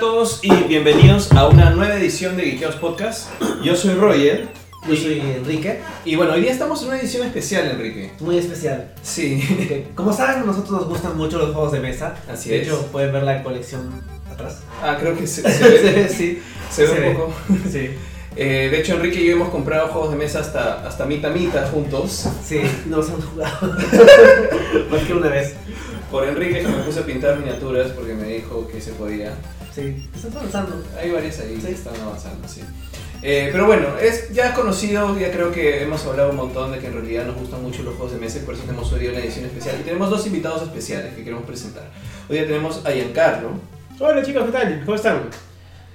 todos y bienvenidos a una nueva edición de Geekeos Podcast. Yo soy Roger. Yo soy Enrique, Y bueno, hoy día estamos en una edición especial, Enrique. muy especial. Sí. porque, Como saben, a nosotros nos gustan mucho los juegos de mesa. Así de es. hecho, pueden ver la colección atrás. Ah, creo que se, se ve, sí, se ve se ve. un poco. sí, Eh, de hecho, Enrique y yo hemos comprado juegos de mesa hasta, hasta mitad mitad juntos. sí, no los hemos jugado. Más que una vez. Por Enrique que me puse a pintar miniaturas porque me dijo que se podía. Sí, pues están avanzando. Hay varias ahí que Sí. están avanzando, sí. Eh, pero bueno, es ya conocido, ya creo que hemos hablado un montón de que en realidad nos gustan mucho los juegos de mesa y por eso tenemos hoy día una edición especial. Y tenemos dos invitados especiales que queremos presentar. Hoy día tenemos a Giancarlo. Hola chicos, ¿qué tal? ¿Cómo están?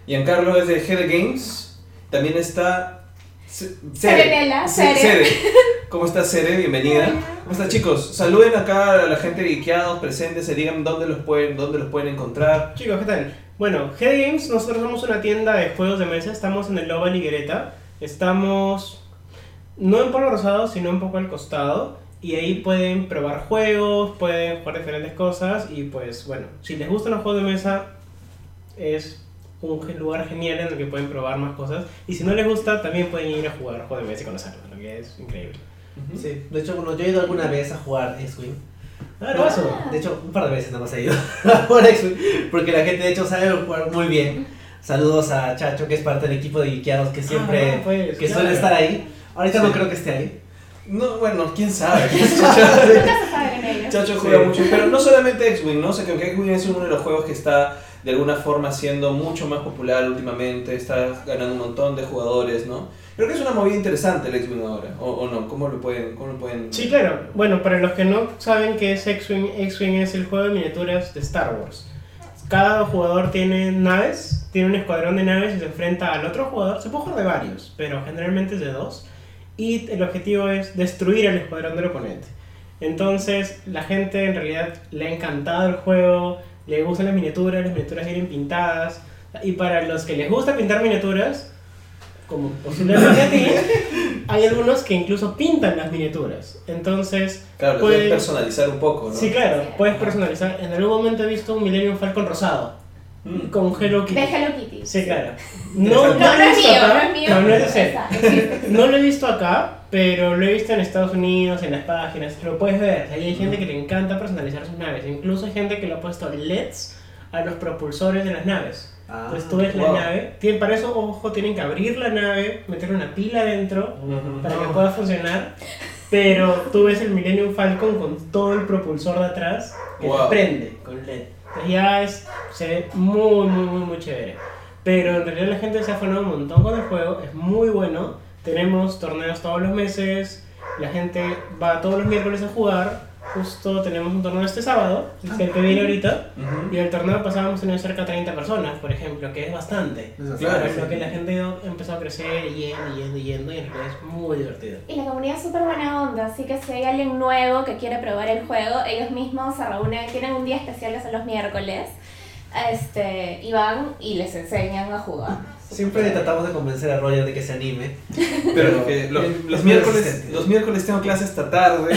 Giancarlo es de Head Games. También está C- Serenela, C- Sere. Sere. ¿Cómo estás, Sere? Bienvenida. Hola. ¿Cómo estás, chicos? Saluden acá a la gente de Geekeados, presentes, se digan dónde los pueden, dónde los pueden encontrar. Chicos, ¿qué tal? Bueno, Head Games, nosotros somos una tienda de juegos de mesa, estamos en el Loba Liguereta, estamos no en Polo Rosado, sino un poco al costado, y ahí pueden probar juegos, pueden jugar diferentes cosas, y pues bueno, si les gustan los juegos de mesa, es un ge- lugar genial en el que pueden probar más cosas, y si no les gusta, también pueden ir a jugar juegos de mesa y conocerlos, lo que es increíble. Sí, de hecho, bueno, yo he ido alguna vez a jugar X-Wing. Ah, hermoso. De hecho, un par de veces nada más he ido a jugar X-Wing. Porque la gente, de hecho, sabe jugar muy bien. Saludos a Chacho, que es parte del equipo de Geekeados, que siempre. Ah, pues, que claro. suele estar ahí. Ahorita Sí. no creo que esté ahí. No, bueno, quién sabe. Nunca se sabe en ellos. Chacho juega Sí. mucho, pero no solamente X-Wing, ¿no? O sea, que aunque X-Wing es uno de los juegos que está de alguna forma siendo mucho más popular últimamente, está ganando un montón de jugadores, ¿no? Creo que es una movida interesante el X-Wing ahora, ¿o, o no? ¿Cómo lo pueden...? Cómo lo pueden... Sí, claro. Bueno, para los que no saben qué es X-Wing, X-Wing es el juego de miniaturas de Star Wars. Cada jugador tiene naves, tiene un escuadrón de naves y se enfrenta al otro jugador. Se puede jugar de varios, pero generalmente es de dos. Y el objetivo es destruir el escuadrón del oponente. Entonces, la gente en realidad le ha encantado el juego, le gustan las miniaturas, las miniaturas vienen pintadas. Y para los que les gusta pintar miniaturas, como posiblemente a ti, hay algunos que incluso pintan las miniaturas. Entonces, Claro, lo pueden Pues- personalizar un poco, ¿no? sí, claro, Sí. puedes personalizar. En algún momento he visto un Millennium Falcon rosado Mm. con Hello Kitty. De Hello Kitty. Sí, claro. No, No, no no lo he es visto mío, no acá. es mío. No, no es de ser. Está, existe. No lo he visto acá, pero lo he visto en Estados Unidos, en las páginas. Lo puedes ver. Ahí hay gente que le encanta personalizar sus naves. Incluso hay gente que le ha puesto LEDs a los propulsores de las naves. Ah, Entonces tú ves la wow. nave. Tienen, para eso, ojo, tienen que abrir la nave, meterle una pila adentro para que pueda funcionar. Pero tú ves el Millennium Falcon con todo el propulsor de atrás que Wow. se prende con LED. Entonces ya es, se ve muy, muy, muy, muy chévere. Pero en realidad la gente se ha afanado un montón con el juego, es muy bueno. Tenemos torneos todos los meses, la gente va todos los miércoles a jugar. Justo tenemos un torneo este sábado, que es el que viene ahorita. Ujú. Y el torneo pasado hemos tenido cerca de 30 personas, por ejemplo, que es bastante. Es bastante, Claro, sí. lo que la gente ha empezado a crecer y yendo, y yendo, y yendo, y en realidad es muy divertido. Y la comunidad es súper buena onda, así que si hay alguien nuevo que quiere probar el juego, ellos mismos se reúnen, tienen un día especial que son los miércoles, este, y van y les enseñan a jugar. Siempre tratamos de convencer a Roger de que se anime. Pero lo que- lo- Es- los, es miércoles, resistente. los miércoles tengo clase esta tarde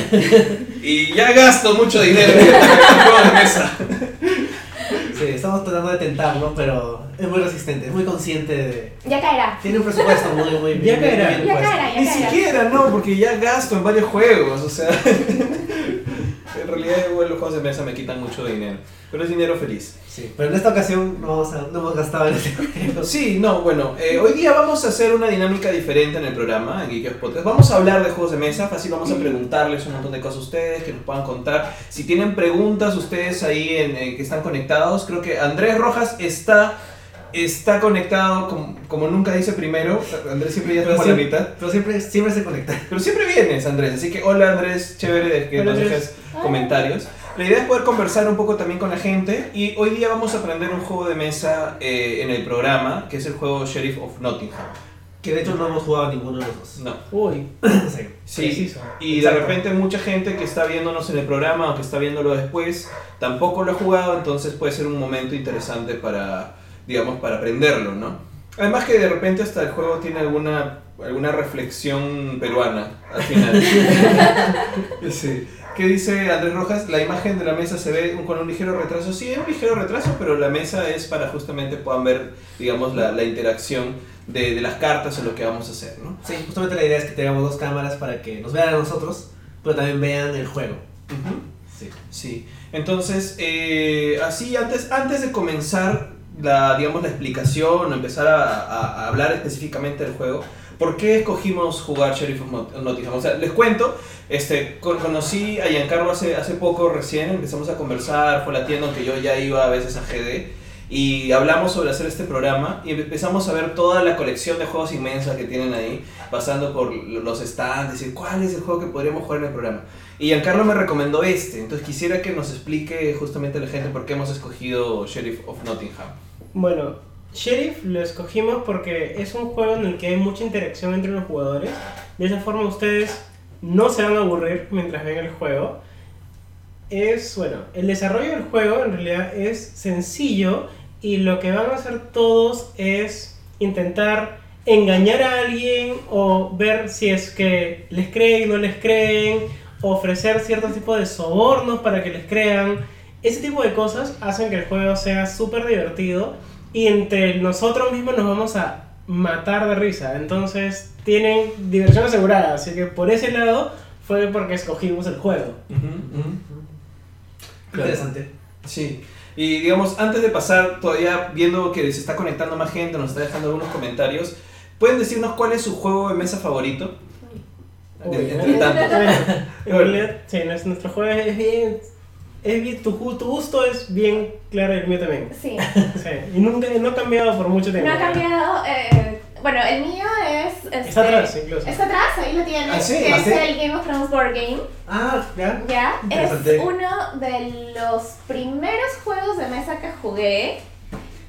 y ya gasto mucho dinero en juegos de mesa. Sí, estamos tratando de tentarlo, pero es muy resistente, es muy consciente de... Ya caerá. Tiene un presupuesto muy, muy bien. Ya caerá. muy bien Ya puesto. caerá, Ni ya caerá. siquiera, no, porque ya gasto en varios juegos, o sea. en realidad, igual los juegos de mesa me quitan mucho dinero, pero es dinero feliz. Sí, pero en esta ocasión no, vamos a- no hemos gastado en este juego. Sí, no, bueno, eh, hoy día vamos a hacer una dinámica diferente en el programa, en Geekios Podcast. Vamos a hablar de juegos de mesa, así vamos a preguntarles un montón de cosas a ustedes, que nos puedan contar. Si tienen preguntas ustedes ahí en, eh, que están conectados, creo que Andrés Rojas está, está conectado, como, como nunca dice primero, Andrés siempre ya está Pero por la sí. mitad. Pero siempre, siempre se conecta. Pero siempre vienes, Andrés, así que hola Andrés, chévere de que Hola, nos Andrés. dejes comentarios. La idea es poder conversar un poco también con la gente y hoy día vamos a aprender un juego de mesa eh, en el programa, que es el juego Sheriff of Nottingham. Que de hecho no hemos jugado ninguno de los dos. No. Uy, Sí. Sí. preciso. Y de Exacto. repente mucha gente que está viéndonos en el programa o que está viéndolo después tampoco lo ha jugado, entonces puede ser un momento interesante para, digamos, para aprenderlo, ¿no? Además que de repente hasta el juego tiene alguna, alguna reflexión peruana al final. Sí. ¿Qué dice Andrés Rojas? La imagen de la mesa se ve un- con un ligero retraso. Sí, un ligero retraso, pero la mesa es para justamente puedan ver, digamos, la, la interacción de, de las cartas o lo que vamos a hacer, ¿no? Sí, justamente la idea es que tengamos dos cámaras para que nos vean a nosotros, pero también vean el juego. Ujú. Sí. Sí, entonces, eh, así, antes, antes de comenzar la, digamos, la explicación o empezar a, a- a hablar específicamente del juego, ¿por qué escogimos jugar Sheriff of Not- Nottingham? O sea, les cuento, este, con- conocí a Giancarlo hace, hace poco recién, empezamos a conversar, fue a la tienda en que yo ya iba a veces a GD, y hablamos sobre hacer este programa y empezamos a ver toda la colección de juegos inmensa que tienen ahí, pasando por los stands, decir cuál es el juego que podríamos jugar en el programa. Y Giancarlo me recomendó este, entonces quisiera que nos explique justamente la gente por qué hemos escogido Sheriff of Nottingham. Bueno, Sheriff lo escogimos porque es un juego en el que hay mucha interacción entre los jugadores. De esa forma ustedes no se van a aburrir mientras ven el juego. Es, bueno, el desarrollo del juego en realidad es sencillo y lo que van a hacer todos es intentar engañar a alguien o ver si es que les creen, no les creen, ofrecer cierto tipo de sobornos para que les crean. Ese tipo de cosas hacen que el juego sea súper divertido y entre nosotros mismos nos vamos a matar de risa. Entonces tienen diversión asegurada, así que por ese lado fue porque escogimos el juego. Claro. Interesante. Sí. Y digamos, antes de pasar, todavía viendo que se está conectando más gente, nos está dejando algunos comentarios, ¿pueden decirnos cuál es su juego de mesa favorito? Uy, De- ¿no? entre tantos. Bueno, en realidad, sí, nuestro nuestro juego es bien... Es bien tu, ju- tu gusto es bien claro y el mío también. Sí. Sí, y nunca, no ha cambiado por mucho tiempo. No ha cambiado. eh, bueno, el mío es. este, Está atrás incluso. Está atrás, ahí lo tiene. Ah, sí, que ah, es sí. el Game of Thrones Board Game. Ah, ya. Ya, es Interesante. uno de los primeros juegos de mesa que jugué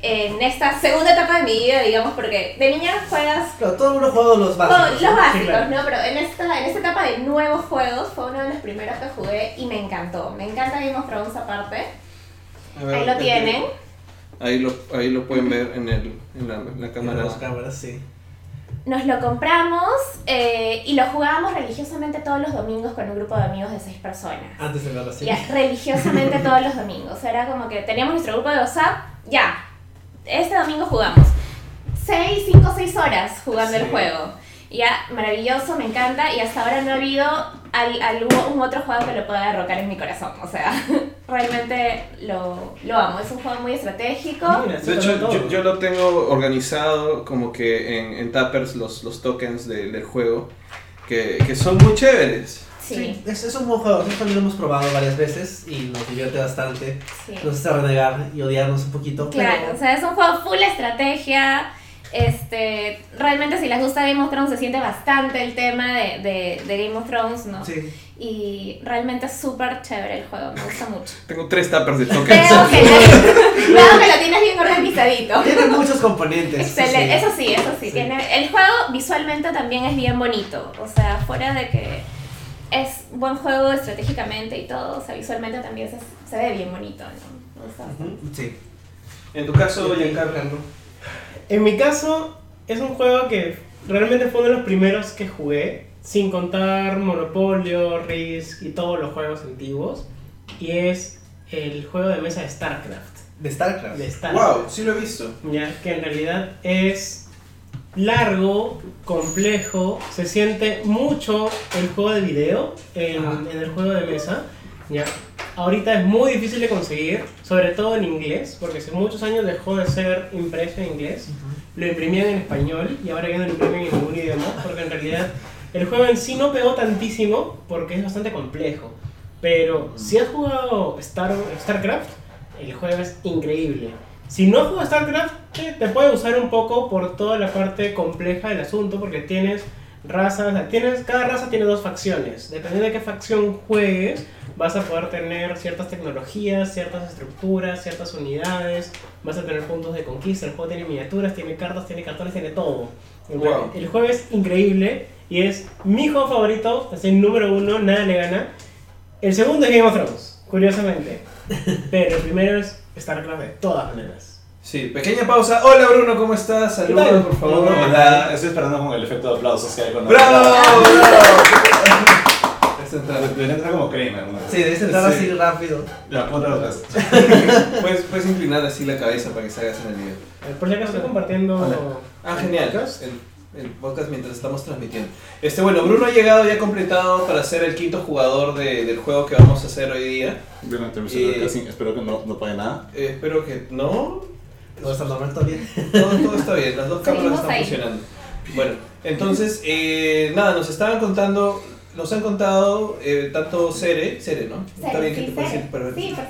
en esta segunda etapa de mi vida, digamos, porque de niña juegas Claro, todo el mundo ha jugado los con básicos. los ¿no? básicos, claro. ¿no? Pero en esta, en esta etapa de nuevos juegos fue uno de los primeros que jugué y me encantó. Me encanta Game of Thrones aparte. A ver, Ahí lo aquí. tienen. Ahí lo, ahí lo pueden ver en, el, en, la, en la cámara. Las cámaras, sí. Nos lo compramos eh, y lo jugábamos religiosamente todos los domingos con un grupo de amigos de seis personas. Antes de verlo así. Ya, religiosamente todos los domingos. Era como que teníamos nuestro grupo de WhatsApp, ya. Este domingo jugamos. 6, 5, 6 horas jugando el Sí. juego. Ya, maravilloso, me encanta. Y hasta ahora no ha habido al- algún otro juego que lo pueda derrocar en mi corazón. O sea, realmente lo, lo amo. Es un juego muy estratégico. Mira, sí, De sobre hecho, todo. yo, yo lo tengo organizado como que en, en tappers los, los tokens de- del juego, que, que son muy chéveres. Sí, Es, es un buen juego. Nosotros también lo hemos probado varias veces y nos divierte bastante. sí. Nos hace renegar y odiarnos un poquito. Claro, pero- o sea, es un juego full estrategia. Este, realmente si les gusta Game of Thrones se siente bastante el tema de, de- de Game of Thrones, ¿no? Sí. Y realmente es súper chévere el juego, me gusta mucho. Tengo tres tappers de Veo tokens. que, veo que lo tienes bien organizadito. Tiene muchos componentes. eso sí. Excelente, eso sí, eso sí. Sí. Tiene, el juego visualmente también es bien bonito, o sea, fuera de que es buen juego estratégicamente y todo, o sea, visualmente también se, se ve bien bonito, ¿no? Me gusta bastante. Ujú, Sí. En tu caso, Giancarlo. En mi caso, es un juego que realmente fue uno de los primeros que jugué, sin contar Monopolio, Risk y todos los juegos antiguos. Y es el juego de mesa de StarCraft. De StarCraft. De StarCraft. Wow, sí lo he visto. Ya, que en realidad es largo, complejo, se siente mucho el juego de video en, Ajá. en el juego de mesa. Ya. Ahorita es muy difícil de conseguir, sobre todo en inglés, porque hace muchos años dejó de ser impreso en inglés lo imprimían en español y ahora ya no lo imprimen en ningún idioma, porque en realidad el juego en sí no pegó tantísimo porque es bastante complejo. Pero si has jugado Star, StarCraft, el juego es increíble. Si no has jugado StarCraft, eh, te puede usar un poco por toda la parte compleja del asunto, porque tienes razas, o sea, tienes, cada raza tiene dos facciones. Dependiendo de qué facción juegues, vas a poder tener ciertas tecnologías, ciertas estructuras, ciertas unidades, vas a tener puntos de conquista, el juego tiene miniaturas, tiene cartas, tiene cartones, tiene todo. El Wow. juego- El juego es increíble y es mi juego favorito, es el número uno, nada le gana. El segundo es Game of Thrones, curiosamente. Pero el primero es StarCraft de todas maneras. Sí, pequeña pausa. Hola Bruno, ¿cómo estás? ¿Qué Saludos, tal? por favor. Hola. Hola, estoy esperando con el efecto de aplausos que hay cuando... ¡Bravo! deberías entrar. Debería entrar como crema, hermano. Sí, debes entrar Sí. así rápido. La puta lo das. Puedes, puedes inclinar así la cabeza para que salgas en el video. Eh, Por si acaso estoy compartiendo. Ah, el genial. podcast. El, el podcast mientras estamos transmitiendo. Este, bueno, Bruno ha llegado ya completado para ser el quinto jugador de- del juego que vamos a hacer hoy día. Veo una televisión Eh. acá, sí, espero que no, no pague nada. Eh, espero que no. Pues hasta el momento bien. Todo, todo está bien, las dos cámaras Seguimos están ahí. funcionando. Bueno, entonces, eh, nada, nos estaban contando, nos han contado eh, tanto Cere, Cere, ¿no? está bien que sí, te puedes sí. decir, pero- Sí, por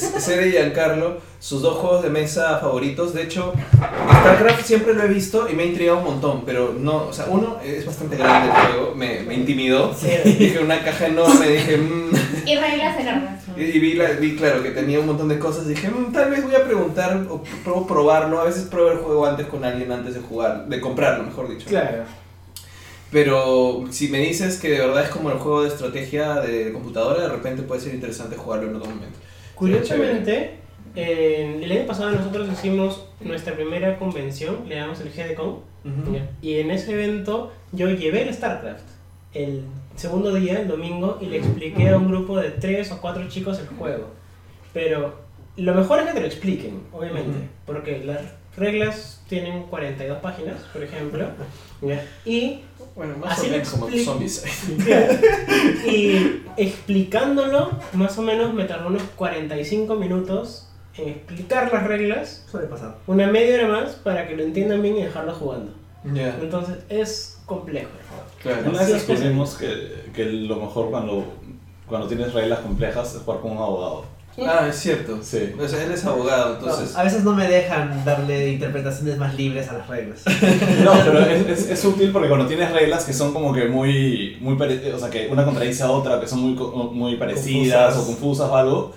supuesto. Es- Cere y Giancarlo, sus dos juegos de mesa favoritos. De hecho, StarCraft siempre lo he visto y me ha intrigado un montón, pero no, o sea, uno es bastante grande el juego, me, me intimidó. Dije una caja enorme, dije, mmm, Y reglas enormes. y, y vi, la- vi, claro, que tenía un montón de cosas. Dije, "Mm, tal vez voy a preguntar o pro- probarlo. A veces pruebo el juego antes con alguien antes de jugar, de comprarlo, mejor dicho. Claro. Pero si me dices que de verdad es como el juego de estrategia de computadora, de repente puede ser interesante jugarlo en otro momento. Curiosamente, en el año pasado nosotros hicimos nuestra primera convención, le damos el GDCon, y en ese evento yo llevé el StarCraft el segundo día, el domingo, y le expliqué a un grupo de tres o cuatro chicos el juego. Pero lo mejor es que te lo expliquen, obviamente, Ujú. porque las reglas tienen 42 páginas, por ejemplo, ¿ya? y Bueno, más o Así lo menos como como explico. zombies. Y explicándolo, más o menos me tardó unos 45 minutos en explicar las reglas, Suele pasar. una media hora más para que lo entiendan bien y dejarlo jugando. Ya, Entonces es complejo. claro. Una vez Así es. descubrimos que, que lo mejor cuando, cuando tienes reglas complejas es jugar con un abogado. Ah, es cierto. Sí. O sea, él es abogado, entonces. ah. No, a veces no me dejan darle interpretaciones más libres a las reglas. No, pero es, es, es útil porque cuando tienes reglas que son como que muy, muy pare- o sea, que una contradice a otra, que son muy, co- muy parecidas Confusas. o confusas o algo,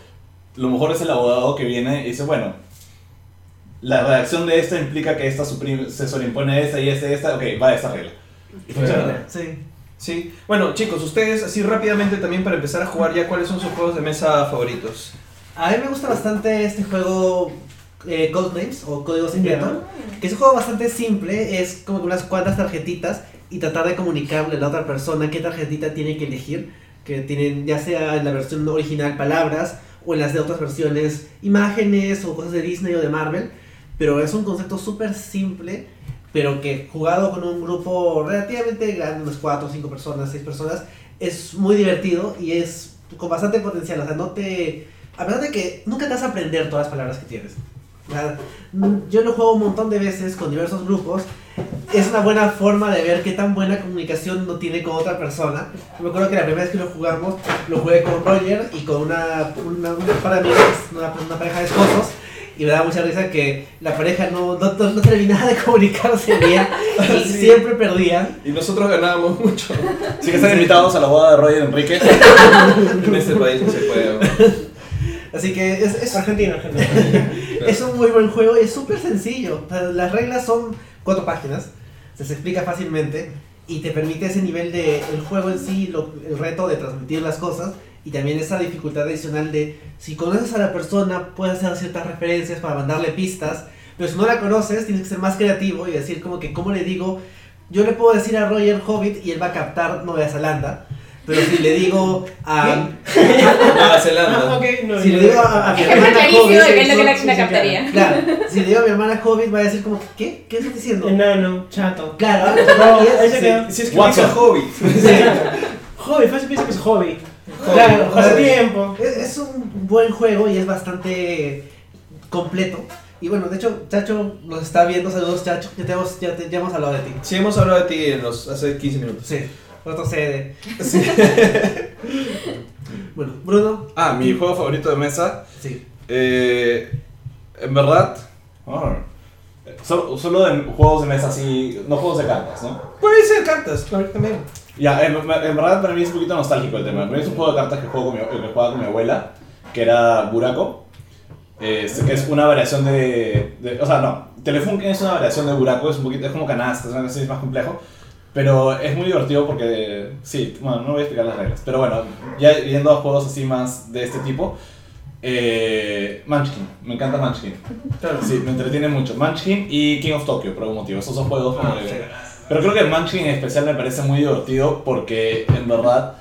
lo mejor es el abogado que viene y dice, bueno, la redacción de esta implica que esta suprime- se sobreimpone a esta y esta y esta, ok, va esta regla. Y funciona. Sí. Sí. Bueno, chicos, ustedes, así rápidamente también para empezar a jugar ya, ¿cuáles son sus juegos de mesa favoritos? A mí me gusta bastante este juego eh, Codenames o Códigos Secretos, que es un juego bastante simple, es como que unas cuantas tarjetitas y tratar de comunicarle a la otra persona qué tarjetita tiene que elegir, que tienen ya sea en la versión original palabras o en las de otras versiones imágenes o cosas de Disney o de Marvel, pero es un concepto súper simple, pero que jugado con un grupo relativamente grande, unas 4, 5 personas, 6 personas, es muy divertido y es con bastante potencial, o sea, no te... A pesar de que nunca te vas a aprender todas las palabras que tienes. O sea, mm, Yo lo juego un montón de veces con diversos grupos. Es una buena forma de ver qué tan buena comunicación no tiene con otra persona. Yo me acuerdo que la primera vez que lo jugamos, lo jugué con Roger y con una, una, una par de amigos, una, una pareja de esposos. Y me da mucha risa que la pareja no, no, no- no terminaba de comunicarse bien y Sí. siempre perdían. Y nosotros ganábamos mucho. Así que están invitados a la boda de Roger Enrique. en este país no se puede. ¿no? Así que es, es, Argentina, Argentina. Es un muy buen juego y es súper sencillo. O sea, Las reglas son cuatro páginas, se, se explica fácilmente y te permite ese nivel de el juego en sí, lo- el reto de transmitir las cosas y también esa dificultad adicional de si conoces a la persona puedes hacer ciertas referencias para mandarle pistas, pero si no la conoces tienes que ser más creativo y decir como que cómo le digo, yo le puedo decir a Roger Hobbit y él va a captar Nueva Zelanda, pero si le digo a... Nueva Ah, Zelanda. ok, no, si no, le digo a, a mi Ejemplo hermana clarísimo Hobbit, de que es lo que eso- la, la captaría. Claro, si le digo a mi hermana Hobbit, va a decir como, ¿qué? ¿Qué estás diciendo? Enano, chato. Claro, no, ahí se quedó. Si es que dice Watson. Hobbit. Hobby, fácil piensa que es hobby. Hobby, Claro, hobby. pasatiempo. Es, es un buen juego y es bastante completo. Y bueno, de hecho, Chacho nos está viendo. Saludos, Chacho. Ya, te hemos, ya, te- ya hemos hablado de ti. Sí, hemos hablado de ti en los, hace 15 minutos. Sí, otro CD. Sí. Bueno, Bruno. Ah, mi juego favorito de mesa. Sí. Eh, en verdad, ah, solo, solo de juegos de mesa así, no juegos de cartas, ¿no? Puede ser cartas, claro, también. Ya, eh, en, en verdad para mí es un poquito nostálgico el tema. Para mí es un juego de cartas que, juego con mi, que jugaba con mi abuela, que era Buraco. Es, que es una variación de, de- O sea, no. Telefunken es una variación de Buraco, es un poquito. Es como canasta, es, una cosa así, es más complejo. Pero es muy divertido porque. Sí, bueno, no voy a explicar las reglas. Pero bueno, ya yendo a juegos así más de este tipo. Eh, Munchkin, me encanta Munchkin. Claro. Sí, me entretiene mucho. Munchkin y King of Tokyo, por algún motivo. Esos dos juegos como Ah, que- sí. pero creo que el Munchkin en especial me parece muy divertido porque en verdad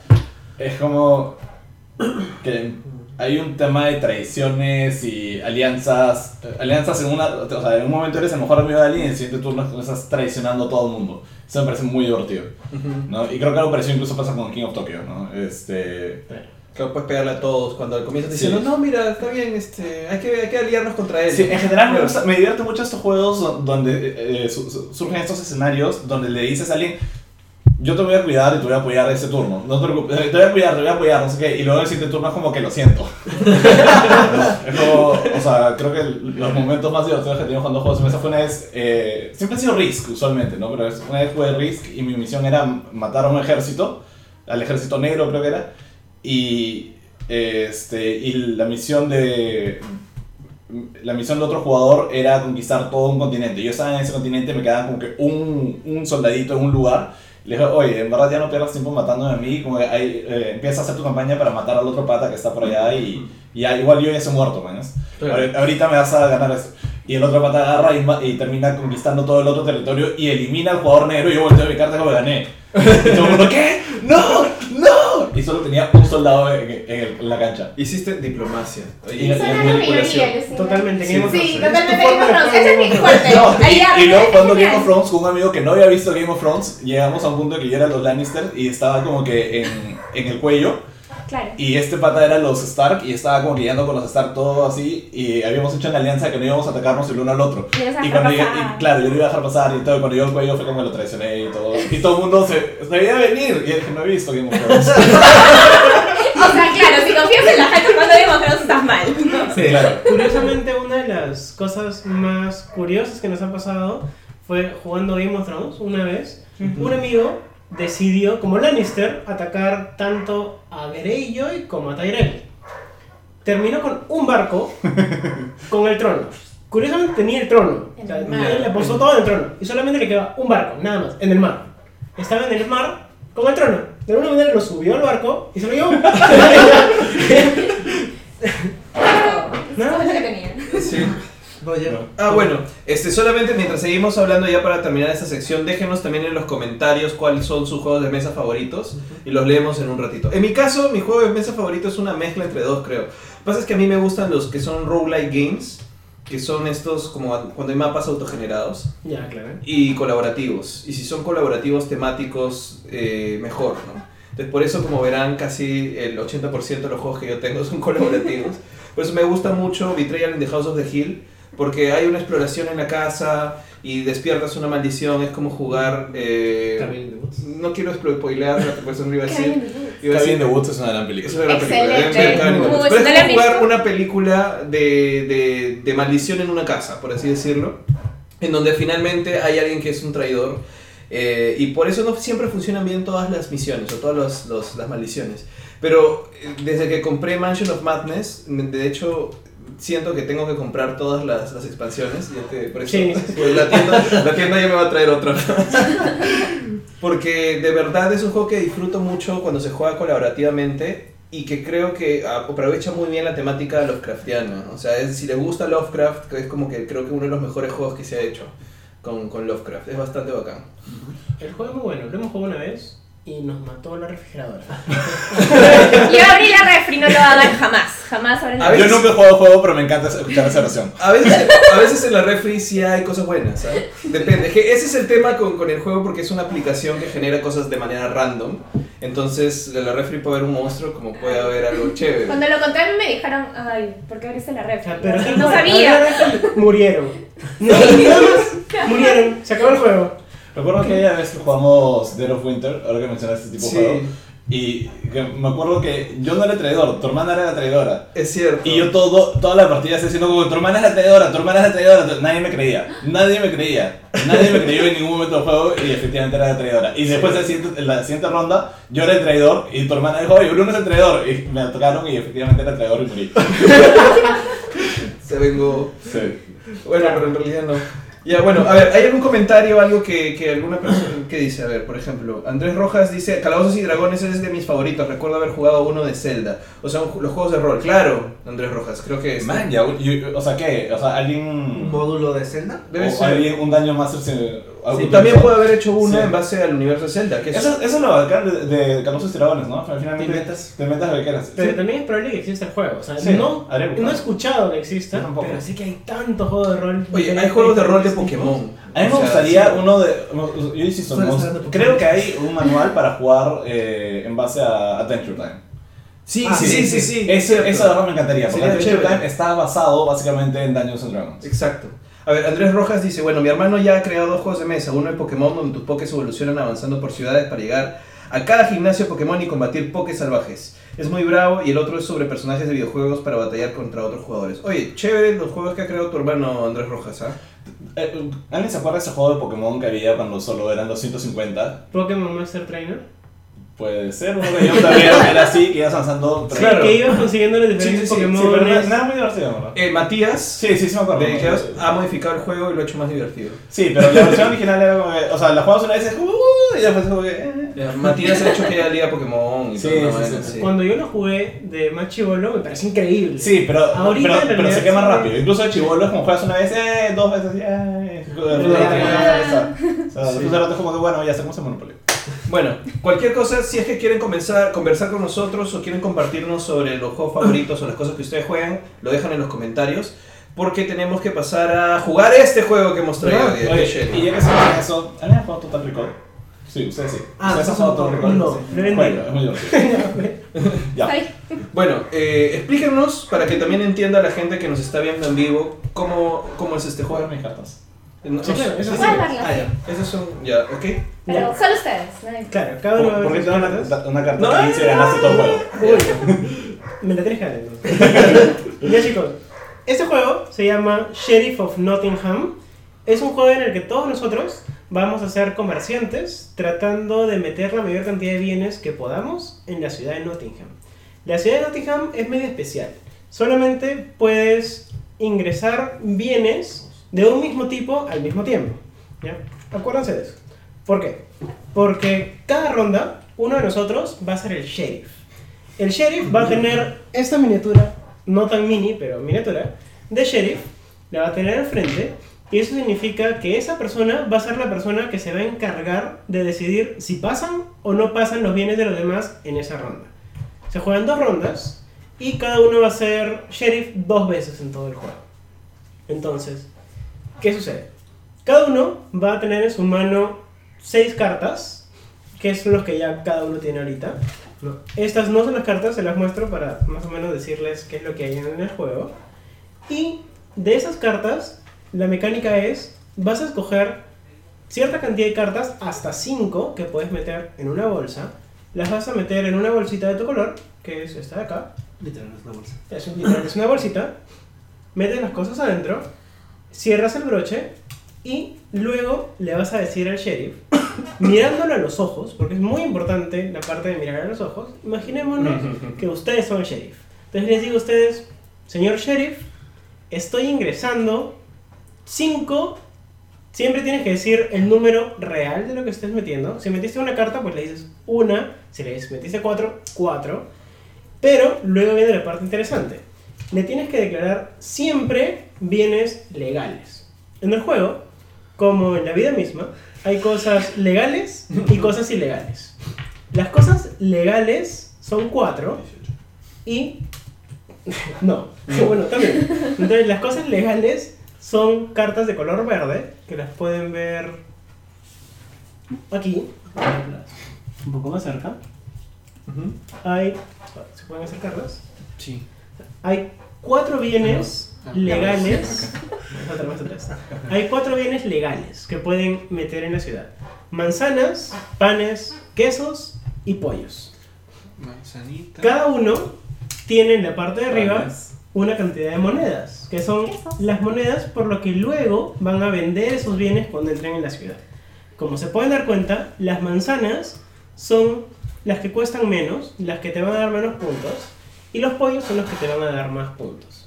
es como que hay un tema de traiciones y alianzas. eh, Alianzas en una. O sea, en un momento eres el mejor amigo de alguien y en el siguiente turno estás traicionando a todo el mundo. Eso me parece muy divertido. ¿no? Y creo que algo parecido incluso pasa con King of Tokyo, ¿no? Este. Que puedes pegarle a todos cuando al comienzo te Sí. dicen, no, mira, está bien, este, hay, que, hay que aliarnos contra él. Sí, en general me, gusta- me divierte mucho estos juegos do- donde eh, eh, su- su- surgen estos escenarios donde le dices a alguien, yo te voy a cuidar y te voy a apoyar ese turno, no te preocupes, eh, te voy a cuidar, te voy a apoyar, no sé qué, y luego el siguiente turno es como que lo siento. es como, o sea, creo que los momentos más divertidos que he tenido jugando juegos de mesa fue una vez, eh, siempre ha sido Risk usualmente, ¿no? Pero es- una vez jugué Risk y mi misión era matar a un ejército, al ejército negro creo que era, y, este, y la misión de, la misión del otro jugador era conquistar todo un continente. Yo estaba en ese continente, me quedaba como que un, un soldadito en un lugar. Le dije, oye, en verdad ya no pierdas tiempo matándome a mí. Como que ahí, eh, empieza a hacer tu campaña para matar al otro pata que está por allá y, y ya, igual yo ya estoy muerto, man. ¿no? Ahori- Ahorita me vas a ganar eso. Y el otro pata agarra y, ma- y termina conquistando todo el otro territorio y elimina al jugador negro. Y yo volteo mi carta como gané. Y todo el mundo, ¿qué? ¡No! ¡No! Y solo tenía un soldado en, en el- en la cancha. Hiciste diplomacia. Y- Oye, Eso y- era lo que yo haría, Lucina. Totalmente Sí. Game of Sí, Thrones. totalmente Tu Game of forma Thrones. de Ese es mi juego. fuerte. No, Ahí y, y arde, luego cuando genial. Game of Thrones con un amigo que no había visto Game of Thrones, llegamos a un punto que yo era los Lannister y estaba como que en, en el cuello. Claro. Y este pata era los Stark y estaba como guiando con los Stark todo así. Y habíamos hecho una alianza que no íbamos a atacarnos el uno al otro. Y los Y cuando dejaron llegué- pasar. y claro, yo lo iba a dejar pasar y todo. Y cuando llegó el cuello fue como que lo traicioné y todo. Y todo el mundo se, se veía venir. Y dije, no he visto Game of Thrones. O sea, claro, si confías en la gente cuando Game of Thrones estás mal. ¿no? Sí, claro. Curiosamente, una de las cosas más curiosas que nos ha pasado fue jugando Game of Thrones una vez. Un amigo decidió, como Lannister, atacar tanto a Greyjoy como a Tyrell. Terminó con un barco con el trono. Curiosamente tenía el trono. O sea, En el mar. él le puso todo en el trono. Y solamente le quedaba un barco, nada más, en el mar. Estaba en el mar con el trono. De alguna manera lo subió al barco y se lo llevó. Eso es lo que tenía. sí. Roger. No. Ah, bueno, este, solamente mientras seguimos hablando ya para terminar esta sección, déjenos también en los comentarios cuáles son sus juegos de mesa favoritos y los leemos en un ratito. En mi caso, mi juego de mesa favorito es una mezcla entre dos, creo. Lo que pasa es que a mí me gustan los que son roguelike games, que son estos como cuando hay mapas autogenerados ya, claro. y colaborativos. Y si son colaborativos temáticos, eh, mejor, ¿no? Entonces, por eso, como verán, casi el 80% de los juegos que yo tengo son colaborativos. Por eso me gusta mucho Betrayal in the House of the Hill, porque hay una exploración en la casa y despiertas una maldición. Es como jugar. eh, Cabin in the Woods. no quiero spoilear, pues no iba a Qué bien, decir. Lucina. Iba a decir- Cabin de Woods es una gran es una película. gran película. deben ver Excelente. Cabin in the Woods. Como Pero si es no la como han jugar visto. una película de, de, de maldición en una casa, por así decirlo. En donde finalmente hay alguien que es un traidor. eh, y por eso no siempre funcionan bien todas las misiones o todas los- los- las maldiciones. Pero eh, desde que compré Mansion of Madness, de hecho siento que tengo que comprar todas las, las expansiones. Ya te- por eso, Sí. pues, la, tienda, la tienda ya me va a traer otra. Porque de verdad es un juego que disfruto mucho cuando se juega colaborativamente y que creo que ah, aprovecha muy bien la temática Lovecraftiana. O sea, es- si les gusta Lovecraft, que es como que creo que uno de los mejores juegos que se ha hecho con, con Lovecraft. Es bastante bacán. El juego es muy bueno, lo hemos jugado una vez y nos mató la refrigeradora. Yo abrí la refri, no lo hagan jamás. Jamás abren A la ver. refri. Yo nunca he jugado el juego, pero me encanta escuchar esa versión. A veces, a veces en la refri sí hay cosas buenas, ¿sabes? Depende. Es que ese es el tema con, con el juego porque es una aplicación que genera cosas de manera random. Entonces, en la refri puede haber un monstruo como puede haber algo chévere. Cuando lo conté a mí me dijeron, ay, ¿por qué abriste la refri? Ah, pero- no la sabía. refri- Murieron. No, nada más, Murieron. Se acabó el juego. Recuerdo que aquella vez que jugamos Dead of Winter, ahora que mencionas este tipo Sí, de juego. Y que me acuerdo que yo no era el traidor, tu hermana era la traidora. es cierto. Y yo todo, toda la partida así diciendo como, tu hermana es la traidora, tu hermana es la traidora. Nadie me creía, nadie me creía. Nadie me creyó en ningún momento del juego y efectivamente era la traidora. Y después en la siguiente, en la siguiente ronda yo era el traidor y tu hermana dijo, oye, Bruno es el traidor. Y me atacaron y efectivamente era el traidor y morí. Se vengo. Sí. Bueno, pero en realidad no. Ya, bueno, a ver, ¿hay algún comentario algo que, que alguna persona que dice? A ver, por ejemplo, Andrés Rojas dice, Calabozos y Dragones es de mis favoritos, recuerdo haber jugado uno de Zelda. O sea, un ju- los juegos de rol, claro, Andrés Rojas, creo que es. Man, ya, yo- o sea, ¿qué? O sea, alguien... ¿Un módulo de Zelda? Debe o ser. alguien, un daño más, si- algo Sí, que también utilizó. puede haber hecho uno Sí. en base al universo de Zelda, que es... Eso, eso es lo bacán de, de 14 tiradones, ¿no? Finalmente Te inventas. Te inventas lo que quieras. Pero Sí. también es probable que exista el juego. O sea, Sí, no, habré no buscado. he escuchado que exista, Yo tampoco. pero sé que hay tantos juegos de rol. Oye, hay diferentes, juegos de rol de diferentes Pokémon. A mí me O sea, gustaría sí. uno de. Yo insisto, Suena me gust- saber de Pokémon. creo que hay un manual para jugar eh, en base a Adventure Time. Sí, Ah, sí, sí, sí, sí. Ese, cierto. esa de verdad me encantaría, porque Sería Adventure chévere. Time está basado básicamente en Dungeons and Dragons. Exacto. A ver, Andrés Rojas dice, bueno, mi hermano ya ha creado dos juegos de mesa, uno de Pokémon donde tus Pokés evolucionan avanzando por ciudades para llegar a cada gimnasio Pokémon y combatir Pokés salvajes. Es muy bravo y el otro es sobre personajes de videojuegos para batallar contra otros jugadores. Oye, chévere los juegos que ha creado tu hermano Andrés Rojas, ¿ah? Eh, ¿Alguien se acuerda de ese juego de Pokémon que había cuando solo eran los 150? Pokémon Master Trainer. Puede ser, uno de ellos también era así, que ibas avanzando. Sí, pero- Claro. Que ibas consiguiendo los diferentes Pokémon. pero no, no era muy divertido, ¿no? Eh, Matías Sí, sí, sí me acuerdo. Ah, de Ikeos ha modificado el juego y lo ha hecho más divertido. Sí, pero la versión original era como que, o sea, la jugabas una vez y es como, "Uh", y después es como que... eh. Ya, Matías ha hecho que haya Liga Pokémon y Sí, todo. sí, sí, sí. Cuando yo lo jugué de más chivolo, me pareció increíble. Sí, pero, Ahorita pero, en realidad pero se quema sí. rápido. Incluso el chivolo es como juegas una vez, eh, dos veces, eh, y después de rato, Ya. O sea, después de rato es como que, bueno, ya sé cómo se monopolio. Bueno, cualquier cosa, si es que quieren comenzar, conversar con nosotros o quieren compartirnos sobre los juegos favoritos o las cosas que ustedes juegan, lo dejan en los comentarios. Porque tenemos que pasar a jugar este juego que hemos Ah, traído. hoy, de Oye, Shell. y ya que se en eso, ¿alguien ha jugado Total Recall? Sí, ustedes sí. Ah, ¿Ustedes han jugado Total Recall? no, Sí. no he Bueno, es muy divertido. Ya. Ay, Bueno, eh, explíquenos para que también entienda la gente que nos está viendo en vivo cómo, cómo es este Jugar juego. mis cartas. No- Sí, no sé. claro, eso Ah, sí. Guardarlas. ya. Esos son. Ya, ok. Pero solo ustedes. ¿no? Claro, cada uno va a ¿Por ver por qué sus te dan cartas. una, una No, carta 15 y ganaste todo el juego? Uy, me la tienes que dar, ¿no? Ya chicos, este juego se llama Sheriff of Nottingham. Es un juego en el que todos nosotros vamos a ser comerciantes tratando de meter la mayor cantidad de bienes que podamos en la ciudad de Nottingham. La ciudad de Nottingham es medio especial. Solamente puedes ingresar bienes de un mismo tipo al mismo tiempo. ¿ya? Acuérdense de eso. ¿Por qué? Porque cada ronda uno de nosotros va a ser el sheriff. El sheriff va a tener esta miniatura, no tan mini, pero miniatura, de sheriff, la va a tener al frente, y eso significa que esa persona va a ser la persona que se va a encargar de decidir si pasan o no pasan los bienes de los demás en esa ronda. Se juegan dos rondas, y cada uno va a ser sheriff dos veces en todo el juego. Entonces, ¿qué sucede? Cada uno va a tener en su mano seis cartas, que son los que ya cada uno tiene ahorita. No, Estas no son las cartas, se las muestro para más o menos decirles qué es lo que hay en el juego. Y de esas cartas, la mecánica es, vas a escoger cierta cantidad de cartas, hasta 5 que puedes meter en una bolsa. Las vas a meter en una bolsita de tu color, que es esta de acá. Literal, es una bolsa. Es, un- es una bolsita. Metes las cosas adentro, cierras el broche y luego le vas a decir al sheriff, mirándolo a los ojos, porque es muy importante la parte de mirar a los ojos, imaginémonos que ustedes son el sheriff. Entonces les digo a ustedes, señor sheriff, estoy ingresando 5... Siempre tienes que decir el número real de lo que estés metiendo. Si metiste una carta, pues le dices una. Si le metiste cuatro, cuatro. Pero luego viene la parte interesante. Le tienes que declarar siempre bienes legales. En el juego, como en la vida misma, hay cosas legales y cosas ilegales. Las cosas legales son cuatro y... No, bueno, también. Entonces las cosas legales son cartas de color verde que las pueden ver aquí. Un poco más cerca. Hay. ¿Se pueden acercarlas? Sí. Hay cuatro bienes Ah, no. legales. Otra más atrás. Hay cuatro bienes legales que pueden meter en la ciudad: manzanas, panes, quesos y pollos. Manzanita. Cada uno tiene en la parte de arriba Panes. una cantidad de monedas, que son Quesos. las monedas por lo que luego van a vender esos bienes cuando entren en la ciudad. Como se pueden dar cuenta, las manzanas son las que cuestan menos, las que te van a dar menos puntos, y los pollos son los que te van a dar más puntos.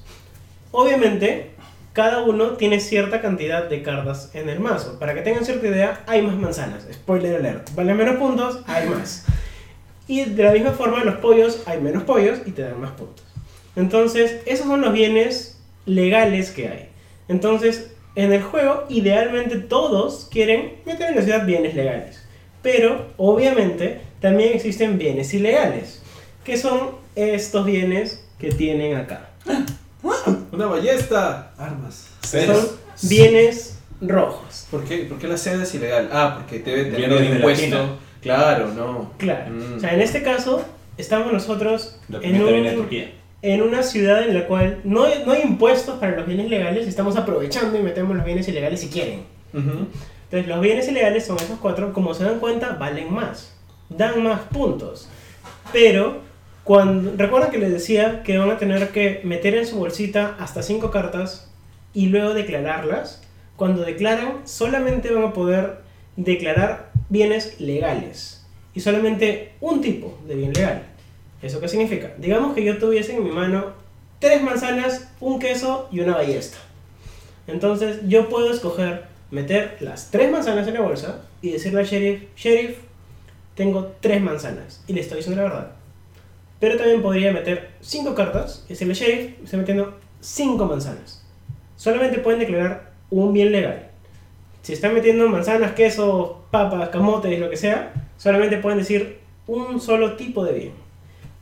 Obviamente, cada uno tiene cierta cantidad de cartas en el mazo. Para que tengan cierta idea, hay más manzanas. Spoiler alert. Valen menos puntos, hay más. Y de la misma forma, los pollos, hay menos pollos y te dan más puntos. Entonces, esos son los bienes legales que hay. Entonces, en el juego, idealmente todos quieren meter en la ciudad bienes legales. Pero, obviamente, también existen bienes ilegales, que son estos bienes que tienen acá. Una ballesta. Armas. Son Sedes. bienes rojos. ¿Por qué, ¿Por qué la seda es ilegal? Ah, porque debe tener Viene un de la impuesto. China. Claro, no. Claro. Mm. O sea, en este caso, estamos nosotros La en, pimienta viene de un, Turquía. en una ciudad en la cual no hay, no hay impuestos para los bienes legales y estamos aprovechando y metemos los bienes ilegales si quieren. Ujú. Entonces, los bienes ilegales son esos cuatro, como se dan cuenta, valen más, dan más puntos. Pero, cuando recuerda que les decía que van a tener que meter en su bolsita hasta cinco cartas y luego declararlas. Cuando declaran, solamente van a poder declarar bienes legales y solamente un tipo de bien legal. ¿Eso qué significa? Digamos que yo tuviese en mi mano tres manzanas, un queso y una ballesta. Entonces yo puedo escoger meter las tres manzanas en la bolsa y decirle al sheriff, sheriff, tengo tres manzanas y le estoy diciendo la verdad. Pero también podría meter cinco cartas y decirle, sheriff, estoy metiendo cinco manzanas. Solamente pueden declarar un bien legal. Si están metiendo manzanas, quesos, papas, camotes, lo que sea, solamente pueden decir un solo tipo de bien.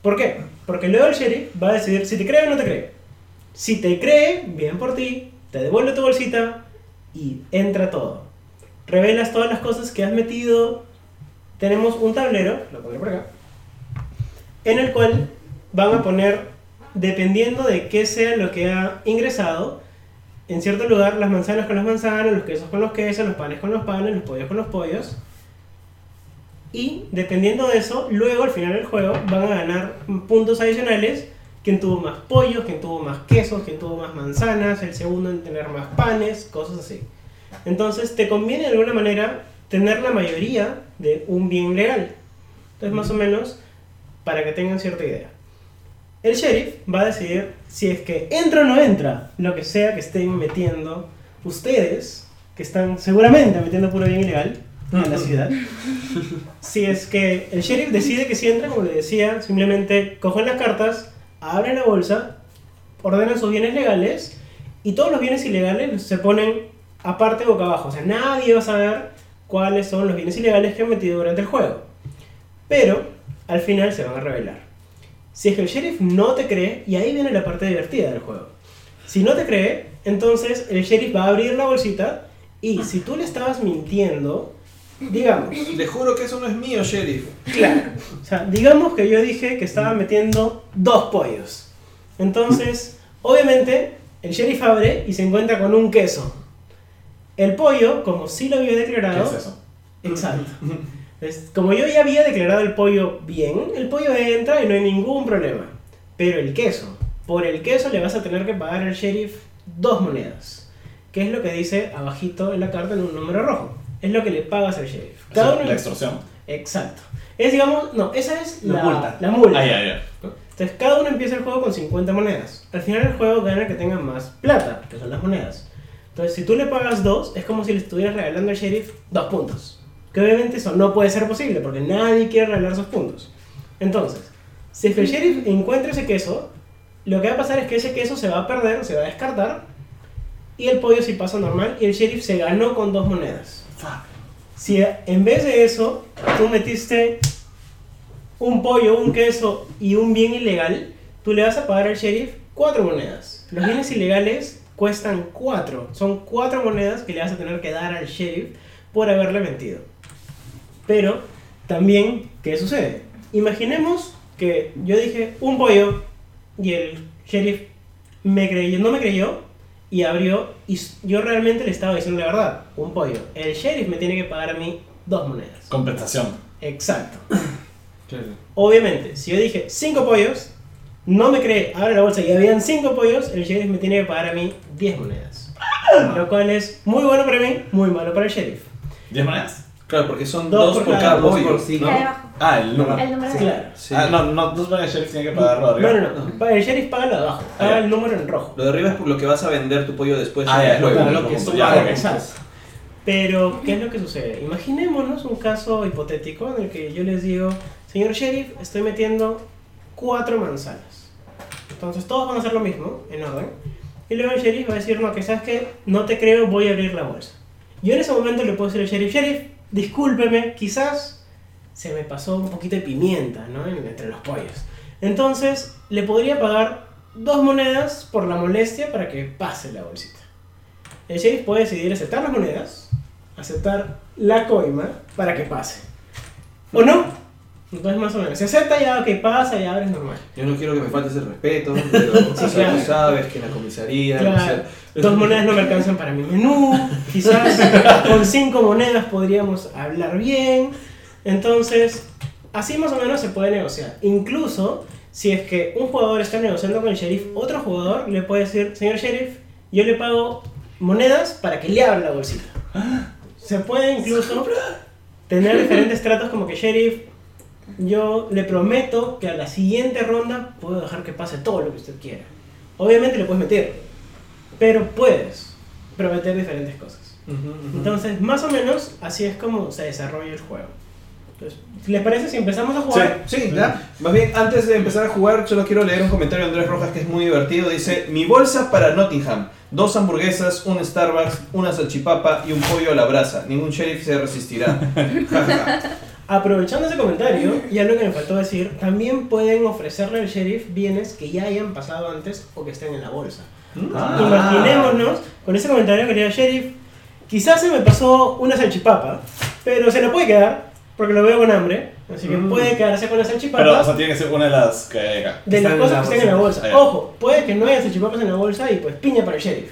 ¿Por qué? Porque luego el sheriff va a decidir si te cree o no te cree. Si te cree, bien por ti, te devuelve tu bolsita y entra todo. Revelas todas las cosas que has metido. Tenemos un tablero, lo pondré por acá, en el cual van a poner, dependiendo de qué sea lo que ha ingresado, en cierto lugar las manzanas con las manzanas, los quesos con los quesos, los panes con los panes, los pollos con los pollos. Y dependiendo de eso, luego al final del juego van a ganar puntos adicionales. Quien tuvo más pollos, quien tuvo más quesos, quien tuvo más manzanas, el segundo en tener más panes, cosas así. Entonces te conviene de alguna manera tener la mayoría de un bien legal. Entonces más o menos para que tengan cierta idea. El sheriff va a decidir si es que entra o no entra lo que sea que estén metiendo ustedes, que están seguramente metiendo puro bien ilegal a la ciudad. Si es que el sheriff decide que si entra, como le decía, simplemente cogen las cartas, abren la bolsa, ordenan sus bienes legales y todos los bienes ilegales se ponen aparte boca abajo. O sea, nadie va a saber cuáles son los bienes ilegales que han metido durante el juego. Pero al final se van a revelar. Si es que el sheriff no te cree, y ahí viene la parte divertida del juego. Si no te cree, entonces el sheriff va a abrir la bolsita y si tú le estabas mintiendo, digamos, Le juro que eso no es mío, sheriff. Claro. O sea, digamos que yo dije que estaba Mm. metiendo dos pollos. Entonces, obviamente, el sheriff abre y se encuentra con un queso. El pollo, como sí lo había ¿Qué declarado. es eso? Mm. Exacto. Es- como yo ya había declarado el pollo bien, el pollo entra y no hay ningún problema. Pero el queso, por el queso le vas a tener que pagar al sheriff dos monedas. Que es lo que dice abajito en la carta en un número rojo. Es lo que le pagas al sheriff. Cada Es uno- La extorsión. Exacto. Es, digamos, no, esa es La la, multa. la multa. Ah, ya, ya. Entonces, cada uno empieza el juego con 50 monedas. Al final del juego gana el que tenga más plata, que son las monedas. Entonces, si tú le pagas dos, es como si le estuvieras regalando al sheriff dos puntos. Que obviamente eso no puede ser posible, porque nadie quiere regalar esos puntos. Entonces, si es que el sheriff encuentra ese queso, lo que va a pasar es que ese queso se va a perder, se va a descartar, y el pollo sí pasa normal, y el sheriff se ganó con dos monedas. Si en vez de eso, tú metiste un pollo, un queso y un bien ilegal, tú le vas a pagar al sheriff cuatro monedas. Los bienes ilegales cuestan cuatro. Son cuatro monedas que le vas a tener que dar al sheriff por haberle mentido. Pero también, ¿qué sucede? Imaginemos que yo dije un pollo y el sheriff me creyó, no me creyó y abrió y s- yo realmente le estaba diciendo la verdad, un pollo. El sheriff me tiene que pagar a mí dos monedas. Compensación. Exacto. Claro. Obviamente, si yo dije cinco pollos, no me cree, abre la bolsa y habían cinco pollos, el sheriff me tiene que pagar a mí 10 monedas. Lo cual es muy bueno para mí, muy malo para el sheriff. ¿Diez monedas? Claro, porque son Dos dos, por por, cada cada dos pollo, por sí. ¿no? Y ahí abajo, Ah, el número. el número Sí, de- claro. Sí. Ah, no, no, dos monedas sheriff tiene que pagarlo arriba. No, no, no. pa- El sheriff paga lo de abajo, Ah, paga ya. el número en rojo. Lo de arriba es por lo que vas a vender tu pollo después. Ah, en ya, el lo juego. claro, Lo que como- son ya, para ok. regresar. Pero, ¿qué es lo que sucede? Imaginémonos un caso hipotético en el que yo les digo, señor sheriff, estoy metiendo cuatro manzanas. Entonces todos van a hacer lo mismo, en orden. Y luego el sheriff va a decir, no, que sabes que no te creo, voy a abrir la bolsa. Yo en ese momento le puedo decir al sheriff, sheriff, discúlpeme, quizás se me pasó un poquito de pimienta, ¿no? En- Entre los pollos. Entonces, le podría pagar dos monedas por la molestia para que pase la bolsita. El sheriff puede decidir aceptar las monedas, aceptar la coima para que pase. ¿O no? Entonces, más o menos. Se acepta ya, ok, pasa, ya abres normal. Yo no quiero que me falte ese respeto, pero o sea, claro. tú sabes que en la comisaría... Claro. o sea, Dos monedas no me alcanzan para mi menú. Quizás con cinco monedas podríamos hablar bien. Entonces, así más o menos se puede negociar. Incluso si es que un jugador está negociando con el sheriff, otro jugador le puede decir, señor sheriff, yo le pago monedas para que le abra la bolsita. Se puede incluso tener diferentes tratos como que sheriff, yo le prometo que a la siguiente ronda puedo dejar que pase todo lo que usted quiera. Obviamente le puedes meter, pero puedes prometer diferentes cosas. ujú, ujú. Entonces, más o menos, así es como se desarrolla el juego. Entonces, ¿les parece si empezamos a Sí, jugar? sí, ya. Más bien, antes de empezar a jugar, solo quiero leer un comentario de Andrés Rojas que es muy divertido. Dice, mi bolsa para Nottingham. Dos hamburguesas, un Starbucks, una salchipapa y un pollo a la brasa. Ningún sheriff se resistirá. Ja, ja, ja. Aprovechando ese comentario, y algo que me faltó decir, también pueden ofrecerle al sheriff bienes que ya hayan pasado antes o que estén en la bolsa. Mm. Ah. Ah. Imaginémonos, con ese comentario que le dio sheriff, quizás se me pasó una salchipapa, pero se la puede quedar, porque lo veo con hambre, así que Mm. puede quedarse con la salchipapa. Pero, o sea, tiene que ser una de las que hay acá. De Están las en cosas la que estén en la bolsa. bolsa. Ah, ya. Ojo, puede que no haya salchipapas en la bolsa y pues piña para el sheriff.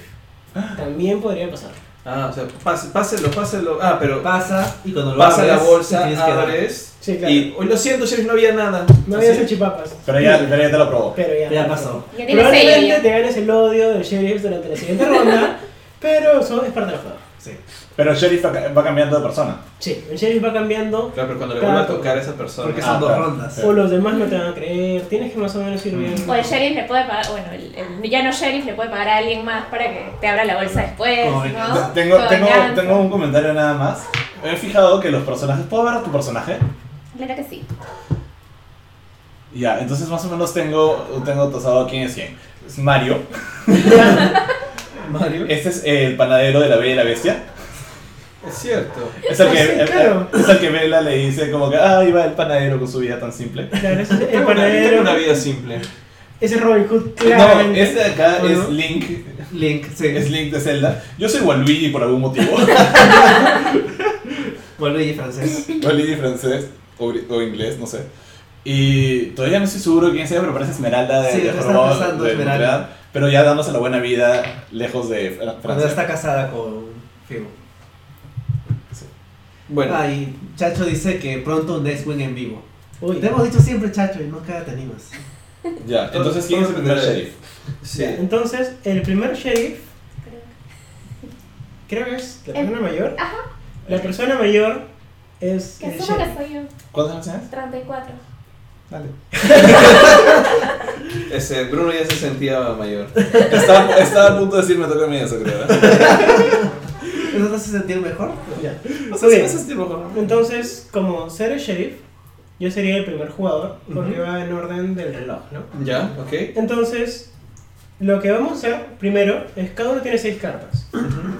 También podría pasar. Ah, o sea, pase- páselo, páselo. Ah, pero Pasa y cuando lo pasa abres, la bolsa, tienes que dar. abres. Sí, claro. Y, hoy lo siento, sheriff, no había nada. No había Así. salchipapas. Pero ya, pero ya te lo probó. Pero ya. Ya pasó. Ya tienes Probablemente sello. te ganes el odio del sheriff durante la siguiente ronda, pero eso es parte del juego. Sí. Pero el sheriff va, ca- va cambiando de persona. Sí, el sheriff va cambiando Claro, pero cuando le Claro. vuelva a tocar a esa persona. Porque Ah, son dos claro. rondas. Sí. o los demás no te van a creer. Tienes que más o menos ir bien. O el sheriff le puede pagar, bueno, el, el villano sheriff le puede pagar a alguien más para que te abra la bolsa después, Como ¿no? Tengo, Como tengo, venganza. tengo un comentario nada más. Me he fijado que los personajes. ¿Puedo ver a tu personaje? Claro que sí. Ya, entonces más o menos tengo, tengo tasado quién es quién. Es Mario. Mario. Este es el panadero de la Bella y la Bestia. Es cierto. Es el que, Ah, sí, el- claro. es el que Bella le dice como que, ah, ahí va el panadero con su vida tan simple. Claro, ese es Tengo el una- tengo panadero. una vida simple. Ese es Robin Hood, No, claramente. este de acá ¿O no? es Link. Link, sí. Es Link de Zelda. Yo soy Waluigi por algún motivo. Waluigi francés. Waluigi francés o, gri- o inglés, no sé. Y todavía no estoy seguro quién sea, pero parece Esmeralda de, Sí, de lo está Jorobado pensando de Esmeralda. Montreal, Pero ya dándose la buena vida lejos de Fra- Cuando Francia. está casada con Figo. Bueno. Ah, y Chacho dice que pronto un Deathwing en vivo. Uy. Te hemos dicho siempre, Chacho, y nunca te animas. Ya, entonces ¿quién es el primer sheriff? Sí. Entonces, el primer sheriff Creo que- creo que es la El- persona mayor. La persona mayor es el Que asumo que sheriff. soy yo, ¿Cuántos años tienes? 34. Dale. Ese Bruno ya se sentía mayor. Estaba, estaba a punto de decir me toca a mí eso, creo. ¿eh? ¿Eso te hace sentir mejor? Ya. No sé, sé, sí, Entonces, como ser el sheriff, yo sería el primer jugador, porque Ujú. va en orden del reloj, ¿no? Ya, ok. Entonces, lo que vamos a hacer primero es cada uno tiene seis cartas.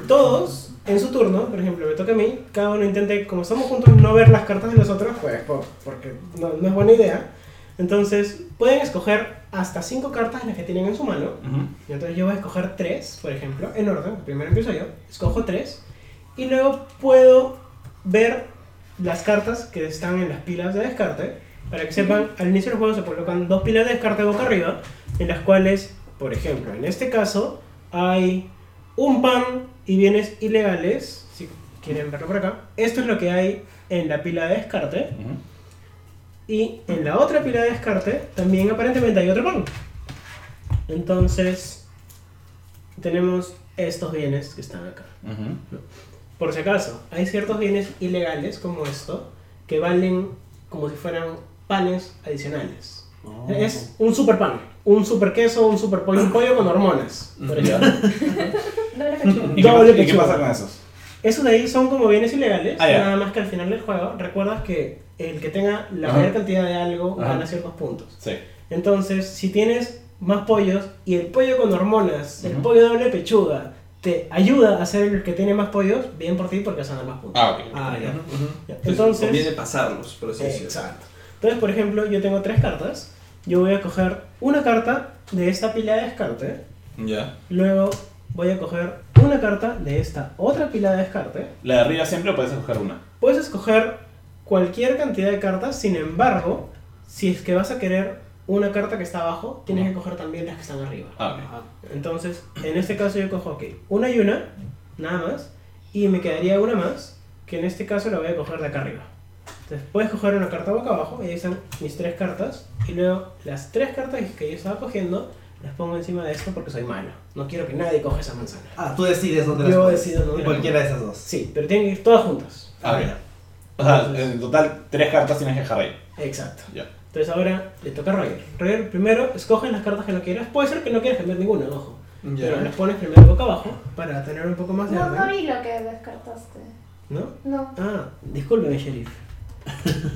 Todos, en su turno, por ejemplo, me toca a mí, cada uno intente, como estamos juntos, no ver las cartas de los otros, pues, por- porque no, no es buena idea. Entonces, pueden escoger hasta cinco cartas las que tienen en su mano. Ujú. Y entonces yo voy a escoger tres, por ejemplo, en orden. Primero empiezo yo, escojo tres. Y luego puedo ver las cartas que están en las pilas de descarte. Para que sepan, al inicio del juego se colocan dos pilas de descarte boca arriba, en las cuales, por ejemplo, en este caso, hay un pan y bienes ilegales. Si quieren verlo por acá. Esto es lo que hay en la pila de descarte. Ujú. Y en la otra pila de descarte también aparentemente hay otro pan. Entonces, tenemos estos bienes que están acá. Ujú. Por si acaso, hay ciertos bienes ilegales como esto que valen como si fueran panes adicionales. Oh. Es un super pan, un super queso, un super pollo, un pollo con hormonas. Por Ya. ejemplo. No me lo cacho. Doble ¿Y qué, pasa, y qué pechuga. pasa con esos? Esos de ahí son como bienes ilegales, Ah, ya. nada más que al final del juego recuerdas que el que tenga la Ajá. mayor cantidad de algo Ajá. gana ciertos puntos. Sí. Entonces, si tienes más pollos y el pollo con hormonas, el pollo doble pechuga, te ayuda a ser el que tiene más pollos, bien por ti porque vas a ganar más puntos. Ah, ok. Ah, ya. Ya, Entonces, Entonces, Pues, eh, conviene pasarlos, pero sí, sí. Exacto. Entonces, por ejemplo, yo tengo tres cartas. Yo voy a coger una carta de esta pila de descarte. Ya. Luego voy a coger una carta de esta otra pila de descarte. La de arriba siempre puedes escoger una. Puedes escoger cualquier cantidad de cartas. Sin embargo, si es que vas a querer una carta que está abajo, tienes que coger también las que están arriba. Ah, ok. Entonces, en este caso yo cojo aquí una y una, nada más, y me quedaría una más, que en este caso la voy a coger de acá arriba. Entonces, puedes coger una carta boca abajo, y ahí están mis tres cartas, y luego las tres cartas que yo estaba cogiendo las pongo encima de esto porque soy malo. No quiero que nadie coja esa manzana. Ah, tú decides dónde Yo las pones. decido dónde las Cualquiera de esas dos. Sí, pero tienen que ir todas juntas. Ah, ya. O sea, en total, tres cartas tienes que dejar ahí. Exacto. Ya. Entonces ahora le toca a Roger. Roger, primero escoge las cartas que no quieras. Puede ser que no quieras cambiar ninguna, ojo. Pero las Ya. pones primero boca abajo para tener un poco más de No, no orden. vi lo que descartaste. ¿No? No. Ah, discúlpeme, sheriff.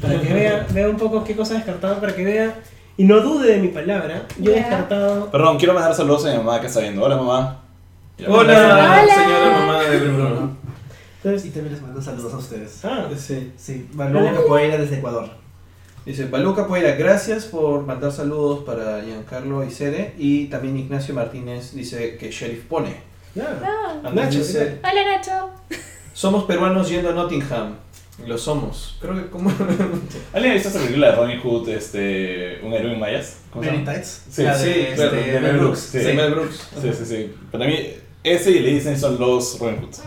Para que vea, vea un poco qué cosa he descartado, para que vea y no dude de mi palabra. Yo he Ya. descartado. Perdón, quiero mandar saludos a mi mamá que está viendo. Hola, mamá. Ya. Hola, Hola. señora mamá de Bruno. Y Entonces, también les mando saludos a ustedes. ah, Sí. Sí, Manuel Capoeira desde Ecuador. Dice Paluca Poira, gracias por mandar saludos para Giancarlo y Cere. Y también Ignacio Martínez dice que Sheriff pone. ya. No. Nacho, ¿qué dice, tal? Hola Nacho. somos peruanos yendo a Nottingham. Lo somos. Creo que como... ¿Alguien ha visto esa película de Ronnie Hood, este, un héroe en mayas? ¿Cómo se Many llama? Tights. Sí, La de, sí, este, claro, de Mel Mel Brooks, Brooks. sí. De Mel Brooks. Sí, sí, sí. Para mí, ese y le dicen son los Robin Hoods.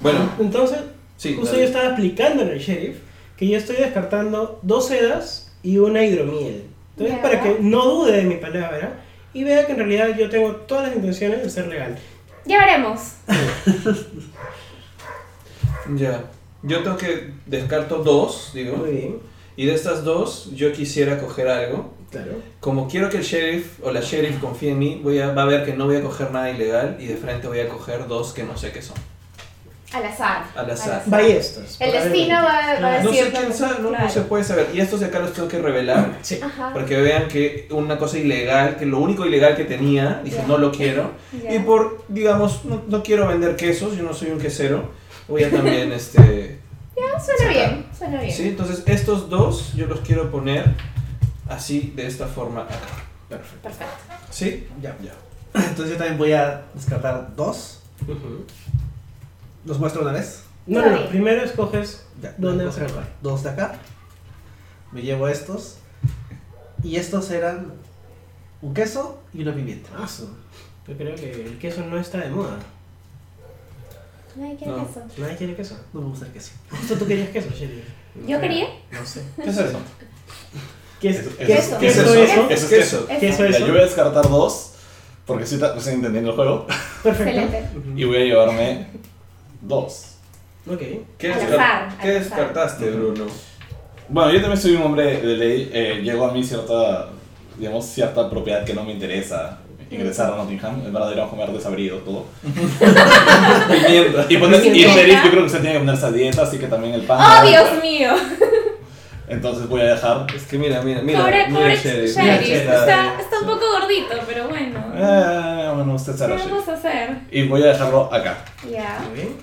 Bueno, Entonces, sí. justo dale. yo estaba explicando en el sheriff que yo estoy descartando dos sedas y una hidromiel. Entonces, Ya. para que no dude de mi palabra y vea que en realidad yo tengo todas las intenciones de ser legal. Ya veremos. Ya. Yo tengo que descarto dos, digo. Muy bien, Y de estas dos, yo quisiera coger algo. claro. Como quiero que el sheriff o la sheriff confíe en mí, voy a, va a ver que no voy a coger nada ilegal y de frente voy a coger dos que no sé qué son. Al azar. Al azar. Ballestas. El destino va, va a Claro. No sé decir. quién sabe, no, no Claro. se puede saber. Y estos de acá los tengo que revelar Sí. Ajá. para que vean que una cosa ilegal, que lo único ilegal que tenía, dije Ya. no lo quiero. Ya. Y por, digamos, no, no quiero vender quesos, yo no soy un quesero. Voy a también, este... Ah, Suena bien, suena bien. Sí, entonces estos dos yo los quiero poner así, de esta forma acá. Perfecto. Perfecto. ¿Sí? Ya. Ya. Entonces yo también voy a descartar dos. Los muestro una vez. No, no, no. Primero escoges Ya, ¿Dónde los vas a jugar? Dos de acá. Me llevo estos. Y estos eran un queso y una pimienta. Aso. Yo creo que el queso no está de moda. Ay, qué No. queso. Nadie quiere queso. No me gusta el queso. Justo tú querías queso, Shelly. ¿Yo quería? No sé. ¿Qué es eso? ¿Qué es Eso- eso- queso? ¿Qué es ¿Queso eso? eso? Eso es queso. Eso. ¿Queso Ya, yo voy eso? a descartar dos, porque estoy, ta- pues, estoy entendiendo el juego, Perfecto. Excelente. y voy a llevarme dos. Ok. ¿Qué, Al descar- azar, qué al azar. descartaste, Bruno? Bueno, yo también soy un hombre de ley, eh, llegó a mí cierta, digamos, cierta propiedad que no me interesa ingresar a Nottingham, es verdad, ir a comer desabrido todo. Pimienta. Y poner y ¿Dieta? sheriff, yo creo que usted tiene que ponerse a dieta, así que también el pan. ¡Oh, Dios mío! Entonces voy a dejar... Es que mira, mira, mira. Pobre, mira, pobre Sheriff, Sheriff. mira, Sheriff. Está, está un poco gordito, pero bueno. Eh, bueno, usted ¿Qué será sheriff. vamos a hacer? Y voy a dejarlo acá. Ya. Muy bien.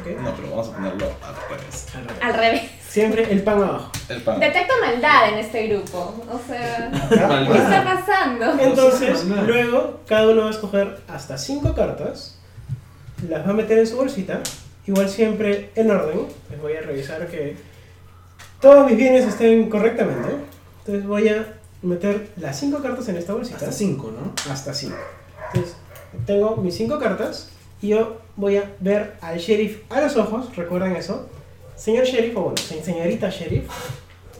Ok. No, pero vamos a ponerlo al revés. Al revés. Al revés. Siempre el pan abajo. El pan. Detecto maldad en este grupo. O sea, ¿qué está Maldita. pasando? Entonces, No. luego cada uno va a escoger hasta cinco cartas, las va a meter en su bolsita, igual siempre en orden. Les voy a revisar que todos mis bienes estén correctamente. Entonces voy a meter las cinco cartas en esta bolsita. Hasta 5, ¿no? Hasta cinco. Entonces, tengo mis cinco cartas y yo voy a ver al sheriff a los ojos, recuerden eso. Señor sheriff, o bueno, se- señorita sheriff,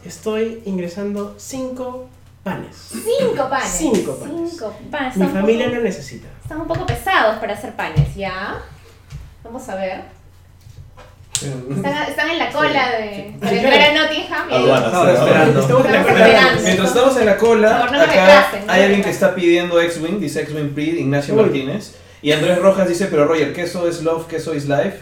estoy ingresando cinco panes. Cinco panes. Cinco panes. Cinco panes. Mi Están un familia poco- lo necesita. Están un poco pesados para hacer panes, ¿ya? Vamos a ver. Están, están en la cola de, para entrar a Nottingham. y- Aduanas. Estaba esperando. Estamos en la Estamos cola. esperando. Mientras estamos en la cola, Por favor, no me acá retrasen, no me hay alguien que retrasen. está pidiendo X-Wing, dice X-Wing Pre, Ignacio Uy. Martínez. Y Andrés Rojas dice, pero Roger, queso es love, queso es life.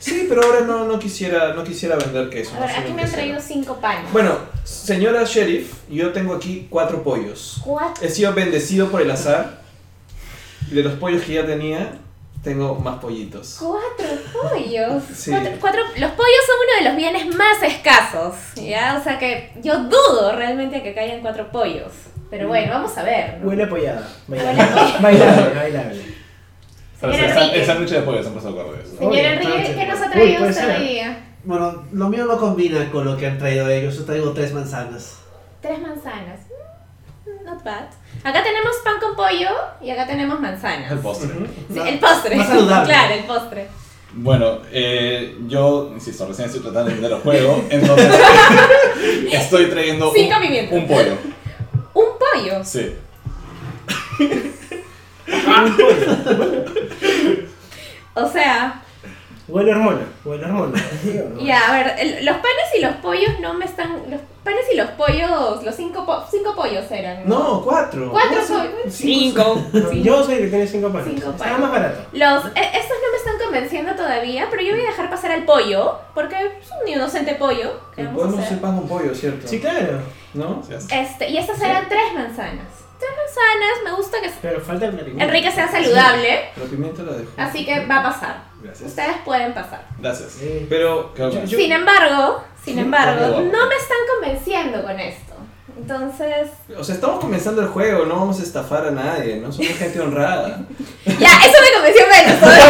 Sí, pero ahora no, no, quisiera, no quisiera vender queso. A no ver, soy aquí un me han quesero. traído cinco panes. Bueno, señora sheriff, yo tengo aquí cuatro pollos. Cuatro. He sido bendecido por el azar. Y de los pollos que ya tenía, tengo más pollitos. Cuatro pollos. Sí. Cuatro, cuatro- los pollos son uno de los bienes más escasos, ¿ya? O sea que yo dudo realmente que caigan cuatro pollos. Pero bueno, vamos a ver. ¿no? Huele apoyada. Huele a Bailable, bailable. bailable. Pero Señor el san- Enrique. el sándwich de pollo se han pasado de acuerdo de eso. Sí. Oye, Señor Enrique, entonces, ¿qué nos ha uy, traído puede usted ser. hoy día? Bueno, lo mío no combina con lo que han traído ellos. Yo traigo tres manzanas. Tres manzanas. Mm, Not bad. Acá tenemos pan con pollo y acá tenemos manzanas. El postre. Sí, el postre. Más saludable. claro, el postre. Bueno, eh, yo, insisto, recién estoy tratando de entender el juego, entonces estoy trayendo un, Cinco pimientos. un pollo. Un pollo. Sí. O sea, Huele hormona. Huele hormona. ya, a ver, el- los panes y los pollos no me están. Los panes y los pollos, los cinco, po- cinco pollos eran. No, cuatro. Cuatro Cuatro, pollos. Cinco. No, Yo soy el que tiene cinco panes. Cinco Está panes. más barato. Los, e- estos no me están convenciendo todavía, pero yo voy a dejar pasar al pollo, porque es un inocente pollo. ¿Qué Y vamos a podemos hacer? hacer pan con pollo, ¿cierto? Sí, claro. ¿No? sí, así. Este, y estas eran tres manzanas. Tres manzanas, me gusta que Pero falta el platillo. Enrique sea saludable, La pimienta la dejo. así que va a pasar. Gracias. Ustedes pueden pasar. Gracias. Sí. Pero Creo que- Sin embargo, sin Sí, embargo, pero- no me están convenciendo con esto. Entonces, O sea, estamos comenzando el juego, no vamos a estafar a nadie, ¿no? Somos gente honrada. ya, eso me convenció menos. ¿sabes?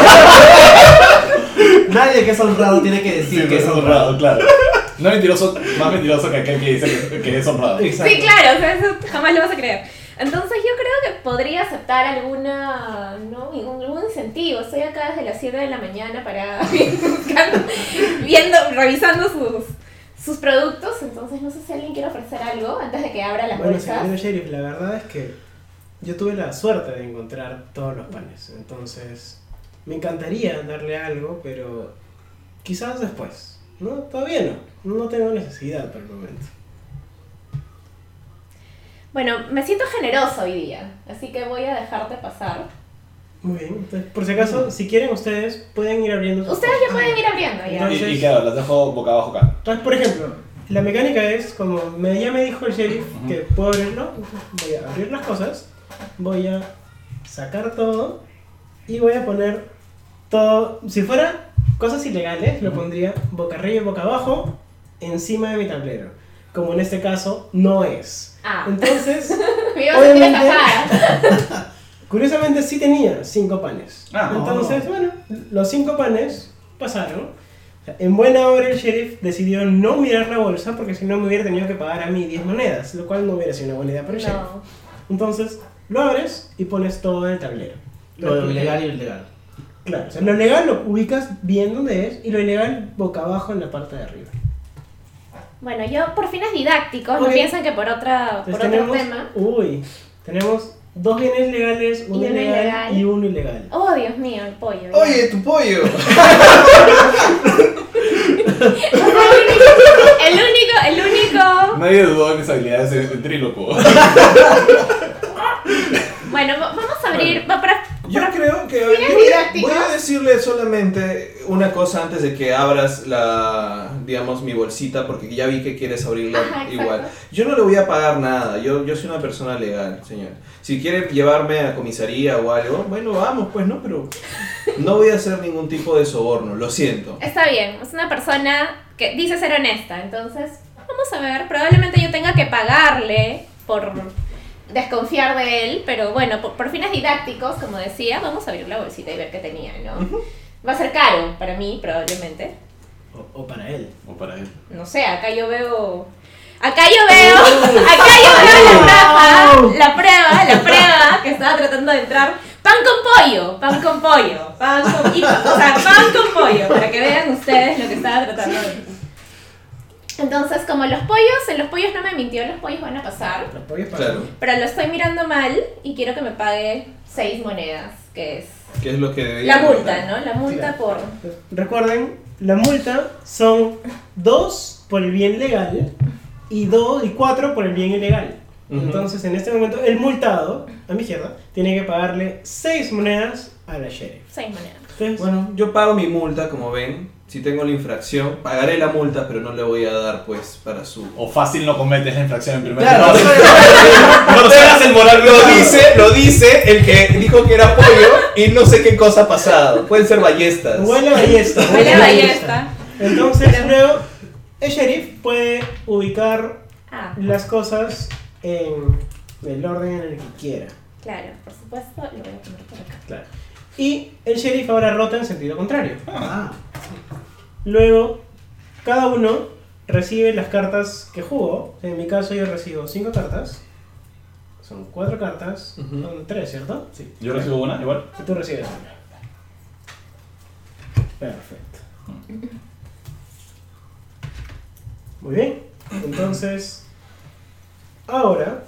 Nadie que es honrado tiene que Sí, decir que que es honrado, claro. No mentiroso, más mentiroso que aquel que dice que, que es honrado. Exacto. Sí, claro, o sea, eso jamás lo vas a creer. Entonces yo creo que podría aceptar alguna, ¿no? Ningún- algún incentivo. Estoy acá desde las 7 de la mañana para buscando, viendo, revisando sus, sus productos. Entonces no sé si alguien quiere ofrecer algo antes de que abra las Bueno, bolsas. señor Sheriff, la verdad es que yo tuve la suerte de encontrar todos los panes. Entonces, me encantaría darle algo, pero quizás después. No, todavía no. No tengo necesidad por el momento. Bueno, me siento generoso hoy día, así que voy a dejarte pasar. Muy bien. Entonces, por si acaso, si quieren ustedes, pueden ir abriendo. sus Ustedes cosas. ya pueden ir abriendo ya. Y, y claro, las dejo boca abajo acá. Entonces, por ejemplo, la mecánica es como me, ya me dijo el sheriff Ujú. que puedo abrirlo, voy a abrir las cosas, voy a sacar todo y voy a poner todo. Si fuera cosas ilegales, lo pondría boca arriba y boca abajo encima de mi tablero. Como en este caso no es. Ah, Entonces, me iba a sentir Obviamente. estafada. curiosamente sí tenía cinco panes. Ah. Entonces, bueno, los cinco panes pasaron. O sea, En buena hora el sheriff decidió no mirar la bolsa porque si no me hubiera tenido que pagar a mí 10 monedas, lo cual no hubiera sido una buena idea para el sheriff. No. Entonces, lo abres y pones todo en el tablero. Lo ilegal y lo ilegal. Claro, o sea, lo legal lo ubicas bien donde es y lo ilegal boca abajo en la parte de arriba. Bueno, yo por fines didácticos, Ok. no piensan que por, otra, por Entonces otro tenemos, tema. uy, tenemos dos bienes legales, uno uno ilegal, ilegal. y uno ilegal. Oh, Dios mío, el pollo. ya. Oye, tu pollo. El único, el único, el único. Nadie dudó de mis habilidades de de tríloco. Bueno, va- vamos a abrir. va para- Yo para- creo que. Mira, yo voy, a- didáctico. voy a decirle solamente una cosa antes de que abras la. digamos, mi bolsita, porque ya vi que quieres abrirla Ajá, igual. Yo no le voy a pagar nada, yo, yo soy una persona legal, señor. Si quiere llevarme a comisaría o algo, bueno, vamos, pues no, pero. No voy a hacer ningún tipo de soborno, lo siento. Está bien, es una persona que dice ser honesta, entonces vamos a ver. Probablemente yo tenga que pagarle por desconfiar de él, pero bueno, por, por fines didácticos, como decía, vamos a abrir la bolsita y ver qué tenía, ¿no? Va a ser caro para mí, probablemente. O, o para él. O para él. No sé, acá yo veo. Acá yo veo. Acá yo veo la prueba. La prueba, la prueba que estaba tratando de entrar. Pan con pollo, pan con pollo, pan con. y pa- o sea, pan con pollo, para que vean ustedes lo que estaba tratando de Entonces, como los pollos, en los pollos no me mintió, los pollos van a pasar. Los pollos para Claro, Pero lo estoy mirando mal y quiero que me pague seis monedas, que es que es lo que debería. la multa, ¿no? La multa por. Recuerden, la multa son 2 por el bien legal y 2 y 4 por el bien ilegal. Ujú. Entonces, en este momento, el multado, a mi izquierda, tiene que pagarle 6 monedas a la sheriff. Seis monedas. Ustedes- Bueno, yo pago mi multa, como ven. Si tengo la infracción, pagaré la multa, pero no le voy a dar, pues, para su... O fácil no cometes la infracción en primer Claro, lugar. No nos hagas el moral. Lo dice, lo dice el que dijo que era pollo y no sé qué cosa ha pasado. Pueden ser ballestas. Huele a ballesta. Huele a ballesta. Entonces, luego, el sheriff puede ubicar Ah, las cosas en el orden en el que quiera. claro, por supuesto, lo voy a poner por acá. Y el sheriff ahora rota en sentido contrario. Ah, Luego, cada uno recibe las cartas que jugó. En mi caso, yo recibo cinco cartas. Son cuatro cartas. Ujú. Son tres, ¿cierto? Sí. Yo recibo una, igual. Y tú recibes una. Perfecto. Muy bien. Entonces, ahora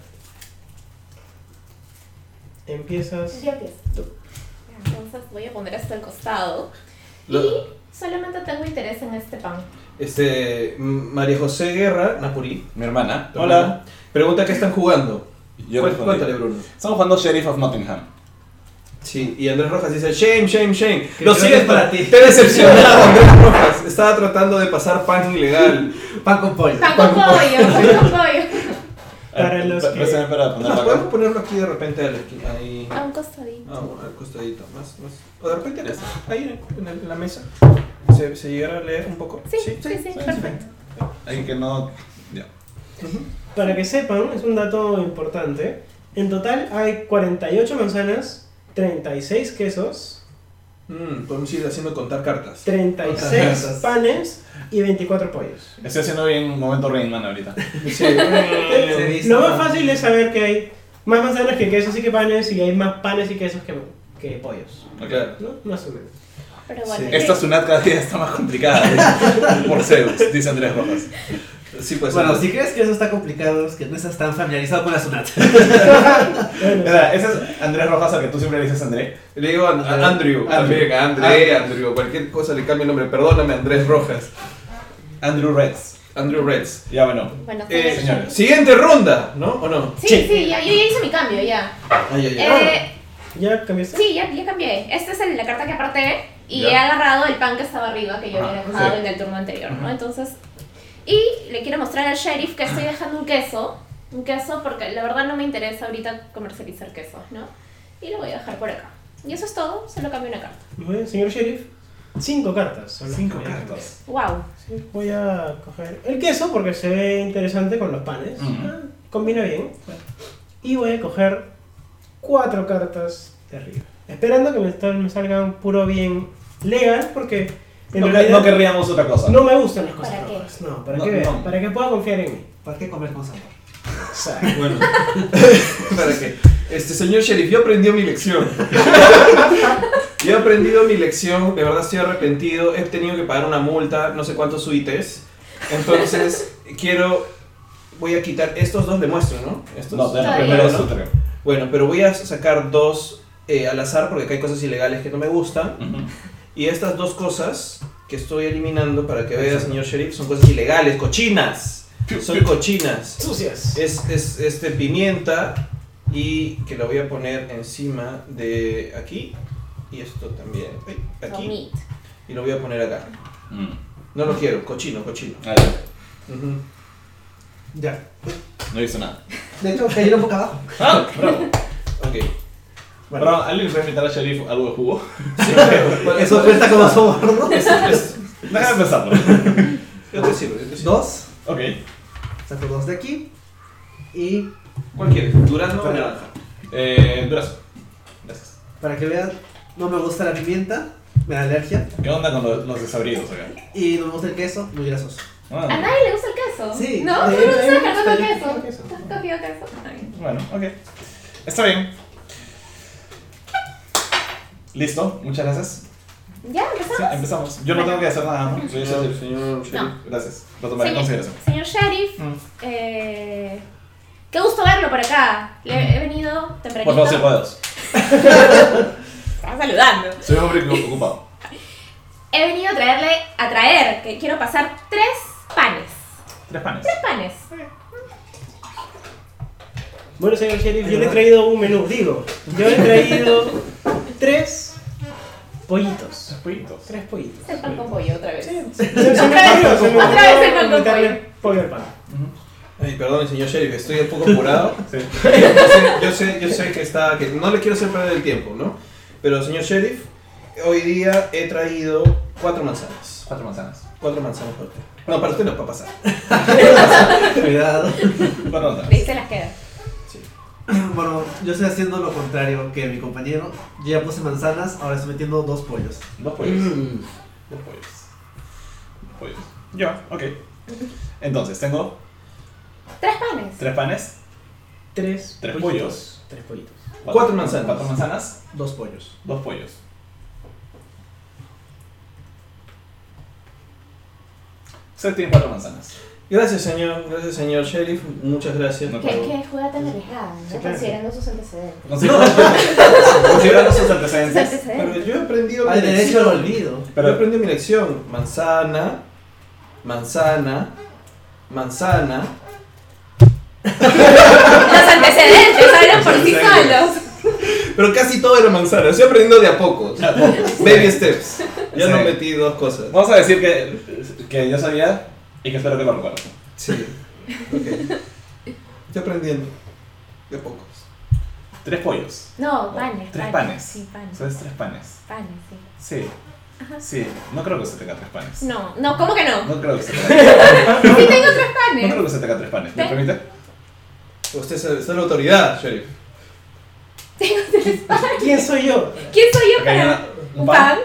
empiezas. Yo empiezo. Entonces voy a poner esto al costado. Lo- Solamente tengo interés en este pan. Este, M- María José Guerra, Napuri. Mi hermana. tu hermana, Pregunta qué están jugando. Yo Cué- respondí. Cuéntale, Bruno. Estamos jugando Sheriff of Nottingham. Sí, y Andrés Rojas dice, shame, shame, shame. Que Lo creo que sigues es para para ti. ti. Te he decepcionado, Andrés Rojas. Estaba tratando de pasar pan ilegal. pan con pollo. Pan con pollo, pan con pollo. Para los Pa- que- préstame Eh, para Es ponerlo más, podemos acá. ponerlo aquí de repente a la esquina, ahí. A un costadito. Ah, bueno, al costadito, más, más. O de repente acá, ahí en, en la mesa. ¿Se, se llegará a leer un poco? Sí, sí, sí, perfecto. Alguien que no. Ya. Para que sepan, es un dato importante. En total hay 48 manzanas, 36 quesos, Mm, podemos ir haciendo contar cartas. 36 Cartas. panes y 24 pollos. Estoy haciendo bien un momento Rainman ahorita. Sí. Se dice, Lo más ¿no? fácil es saber que hay más manzanas que quesos y que panes y hay más panes y quesos que, que pollos. Claro. ¿no? Más o menos. Pero bueno. Sí. Esta Sunat cada día está más complicada. ¿eh? Por Zeus, dice Andrés Rojas. Sí, pues. Bueno, entonces- si crees que eso está complicado, es que no estás tan familiarizado con la Sunat. Bueno, Espera, Ese es Andrés Rojas al que tú siempre le dices Andrés. Le digo a a Andrew, Ah, Andrew. también, a André, Andrew, cualquier cosa le cambio el nombre. Perdóname, Andrés Rojas. Andrew Reds. Andrew Reds. Ya bueno. bueno, Eh, sí. señores. Siguiente ronda, ¿no? ¿O no? Sí, sí, ya, yo ya hice mi cambio, ya. Ay, ay, ay. Eh, ¿Ya cambiaste? sí, ya, ya cambié. Esta es el- la carta que aparté y Ya. he agarrado el pan que estaba arriba que yo Ajá, había dejado sí. en el turno anterior, ¿no? Entonces, y le quiero mostrar al sheriff que estoy dejando un queso, un queso porque la verdad no me interesa ahorita comercializar quesos, ¿no? Y lo voy a dejar por acá. Y eso es todo, solo cambio una carta. Muy bien, señor sheriff. Cinco cartas. son las que voy a coger. ¡Wow! Sí, Voy a coger el queso porque se ve interesante con los panes. Ujú. Ah, Combina bien. Y voy a coger cuatro cartas de arriba. Esperando que me, sal- me salga un puro bien legal porque en No, que- realidad no querríamos otra cosa. no me gustan las cosas ¿Para qué? rojas. No, para No, que vean, no. para que pueda confiar en mí. ¿Para qué comer con sabor? Exacto. Bueno. ¿Para qué? Este señor sheriff, yo aprendí mi lección. yo he aprendido mi lección, de verdad estoy arrepentido. He tenido que pagar una multa, no sé cuántos suites. Entonces, quiero. Voy a quitar. Estos dos demuestran, ¿no? Estos. No, de la Todavía primera no. es otra. Bueno, pero voy a sacar dos eh, al azar porque acá hay cosas ilegales que no me gustan. Ujú. Y estas dos cosas que estoy eliminando para que vea, señor sheriff, son cosas ilegales, cochinas. Son cochinas. Sucias. Es, es este pimienta y que la voy a poner encima de aquí. Y esto también. ay, No Aquí. meat. Y lo voy a poner acá. Mm. No lo quiero, cochino, cochino. A ver, Ujú. Ya. no hizo nada. De hecho, cayeron boca abajo. Ah, bravo. Ok. Bueno. Perdón, ¿alguien puede invitar al sheriff algo de jugo? Eso cuenta como soborno. Déjame pensarlo. Yo te sirvo, yo te sirvo. Dos. Ok. Saco dos de aquí. Y ¿Cuál quieres? ¿Durazno o Está bien. naranja? Eh, durazo. Gracias. para que vean, no me gusta la pimienta, me da alergia. ¿Qué onda con los, los desabridos acá? Y no me gusta el queso, muy grasoso. ¿A Ah, nadie le gusta el queso? Sí. ¿No? ¿Tú Eh, no te eh, estás cargando está bien. queso? ¿Tú has cogido queso? Ay. bueno, ok. Está bien. Listo, muchas gracias. ¿Ya Sí, empezamos? empezamos. Yo no tengo que hacer nada, ¿no? Soy el sheriff. señor No. Gracias, lo tomaré en Señor, consideración. señor Sheriff, Mm. eh, qué gusto verlo por acá. Le he venido Mm. Por tempranito. favor, ciudadanos. Estaba saludando. Soy un hombre ocupado. He venido a traerle, a traer, que quiero pasar tres panes. Tres panes. Panes. Bueno, señor sheriff, yo le he traído un menú. Digo, yo he traído tres Pollitos. Pollitos. Tres pollitos. Es el pan con pollo otra vez. Sí, sí, sí, me ocurrió, se me Otra ocurrió vez el pan con meterle pollo al pan. Ay, perdón, señor sheriff, estoy un poco apurado. Sí. yo, sé, yo, sé, yo sé que está. que no le quiero hacer perder el tiempo, ¿no? Pero, señor sheriff, hoy día he traído cuatro manzanas. Cuatro manzanas. Cuatro manzanas para usted. No, para usted no, para pasar. Cuidado. Cuatro manzanas. Y se las queda. Bueno, yo estoy haciendo lo contrario que mi compañero. Yo ya puse manzanas, ahora estoy metiendo dos pollos. Dos pollos. Mm. Dos pollos. Dos pollos. Yo, ok. Entonces, tengo Tres panes. tres panes, Tres, Tres pollitos. pollos. Tres pollitos. Cuatro manzanas. Cuatro manzanas, Dos pollos. dos pollos. Usted tiene cuatro manzanas. Gracias, señor. Gracias, señor sheriff. Muchas gracias. No ¿Qué, qué jugada tan arriesgada, ¿no? claro. Considerando sus antecedentes. Considerando considerando sus Sus antecedentes. Pero antecedentes. yo he aprendido Hay mi derecho al lección. olvido. Yo Pero, aprendí mi lección. Manzana, manzana, manzana. Los antecedentes hablan por sí solos. Antecedentes. Pero casi todo era manzana. Estoy aprendiendo de a pocos. Baby steps. Ya Sí. no metí dos cosas. vamos a decir que, que yo sabía y que espero que lo recuerden. Sí. Ok. Estoy aprendiendo. De a pocos. Tres pollos. No, panes. Tres panes. Sí, panes. Ustedes tres panes. Panes, sí. Sí. Sí. No creo que usted tenga tres panes. No, no, ¿cómo que no? No creo que usted tenga Sí tengo tres No creo panes. que usted tenga tres panes. ¿Me Sí. permite? Usted es, usted es la autoridad, sheriff. ¿Quién soy yo? ¿Quién soy yo Acá hay para una- un pan?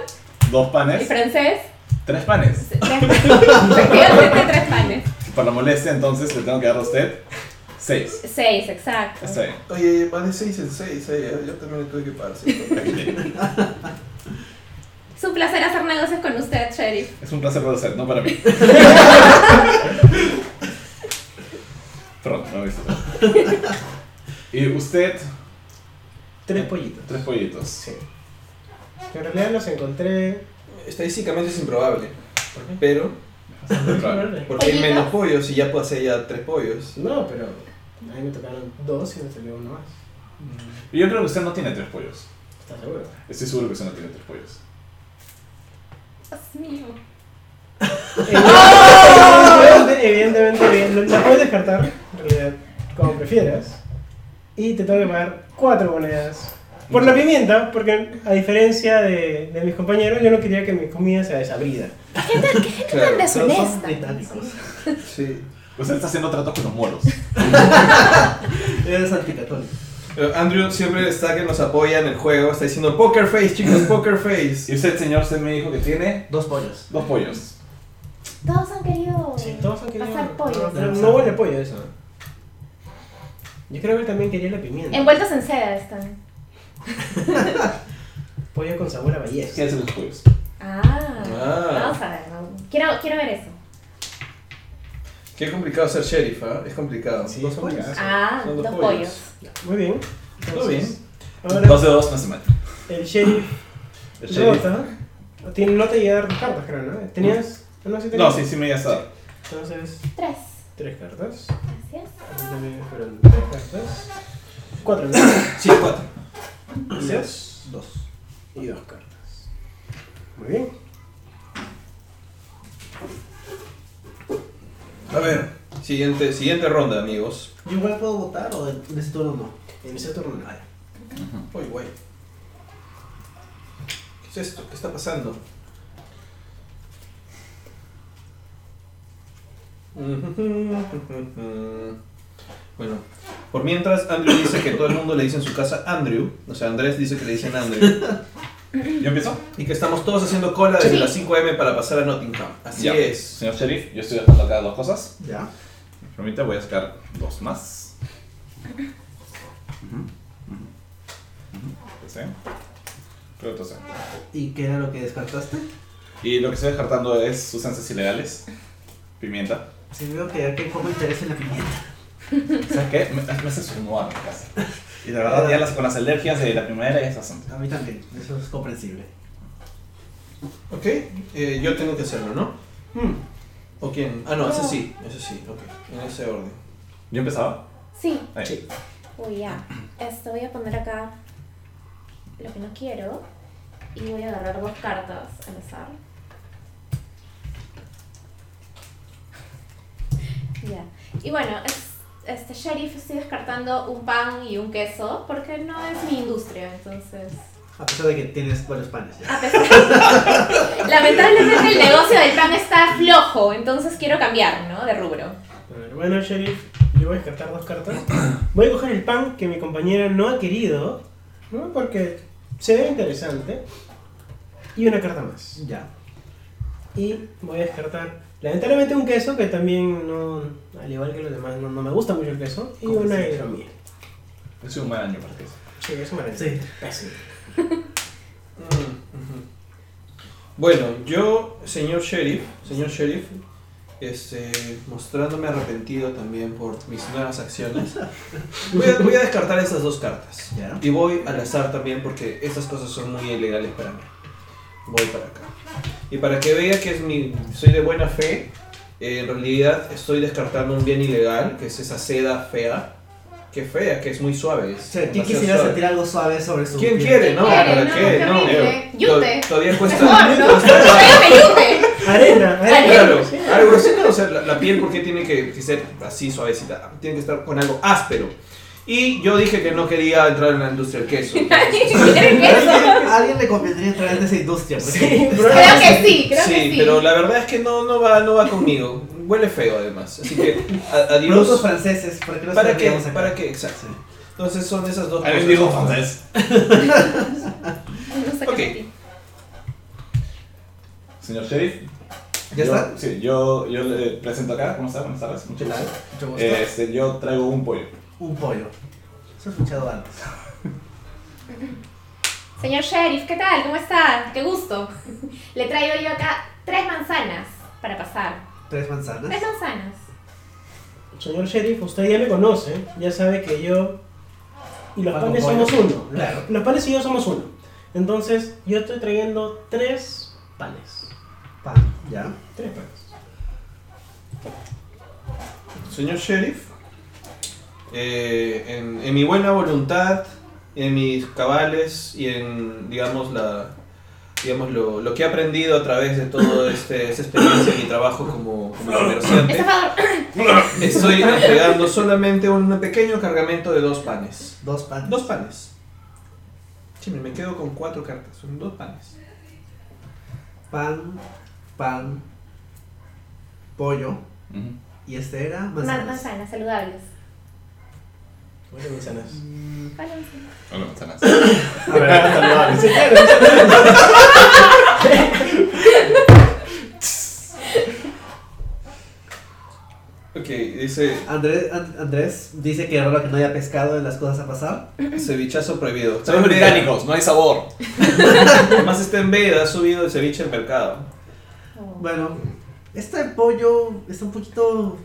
dos ¿Y panes, francés? tres panes. Tres panes. tres panes. Para la molestia, entonces le tengo que dar a usted seis. Seis, exacto. Está bien. Oye, va de 6 en 6. Yo también le tuve que pagar. Aquí tiene. Es un placer hacer negocios con usted, Sheriff. Es un placer para usted, no para mí. Pronto, no me disfruto. Y usted, Tres pollitos. tres pollitos. Sí. En realidad los encontré. Estadísticamente es improbable. Pero, Bastante probable. porque hay Pollitos. menos pollos y ya puedo hacer ya tres pollos. No, pero a mí me tocaron dos y me salió uno más. Y Yo creo que usted no tiene tres pollos. ¿Estás seguro? Estoy seguro que usted no tiene tres pollos. Dios mío. Evidentemente, evidentemente, evidentemente, la puedes descartar, en realidad, como prefieras. Y te tengo que pagar cuatro monedas. Por la pimienta, porque a diferencia de, de mis compañeros, yo no quería que mi comida sea desabrida. Claro. Pero son Deshonesta. británicos. Sí. Usted está haciendo tratos con los moros. Eres anticatólico. Pero Andrew siempre está que nos apoya en el juego. Está diciendo poker face, chicos, poker Y face. usted, señor, usted me dijo que tiene Dos pollos. dos pollos. Todos han querido Sí, todos han querido. pasar pollo. No, no huele a pollo eso. Yo creo que él también quería la pimienta. Envueltos en seda están. Pollo con sabor a ballesta. ¿Qué hacen los pollos? Ah. Ah. Vamos a ver. vamos. Quiero, quiero ver eso. Qué complicado ser sheriff, ¿ah? Es complicado. Sí, Dos es complicado. pollos. Ah, Son dos dos pollos. pollos. Muy bien. Todo bien. Ahora, Dos de dos no se mata. el sheriff El sheriff. Rota. Tiene, no te llegaron cartas, creo, ¿no? ¿Tenías? No, sí, No, tenías. sí, sí me iba a dar. Entonces, Tres. tres cartas. Gracias. A mí también me fueron tres cartas. Cuatro cartas. Sí, cuatro. Dos. Dos. Y dos cartas. Muy bien. A ver. Siguiente, siguiente ronda, amigos. ¿Yo igual puedo votar o en ese turno no? En ese turno. Uy, güey. ¿Qué es esto? ¿Qué está pasando? Bueno, por mientras Andrew dice que todo el mundo le dice en su casa Andrew, o sea, Andrés dice que le dicen Andrew, ¿Yo empiezo? y que estamos todos haciendo cola desde Sí. las 5 am para pasar a Nottingham. Así Ya. es. Señor sheriff, yo estoy dejando acá dos cosas. Ya. Me permite, voy a sacar dos más. Ujú, ujú, ujú. Ese. Creo que ese. ¿Y qué era lo que descartaste? Y lo que estoy descartando es sustancias ilegales. Pimienta. Sí, veo que aquí hay poco interés en la pimienta. ¿Sabes qué? Me, me hace sudar casi. Y la verdad, ya las, con las alergias de la primavera ya es bastante. A mí también, eso es comprensible. Ok, eh, yo tengo que hacerlo, ¿no? Hmm. ¿O quién? Ah, no, ese sí, ese sí, ok, en ese orden. ¿Yo empezaba? Sí. Ahí. Sí. Uy, ya. Esto voy a poner acá lo que no quiero. Y voy a agarrar dos cartas al azar. Ya. Y bueno, es- este sheriff estoy descartando un pan y un queso porque no es mi industria, entonces. A pesar de que tienes varios panes. ya. A pesar- Lamentablemente el negocio del pan está flojo, entonces quiero cambiar, ¿no? De rubro. A ver, bueno, Sheriff, yo voy a descartar dos cartas. Voy a coger el pan que mi compañera no ha querido, ¿no? porque se ve interesante. Y una carta más. Ya. Y voy a descartar, lamentablemente, un queso que también no, al igual que los demás, no, no me gusta mucho el queso. Y una hidromiel. Es un mal año para que eso. Sí, eso me parece. Sí. Pésimo. Bueno, yo, señor sheriff, señor sheriff, este, mostrándome arrepentido también por mis nuevas acciones, voy a, voy a descartar esas dos cartas. Ya. Y voy al azar también porque estas cosas son muy ilegales para mí. Voy para acá. Y para que vea que es mi, soy de buena fe, eh, en realidad estoy descartando un bien ilegal, que es esa seda fea. Que fea, que es muy suave. es O sea, ¿quién demasiado quisiera suave. sentir algo suave sobre su ¿Quién piel? quiere? No, ¿Quién ¿para quiere? qué? No, No, terrible. to- Yute. Todavía Mejor, cuesta. ¿no? cuesta- ¡Ayúdame, ayúdame! Arena, arena. Claro, algo así, ¿no? O sea, la, la piel, ¿por qué tiene que, que ser así suavecita? Tiene que estar con algo áspero. Y yo dije que no quería entrar en la industria del queso. ¿Quieren queso? ¿Alguien, alguien le convendría entrar en esa industria. porque- Creo Sí, que sí, creo que sí, sí. pero la verdad es que no, no, va, no va conmigo. Huele feo, además. Así que, a- Productos adiós. franceses, ¿para qué los ¿Para qué? tendríamos acá? ¿Para qué? Exacto. Entonces son esas dos Hay cosas. un viejo francés. No sé qué Ok. decir. Señor Sheriff. ¿Ya yo- está? Sí, yo, yo le presento acá. ¿Cómo está? Buenas tardes. ¿Qué Muchas tal? gracias. Mucho Eh, gusto. Este, yo traigo un pollo. Un pollo. Eso he escuchado antes. Señor Sheriff, ¿qué tal? ¿Cómo está? Qué gusto. Le traigo yo acá tres manzanas para pasar. Tres Tres manzanas. manzanas. Señor Sheriff, usted ya me conoce, ya sabe que yo y los Pan panes con somos pollo. uno. Claro. Los panes y yo somos uno. Entonces, yo estoy trayendo tres panes. Pan. Ya. Tres panes. Señor Sheriff, eh, en, en mi buena voluntad, en mis cabales y en, digamos, la, digamos lo, lo que he aprendido a través de toda este, esta experiencia y mi trabajo como, como comerciante, Estafador. estoy entregando solamente un pequeño cargamento de dos panes. Dos panes. Dos panes. Chime, me quedo con cuatro cartas, son dos panes. Pan. Pan. Pollo. Ujú. Y este era Man- manzanas. Manzanas saludables. Bueno, manzanas. Hola, manzanas. Hola, manzanas. A ver, Sí, claro, manzanas. Ok, dice Andrés, An- Andrés dice que raro que no haya pescado en las cosas a pasar. cevichazo prohibido. Somos británicos, no hay sabor. Además está en veda, ha subido el ceviche al mercado. Oh. Bueno, este pollo está un poquito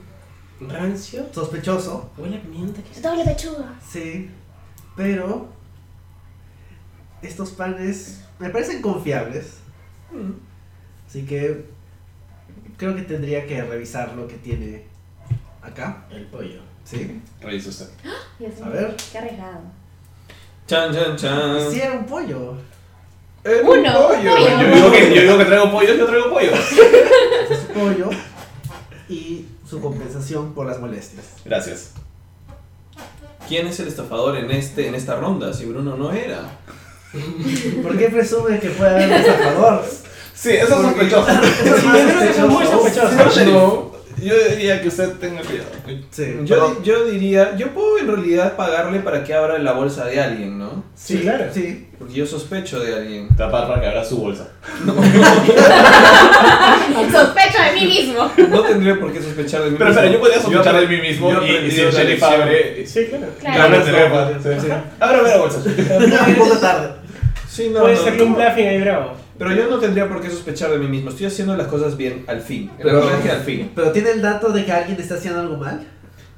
Rancio. sospechoso. Huele a pimienta. ¿qué es? Doble pechuga. Sí. Pero. Estos panes me parecen confiables. Mm. Así que. Creo que tendría que revisar lo que tiene acá. El pollo. Sí. Revisa usted. Dios A mío, ver. Qué arriesgado. Chan, chan, chan. Ah. Sí, era un pollo. Era Uno, un pollo. un pollo. Yo digo que, yo digo que traigo pollos, yo traigo pollos. este Es un pollo. Y su compensación por las molestias. Gracias. ¿Quién es el estafador en este en esta ronda? Si Bruno no era. ¿Por qué presume que puede haber un estafador? Sí, eso es sospechoso. Es más sospechoso. Señor Sheriff, yo diría que usted tenga cuidado. Sí, Yo, pero- di- yo diría, yo puedo en realidad pagarle para que abra la bolsa de alguien, ¿no? Sí, claro. Sí. Porque yo sospecho de alguien. Tapar para que abra su bolsa. Sospecho de mí mismo. No tendría por qué sospechar de mí. Pero espera, yo mismo. podría sospechar de mí yo mismo y, y aprendí si el otra sheriff lección. abre. Sí, claro. Claro. Gana el teléfono. Sí. Sí. Ábrame la bolsa. Un poco tarde. Sí, no, Puede no, ser no. un bluffing ahí bravo. Pero yo no tendría por qué sospechar de mí mismo. Estoy haciendo las cosas bien, al fin. La Pero- verdad es que al fin. Pero tiene el dato de que alguien está haciendo algo mal.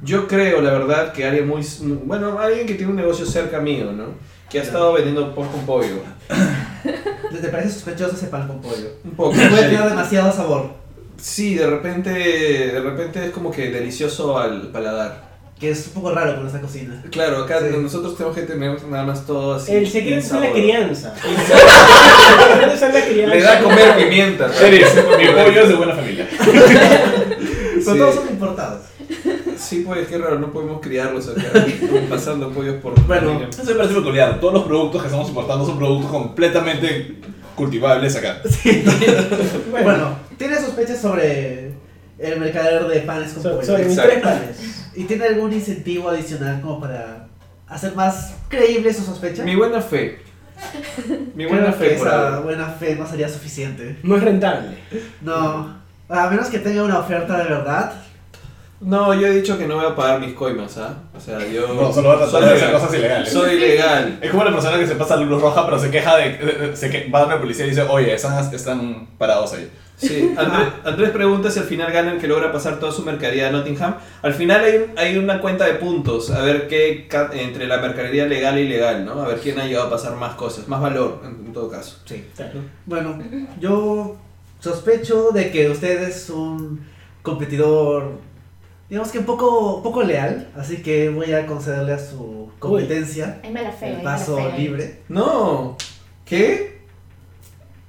Yo creo, la verdad, que alguien muy. Bueno, alguien que tiene un negocio cerca mío, ¿no? Que ha estado vendiendo poco con pollo. ¿Te parece sospechoso ese pan con pollo? Un poco. Puede sheriff. tener demasiado sabor. Sí, de repente, de repente es como que delicioso al paladar. Que es un poco raro con esta cocina. Claro, acá Sí. nosotros tenemos que tener nada más todo así. El secreto es en la sabor. crianza. El secreto es la crianza. Le da a comer pimienta. ¿no? Sheriff, mi pollo es de buena familia. Pero Sí. todos son importados. Sí, pues, qué raro, no podemos criarlos acá. Estamos pasando pollos por. Bueno. Eso me parece peculiar. Todos los productos que estamos importando son productos completamente cultivables acá. Bueno, ¿tienes sospechas sobre el mercader de panes con So- pollo? sobre mis Exacto. tres panes. ¿Y tiene algún incentivo adicional como para hacer más creíble su sospecha? Mi buena fe. Mi buena Creo fe, que por esa ahora. buena fe no sería suficiente. No es rentable. No, a menos que tenga una oferta de verdad. No, yo he dicho que no voy a pagar mis coimas, ¿ah? O sea, yo. No, solo va a soy tratar de hacer legal. cosas ilegales. Soy legal. Es como la persona que se pasa la luz roja, pero se queja de. de- de- se que, va a la policía y dice, oye, están, están parados ahí. Sí. Andrés, Andrés pregunta si al final ganan que logra pasar toda su mercadería a Nottingham. Al final hay, un- hay una cuenta de puntos. A ver qué. ca- entre la mercadería legal y ilegal, ¿no? A ver quién ha llegado a pasar más cosas. Más valor, en, en todo caso. Sí. Bueno, yo sospecho de que usted es un competidor, digamos que un poco, poco leal, así que voy a concederle a su competencia Hay mala fe. hay el mala paso fe ahí. libre. No. ¿Qué?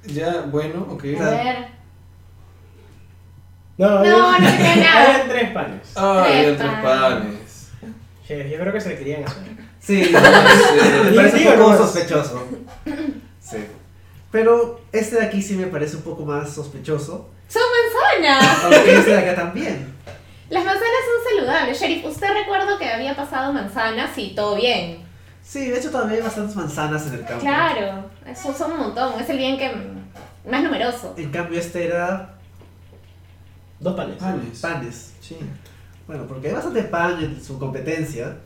Ya, bueno, ok. A ver. No, No, no tiene nada. Eran tres panes. Ah, Tres eran tres panes. panes. Che, Yo creo que se querían hacer. Sí, Sí. me parece Digo, un poco no. sospechoso. Sí. Pero este de aquí sí me parece un poco más sospechoso. Son manzanas. Aunque este de acá también. Las manzanas son saludables. Sheriff, usted recuerdo que había pasado manzanas y todo bien. Sí, de hecho todavía hay bastantes manzanas en el campo. Claro, eso son un montón. Es el bien que más numeroso. En cambio este era Dos panes. Panes. panes. Sí. Bueno, porque hay bastante pan en su competencia.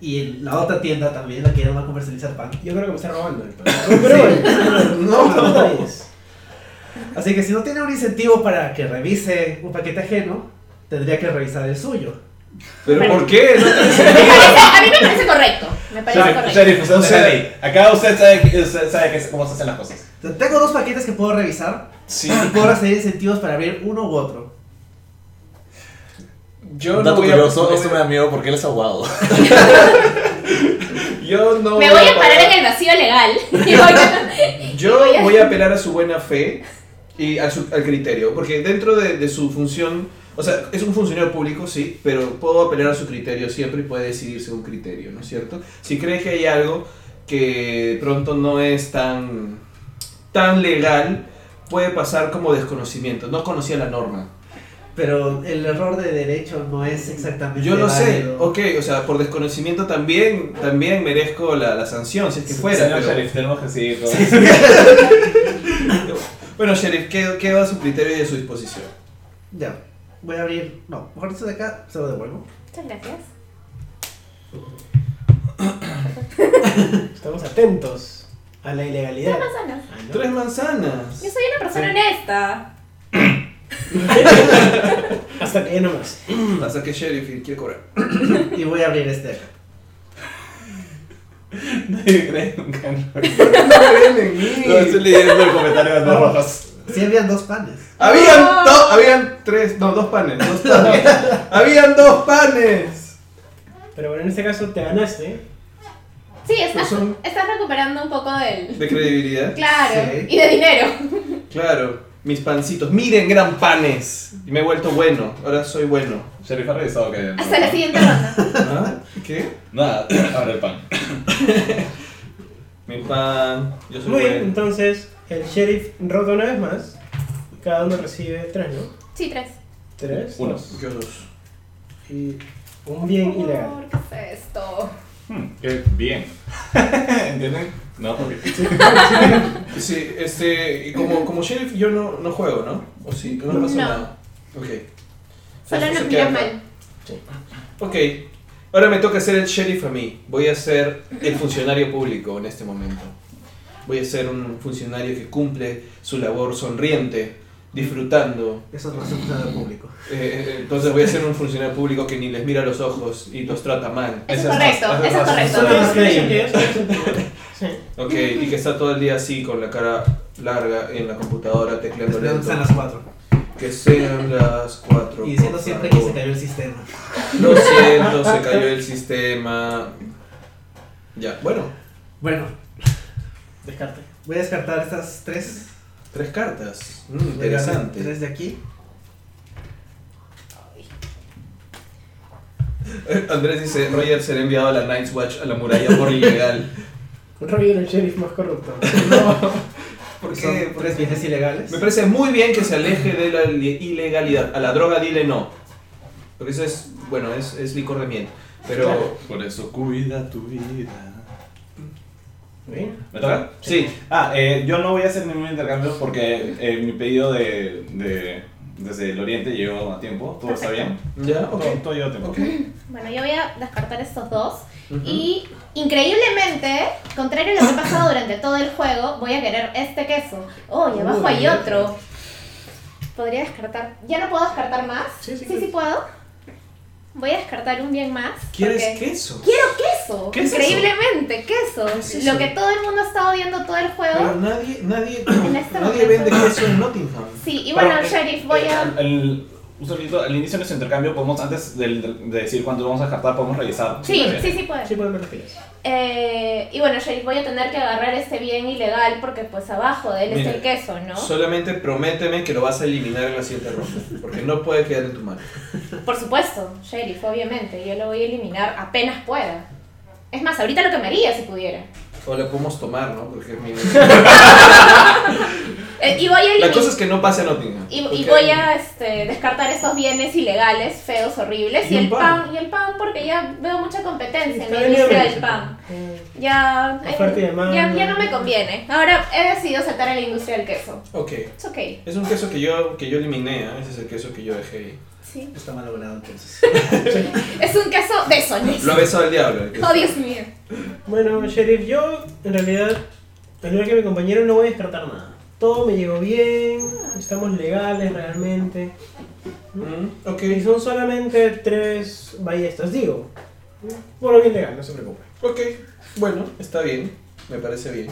Y en la otra tienda también, la que ya va a comercializar pan. Yo creo que me está robando el pan. Pero bueno, No. son detalles. Así que si no tiene un incentivo para que revise un paquete ajeno, tendría que revisar el suyo. ¿Pero por qué? No tiene Me parece- a mí me parece correcto. Me parece Sheriff, correcto. sheriff, usted no O sea- sea ley. Acá usted sabe, que- usted sabe que- cómo se hacen las cosas. Ah, O sea, tengo dos paquetes que puedo revisar Sí. y puedo recibir incentivos para abrir uno u otro. Yo no Dato voy a- curioso, no voy esto me a- da miedo porque él es abogado. Yo no Me voy a parar en el vacío legal. Y voy a- Yo voy a- voy a apelar a su buena fe y a su- al criterio, porque dentro de, de su función, o sea, es un funcionario público, sí, pero puedo apelar a su criterio siempre y puede decidirse un criterio, ¿no es cierto? Si cree que hay algo que de pronto no es tan, tan legal, puede pasar como desconocimiento, no conocía la norma. Pero el error de derecho no es Ah, exactamente. Yo lo sé, válido. ok, o sea, por desconocimiento también, también merezco la, la sanción, si es que fuera. Señor pero- Sheriff, tenemos que seguir todo. Bueno, Sheriff, quedo, quedo a su criterio y a su disposición. Ya, voy a abrir. No, mejor esto de acá se lo devuelvo. Muchas gracias. Estamos atentos a la ilegalidad. Manzanas. Ah, ¿no? Tres manzanas. Yo soy una persona honesta. Hasta que ya no más. Hasta que Sheriff quiere cobrar. Y voy a abrir este de acá. Nadie cree nunca. No creen en mí. No, estoy leyendo el comentario de las rojas. Sí, habían dos panes. Ah. Habían, No. do- habían tres, no, dos panes. Dos panes. habían dos panes. Pero bueno, en este caso te ganaste. Sí, estás, Pues son- estás recuperando un poco del. De credibilidad. Claro, Sí. y de dinero. Claro. Mis pancitos. Miren, gran panes. Y me he vuelto bueno. Ahora soy bueno. Sheriff ha revisado que. no- Hasta la siguiente ronda. ¿Ah? ¿Qué? Nada, abre el pan. Mi pan. Yo soy Muy bien, bueno. entonces el sheriff rota una vez más. Cada uno recibe tres, ¿no? Sí, tres. Tres. Uno. Yo dos. Y un bien Por ilegal. favor, ¿Qué es esto? Hmm, qué bien. ¿Entienden? No, porque. Sí, este. y como, como Sheriff, yo no, no juego, ¿no? ¿O sí? No, pasa No. nada. Ok. Solo Eso nos se miras queda. mal. Ok, ahora me toca ser el sheriff a mí. Voy a ser el funcionario público en este momento. Voy a ser un funcionario que cumple su labor sonriente, disfrutando. Eso no se puso al público. Eh, entonces voy a ser un funcionario público que ni les mira a los ojos y los trata mal. Eso es Esa es correcto, más- eso es esa es correcto. Solo más es creíble. eso es el- Sí. Ok, y que está todo el día así con la cara larga en la computadora tecleando Están lento. las cuatro. Que sean las 4. Y diciendo siempre que se cayó el sistema. Lo siento, se cayó el sistema. Ya, bueno, Bueno, Descarte. voy a descartar estas tres. tres cartas. Mm, Voy a agarrar interesante. Tres de aquí. Eh, Andrés dice: Roger será enviado a la Night's Watch a la muralla por ilegal. Roger, el sheriff más corrupto. ¿Por Son qué? tres bienes ilegales. Me parece muy bien que se aleje de la li- ilegalidad. A la droga dile no. Porque eso es, bueno, es, es licor de miel. Pero. Por eso cuida tu vida. Bien. ¿Me toca? Sí. Ah, eh, yo no voy a hacer ningún intercambio porque eh, mi pedido de, de- desde el oriente llegó a tiempo. ¿Todo está bien? Ya, ok. Todo, todo llegó a tiempo. Ok. Bueno, yo voy a descartar estos dos. Ujú. Y increíblemente, contrario a lo que ha pasado durante todo el juego, voy a querer este queso. Oh, y abajo Uy, hay mira. otro. Podría descartar. ¿Ya no puedo descartar más? Sí, sí, sí, sí. puedo. Voy a descartar un bien más. ¿Quieres porque- queso? Quiero queso. ¿Qué es eso? increíblemente, queso. es eso? Lo que todo el mundo ha estado viendo todo el juego. Ah. Pero nadie, nadie, En este nadie momento. vende queso en Nottingham. Sí, y bueno, Pero, eh, Sheriff, voy eh, a. al- al- un segundito, al inicio de nuestro intercambio, podemos, antes del- de decir cuánto vamos a descartar, podemos revisar. Sí, sí, sí, puedo. Sí, pueden ver los pillos. Eh, y bueno, Sheriff, voy a tener que agarrar este bien ilegal porque pues abajo de él Mira, está el queso, ¿no? Solamente prométeme que lo vas a eliminar en la siguiente ronda. Porque no puede quedar en tu mano. Por supuesto, Sheriff, obviamente. Yo lo voy a eliminar apenas pueda. Es más, ahorita lo quemaría si pudiera. O lo podemos tomar, ¿no? Porque mi- Eh, y voy a La eliminar. cosa es que no pase a Nottingham. Y, y Porque- voy a este, descartar estos bienes ilegales, feos, horribles. Y, Y un el pan. pan. y el pan, porque ya veo mucha competencia en Está la bien, industria bien. del pan. Ya, eh, Oferta y demanda. ya, ya no me conviene. Ahora he decidido saltar a la industria del queso. Ok. It's ok. Es un queso que yo, que yo eliminé, ¿eh? ese es el queso que yo dejé ahí. Sí. Está mal logrado entonces. Es un queso Lo ha deshonesto. besado el diablo. el queso. Oh, Dios mío. Bueno, Sheriff, yo en realidad, al igual que mi compañero, no voy a descartar nada. Todo me llegó bien, estamos legales realmente. Mm, ok, Y son solamente tres ballestas, digo. Por lo bien legal, no se preocupe. ok. Bueno, está bien. Me parece bien.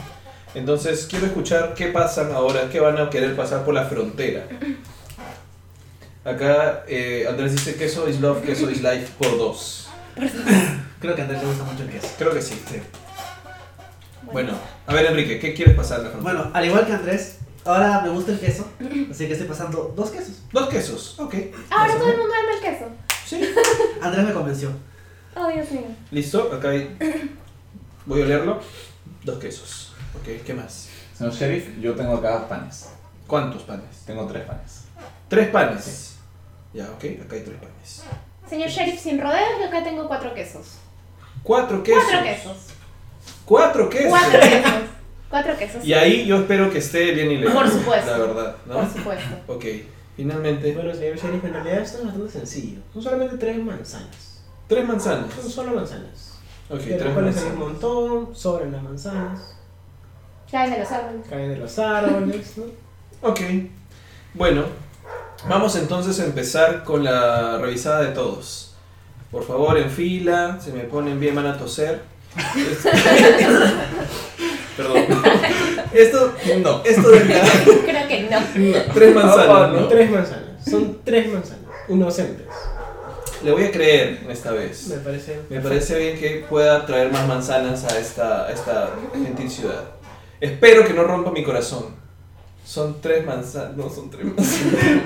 Entonces, quiero escuchar qué pasan ahora, qué van a querer pasar por la frontera. Acá eh, Andrés dice queso is love, queso is life por dos. Creo que a Andrés le gusta mucho el queso. Creo que sí. Bueno, a ver Enrique, ¿qué quieres pasar en la frontera? Bueno, al igual que Andrés, ahora me gusta el queso, así que estoy pasando dos quesos. Dos quesos, ok. Ahora todo el Pasamos. mundo ama el queso. Sí. Andrés me convenció. Oh, Dios mío. Listo, acá hay... Voy a olerlo. Dos quesos. Ok, ¿qué más? Señor Sheriff, yo tengo acá panes. ¿Cuántos panes? Tengo tres panes. Tres panes. Ya, ok, acá hay tres panes. Señor Sheriff, sin rodeos, yo acá tengo cuatro quesos. Cuatro quesos. Cuatro quesos. Cuatro quesos. Cuatro quesos. Cuatro quesos. Y ahí yo espero que esté bien ilegal. Por supuesto. La verdad, Por ¿no? supuesto. Ok, finalmente. Bueno, señor Sheriff, en realidad esto es bastante sencillo. Son solamente tres manzanas. Tres manzanas. Son solo manzanas. Ok, de las tres cuales hay un manzanas. montón, sobran las manzanas, Caen de los árboles. caen de los árboles, ¿no? Ok. Bueno, vamos entonces a empezar con la revisada de todos. Por favor, en fila, se me ponen bien, van a toser. Perdón. Esto, No. esto de acá, Creo que no. tres manzanas, Son ¿no? tres manzanas. Son tres manzanas. Inocentes. Le voy a creer esta vez. Me parece. Me parece bien que pueda traer más manzanas a esta, a esta gentil ciudad. Espero que no rompa mi corazón. Son tres manzanas. No, son tres manzanas.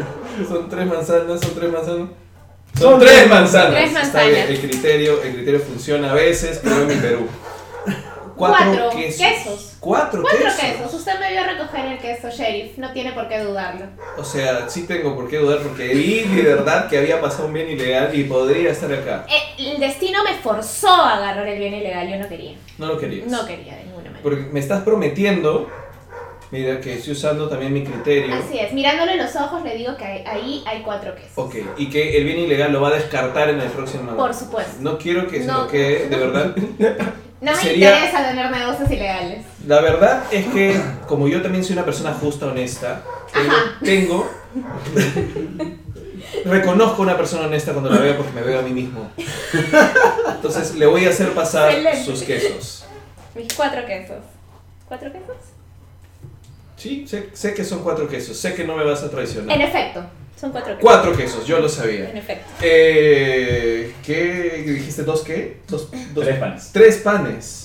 Son tres manzanas, son tres manzanas. Son, Son tres tres manzanas. manzanas. Está bien, el criterio, el criterio funciona a veces, pero en mi Perú. Cuatro quesos. Cuatro, Cuatro quesos. quesos. Usted me vio recoger el queso, Sheriff. No tiene por qué dudarlo. O sea, sí tengo por qué dudar porque vi de verdad que había pasado un bien ilegal y podría estar acá. Eh, El destino me forzó a agarrar el bien ilegal. Yo no quería. No lo querías. No quería de ninguna manera. Porque me estás prometiendo, mira, que estoy usando también mi criterio. Así es. Mirándole en los ojos le digo que ahí- ahí hay cuatro quesos. Ok, y que el bien ilegal lo va a descartar en el próximo año. Por supuesto. No quiero que, sino No. que, de verdad, No me Sería- interesa tener negocios ilegales. la verdad es que, como yo también soy una persona justa, honesta, eh, tengo, tengo- reconozco una persona honesta cuando la veo porque me veo a mí mismo. Entonces le voy a hacer pasar Excelente. sus quesos. Mis cuatro quesos. ¿Cuatro quesos? Sí, sé, sé que son cuatro quesos, sé que no me vas a traicionar. En efecto. Son cuatro quesos. Cuatro quesos, yo lo sabía. En efecto. Eh, ¿Qué dijiste? ¿Dos qué? Dos, dos- Tres panes. tres panes.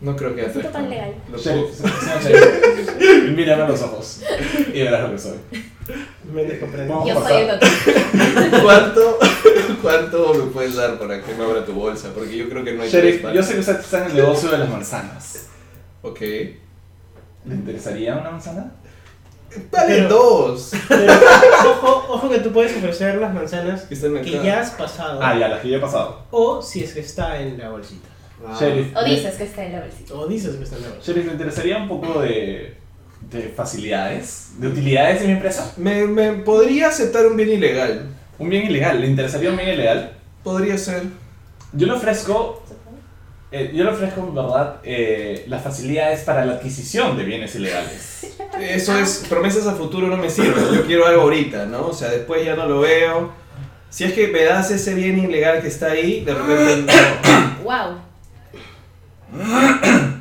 No creo que haya tres Necesito pan panes. legal. Lo puedo- Sheriff, señor sheriff, Mírame a los ojos y verás lo que soy. Me descomprendo. Vamos a Yo soy el pasar. doctor. ¿Cuánto, ¿Cuánto me puedes dar para que me abra tu bolsa? Porque yo creo que no hay tres Sheriff, panes. yo sé que usted está en el negocio de las manzanas. Ok. ¿Le interesaría una manzana? Vale, Pero- dos. Pero, ojo, ojo que tú puedes ofrecer las manzanas Que está en la que cara. ya has pasado. Ah, ya, las que yo he pasado. O si es que está en la bolsita. Ah, Sheriff. O ¿le- dices que está en la bolsita. O dices que está en la bolsita. Sheriff, ¿le interesaría un poco de, de facilidades, de utilidades de mi empresa? Me, me podría aceptar un bien ilegal. Un bien ilegal, ¿le interesaría un bien ilegal? Podría ser. Yo le ofrezco, eh, yo le ofrezco en verdad eh, las facilidades para la adquisición de bienes ilegales. Eso es, promesas a futuro no me sirven. Yo quiero algo ahorita, ¿no? O sea, después ya no lo veo. Si es que me das ese bien ilegal que está ahí, de repente no. Wow.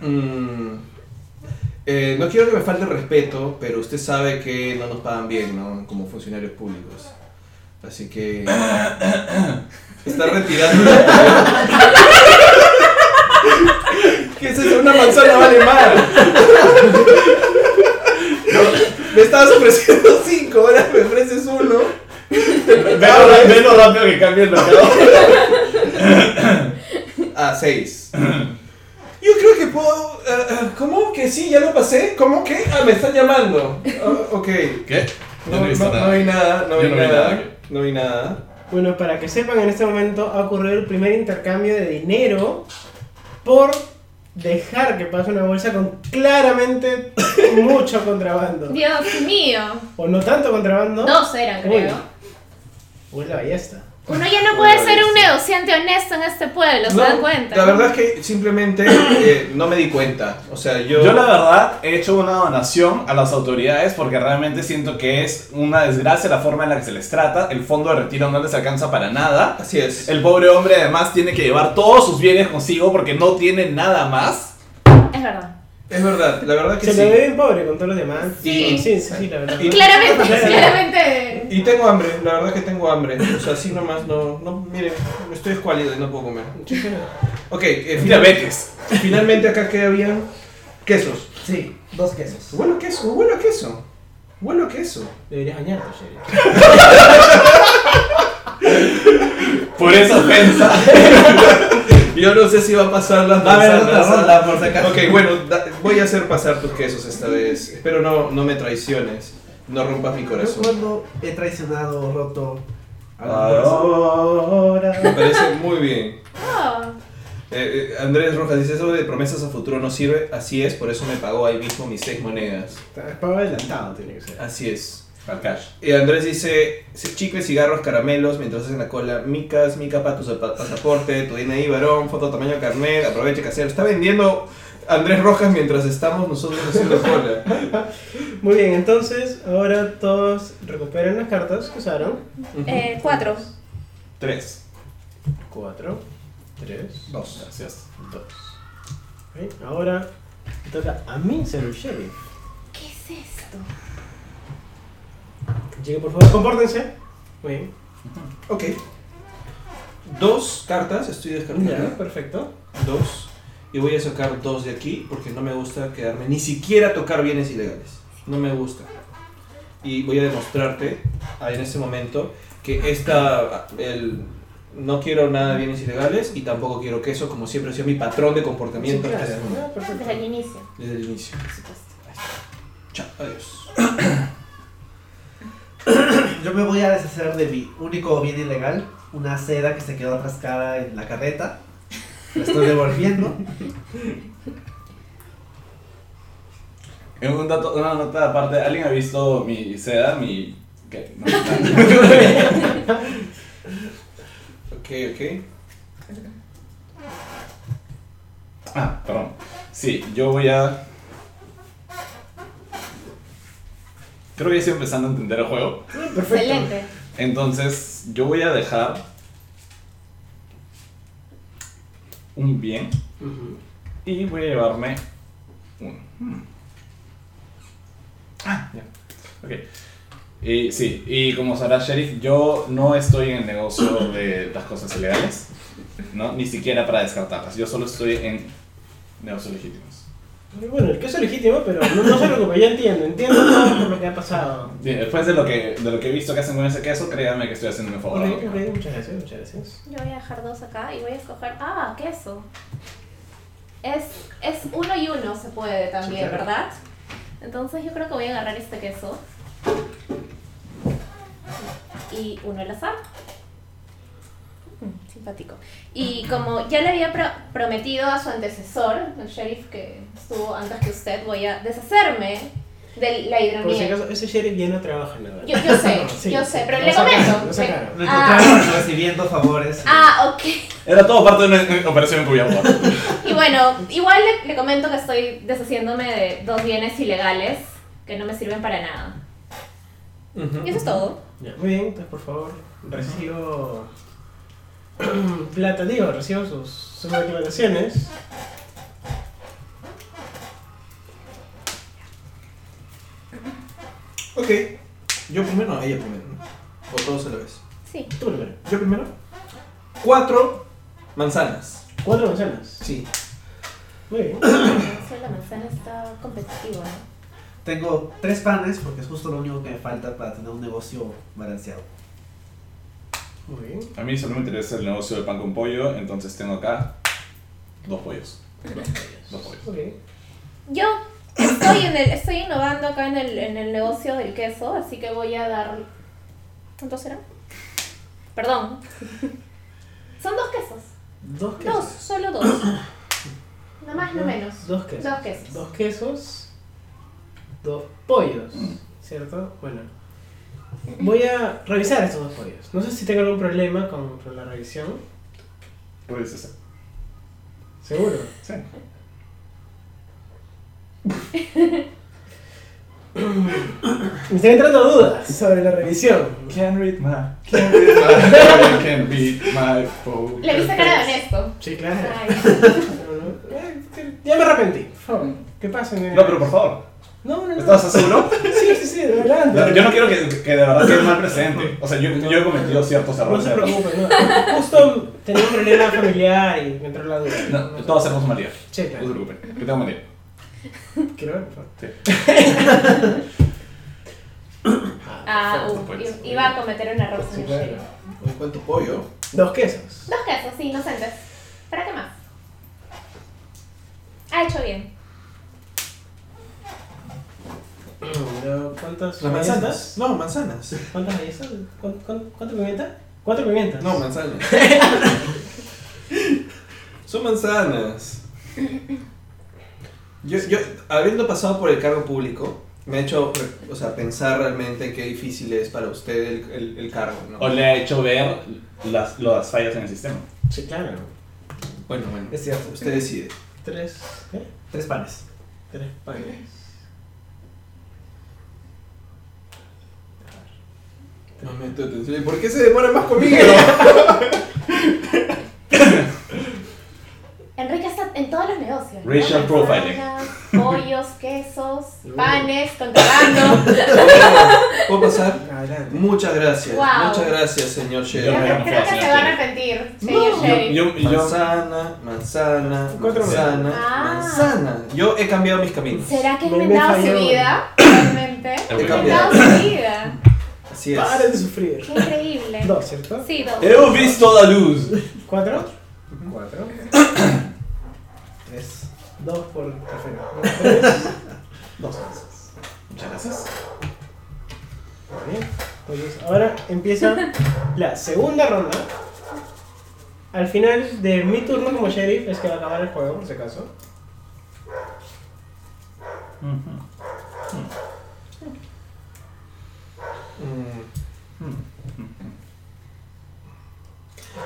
Mm. Eh, no quiero que me falte respeto, pero usted sabe que no nos pagan bien, ¿no? Como funcionarios públicos. Así que. Está retirando la ¿Qué es eso? Una manzana vale mal. Me estabas ofreciendo cinco, ahora me ofreces uno. Ve lo- ve lo rápido que cambia el mercado. Ah, 6. Yo creo que puedo. eh, eh, ¿Cómo? ¿Que sí? ¿Ya lo pasé? ¿Cómo que? Ah, me están llamando. Ah, ok. ¿Qué? No, no, no vi nada, no Yo vi no vi nada. nada. No vi nada. Bueno, para que sepan, en este momento ha ocurrido el primer intercambio de dinero por dejar que pase una bolsa con claramente mucho contrabando. Dios mío. O no tanto contrabando. Dos eran, creo. Uy. Uy, la ballesta. Uno ya no puede Uy, ser un sí. negociante honesto en este pueblo, ¿se No, dan cuenta? La verdad es que simplemente eh, no me di cuenta. O sea, yo. Yo la verdad he hecho una donación a las autoridades porque realmente siento que es una desgracia la forma en la que se les trata. El fondo de retiro no les alcanza para nada. Así es. El pobre hombre además tiene que llevar todos sus bienes consigo porque no tiene nada más. Es verdad. Es verdad, la verdad que Se le ve sí. bien pobre con todos los demás. Sí. sí, sí, sí, la verdad. Y- Claramente, Sí. claramente. Y tengo hambre, la verdad que tengo hambre. O sea, así nomás no. no miren, estoy escuálido y no puedo comer. Ok, eh, final- Diabetes. finalmente acá que había quesos. Sí, dos quesos. Huele a queso, huele a queso. Huele a queso. Deberías bañarte, Sherry. Por esa ofensa. Yo no sé si va a pasar las Va a haber otra manzanas. ronda, por si acaso. Ok, bueno, da- voy a hacer pasar tus quesos esta vez. Espero no, no me traiciones. No rompas mi Yo corazón. cuando he traicionado, roto. a Ah, la Ah, persona- Ahora. Me parece muy bien. Oh, Eh, eh, Andrés Rojas dice eso de promesas a futuro no sirve. Así es, por eso me pagó ahí mismo mis seis monedas. Es pago adelantado, tiene que ser. Así es. Al cash. Y Andrés dice, chicles, cigarros, caramelos, mientras hacen la cola, micas, mica para tu zapa- pasaporte, tu DNI, varón, foto, tamaño, carnet, aproveche casero. Está vendiendo Andrés Rojas mientras estamos nosotros haciendo cola. Muy bien, entonces ahora todos recuperan las cartas que usaron. eh, cuatro. Tres. Cuatro, tres, Dos. Gracias. dos. Ok, Ahora me toca a mí ser el sheriff. ¿Qué es esto? Llegue, por favor, compórtense. Muy bien. Ok. Dos cartas, estoy descartando. Ya, perfecto. Dos. Y voy a sacar dos de aquí porque no me gusta quedarme, ni siquiera tocar bienes ilegales. No me gusta. Y voy a demostrarte ah, en este momento que esta, el, no quiero nada de bienes ilegales y tampoco quiero queso, como siempre ha sido mi patrón de Sí, comportamiento claro. hasta este momento, Ya, perfecto. Desde el inicio, desde el inicio. por supuesto. Chao, adiós. Yo me voy a deshacer de mi único bien ilegal, una seda que se quedó atascada en la carreta. La estoy devolviendo. En un dato, una nota aparte, ¿alguien ha visto mi seda? Mi. ¿Qué? No, no. Ok, ok. Ah, perdón. Sí, yo voy a. Creo que ya estoy empezando a entender el juego. Perfecto. Excelente. Entonces, yo voy a dejar un bien Ujú. y voy a llevarme uno. Hmm. Ah, ya. Ok. Y sí, y como sabrás, Sheriff, yo no estoy en el negocio de las cosas ilegales, ¿no? Ni siquiera para descartarlas. Yo solo estoy en negocios legítimos. Bueno, el caso es legítimo, pero no, no se preocupe, yo entiendo, entiendo todo por lo que ha pasado. Bien, después de lo, que, de lo que he visto que hacen con ese queso, créanme que estoy haciendo mi favor. Ok, a la ok, boca. muchas gracias, muchas gracias. Yo voy a dejar dos acá y voy a escoger. Ah, queso. Es, es uno y uno se puede también, Sí, claro. ¿verdad? Entonces yo creo que voy a agarrar este queso. Y uno al azar. Mm, Simpático. Y como ya le había pro- prometido a su antecesor, el sheriff que estuvo antes que usted, voy a deshacerme de la Por si hidromiel. acaso, ese sheriff ya no trabaja en la verdad. Yo, yo sé, Sí. yo sé, pero Lo le sacaron, comento. lo le- sacaron. Lo Ah. encontramos recibiendo favores. Ah, ok. Era todo parte de una eh, operación encubierta. Y bueno, igual le, le comento que estoy deshaciéndome de dos bienes ilegales que no me sirven para nada. Y eso es todo. Ya, Muy bien, entonces por favor, recibo plata, digo, recibo sus, sus declaraciones. Ok. Yo primero, no, ella primero. O todos a la vez. Sí. Tú primero. Yo primero. Cuatro manzanas. Cuatro manzanas. Sí. Muy bien. La manzana está competitiva. ¿no? Tengo tres panes porque es justo lo único que me falta para tener un negocio balanceado. Muy bien. A mí solo me interesa el negocio de pan con pollo, entonces tengo acá dos pollos. Dos pollos. Muy bien. Yo estoy, en el, estoy innovando acá en el, en el negocio del queso, así que voy a dar... ¿Cuántos eran? Perdón. Son dos quesos. Dos quesos. Dos, solo dos. No más, no menos. Dos quesos. Dos quesos. Dos quesos, dos pollos, ¿cierto? Bueno, voy a revisar estos dos pollos. No sé si tengo algún problema con, con la revisión. ¿Por qué es eso? Seguro. Sí. Me están entrando dudas sobre la revisión. Can't read my. Can't read my. Can't read my phone. Le viste cara de honesto. Sí, claro. Ay. No, no. Eh, que- Ya me arrepentí. Por favor, ¿Qué pasa? nena? No, pero por favor, No, no, no. ¿estás seguro? Sí, sí, sí, de No, verdad. Yo no quiero que, que de verdad quede mal presente. O sea, yo, yo he cometido ciertos No errores. se preocupe, no. Justo tenía un problema familiar y me entró la duda. No, todos hacemos un mal día. Sí, No se claro. preocupen, que tengo mal día. Quiero ver, por favor. Sí. Ah, Perfecto, uh, pues. iba a cometer un error, Sí, señor claro. sheriff. Uy, ¿Cuánto pollo? Dos quesos. Dos quesos, sí, inocentes. ¿Para qué más? Ha hecho bien. Pero, ¿Cuántas ¿Las manzanas? galletas? No, manzanas. ¿Cuántas galletas? ¿Cuán- cuán- ¿Cuánta pimienta? ¿Cuatro pimientas? No, manzanas. Son manzanas. Yo, yo, habiendo pasado por el cargo público, me ha hecho o sea, pensar realmente qué difícil es para usted el, el- el cargo, ¿no? O le ha hecho ver las, las fallas en el sistema. Sí, claro. Bueno, bueno. Es cierto. Usted decide. Tres. ¿Qué? Tres panes. Tres panes. Momento de tensión. ¿Y ¿Por qué se demora más conmigo? Enrique está en todos los negocios. ¿no? Manzanas, Racial profiling. Pollos, quesos, panes, contrabando. ¿Puedo pasar? Adelante. Muchas gracias. Wow. Muchas gracias, señor Sheriff. Yo me Creo, llamo creo que Sebastián se va a Sheriff. arrepentir, señor sheriff. Yo, yo, yo, Manzana, manzana, Cuatro manzana, Ah. manzana. Yo he cambiado mis caminos. ¿Será que ha Me- me inventado su falló. vida? Realmente. He Ha inventado cambiado. su vida. Así es. Paren de sufrir. Qué increíble. Dos, ¿cierto? Sí, dos. he visto la luz. ¿Cuatro? Cuatro. Tres. Dos por café. ¿no? Tres. Dos onzas. Muchas gracias. Muy Bien. Entonces, ahora empieza la segunda ronda. Al final de mi turno como sheriff es que va a acabar el juego, por si acaso.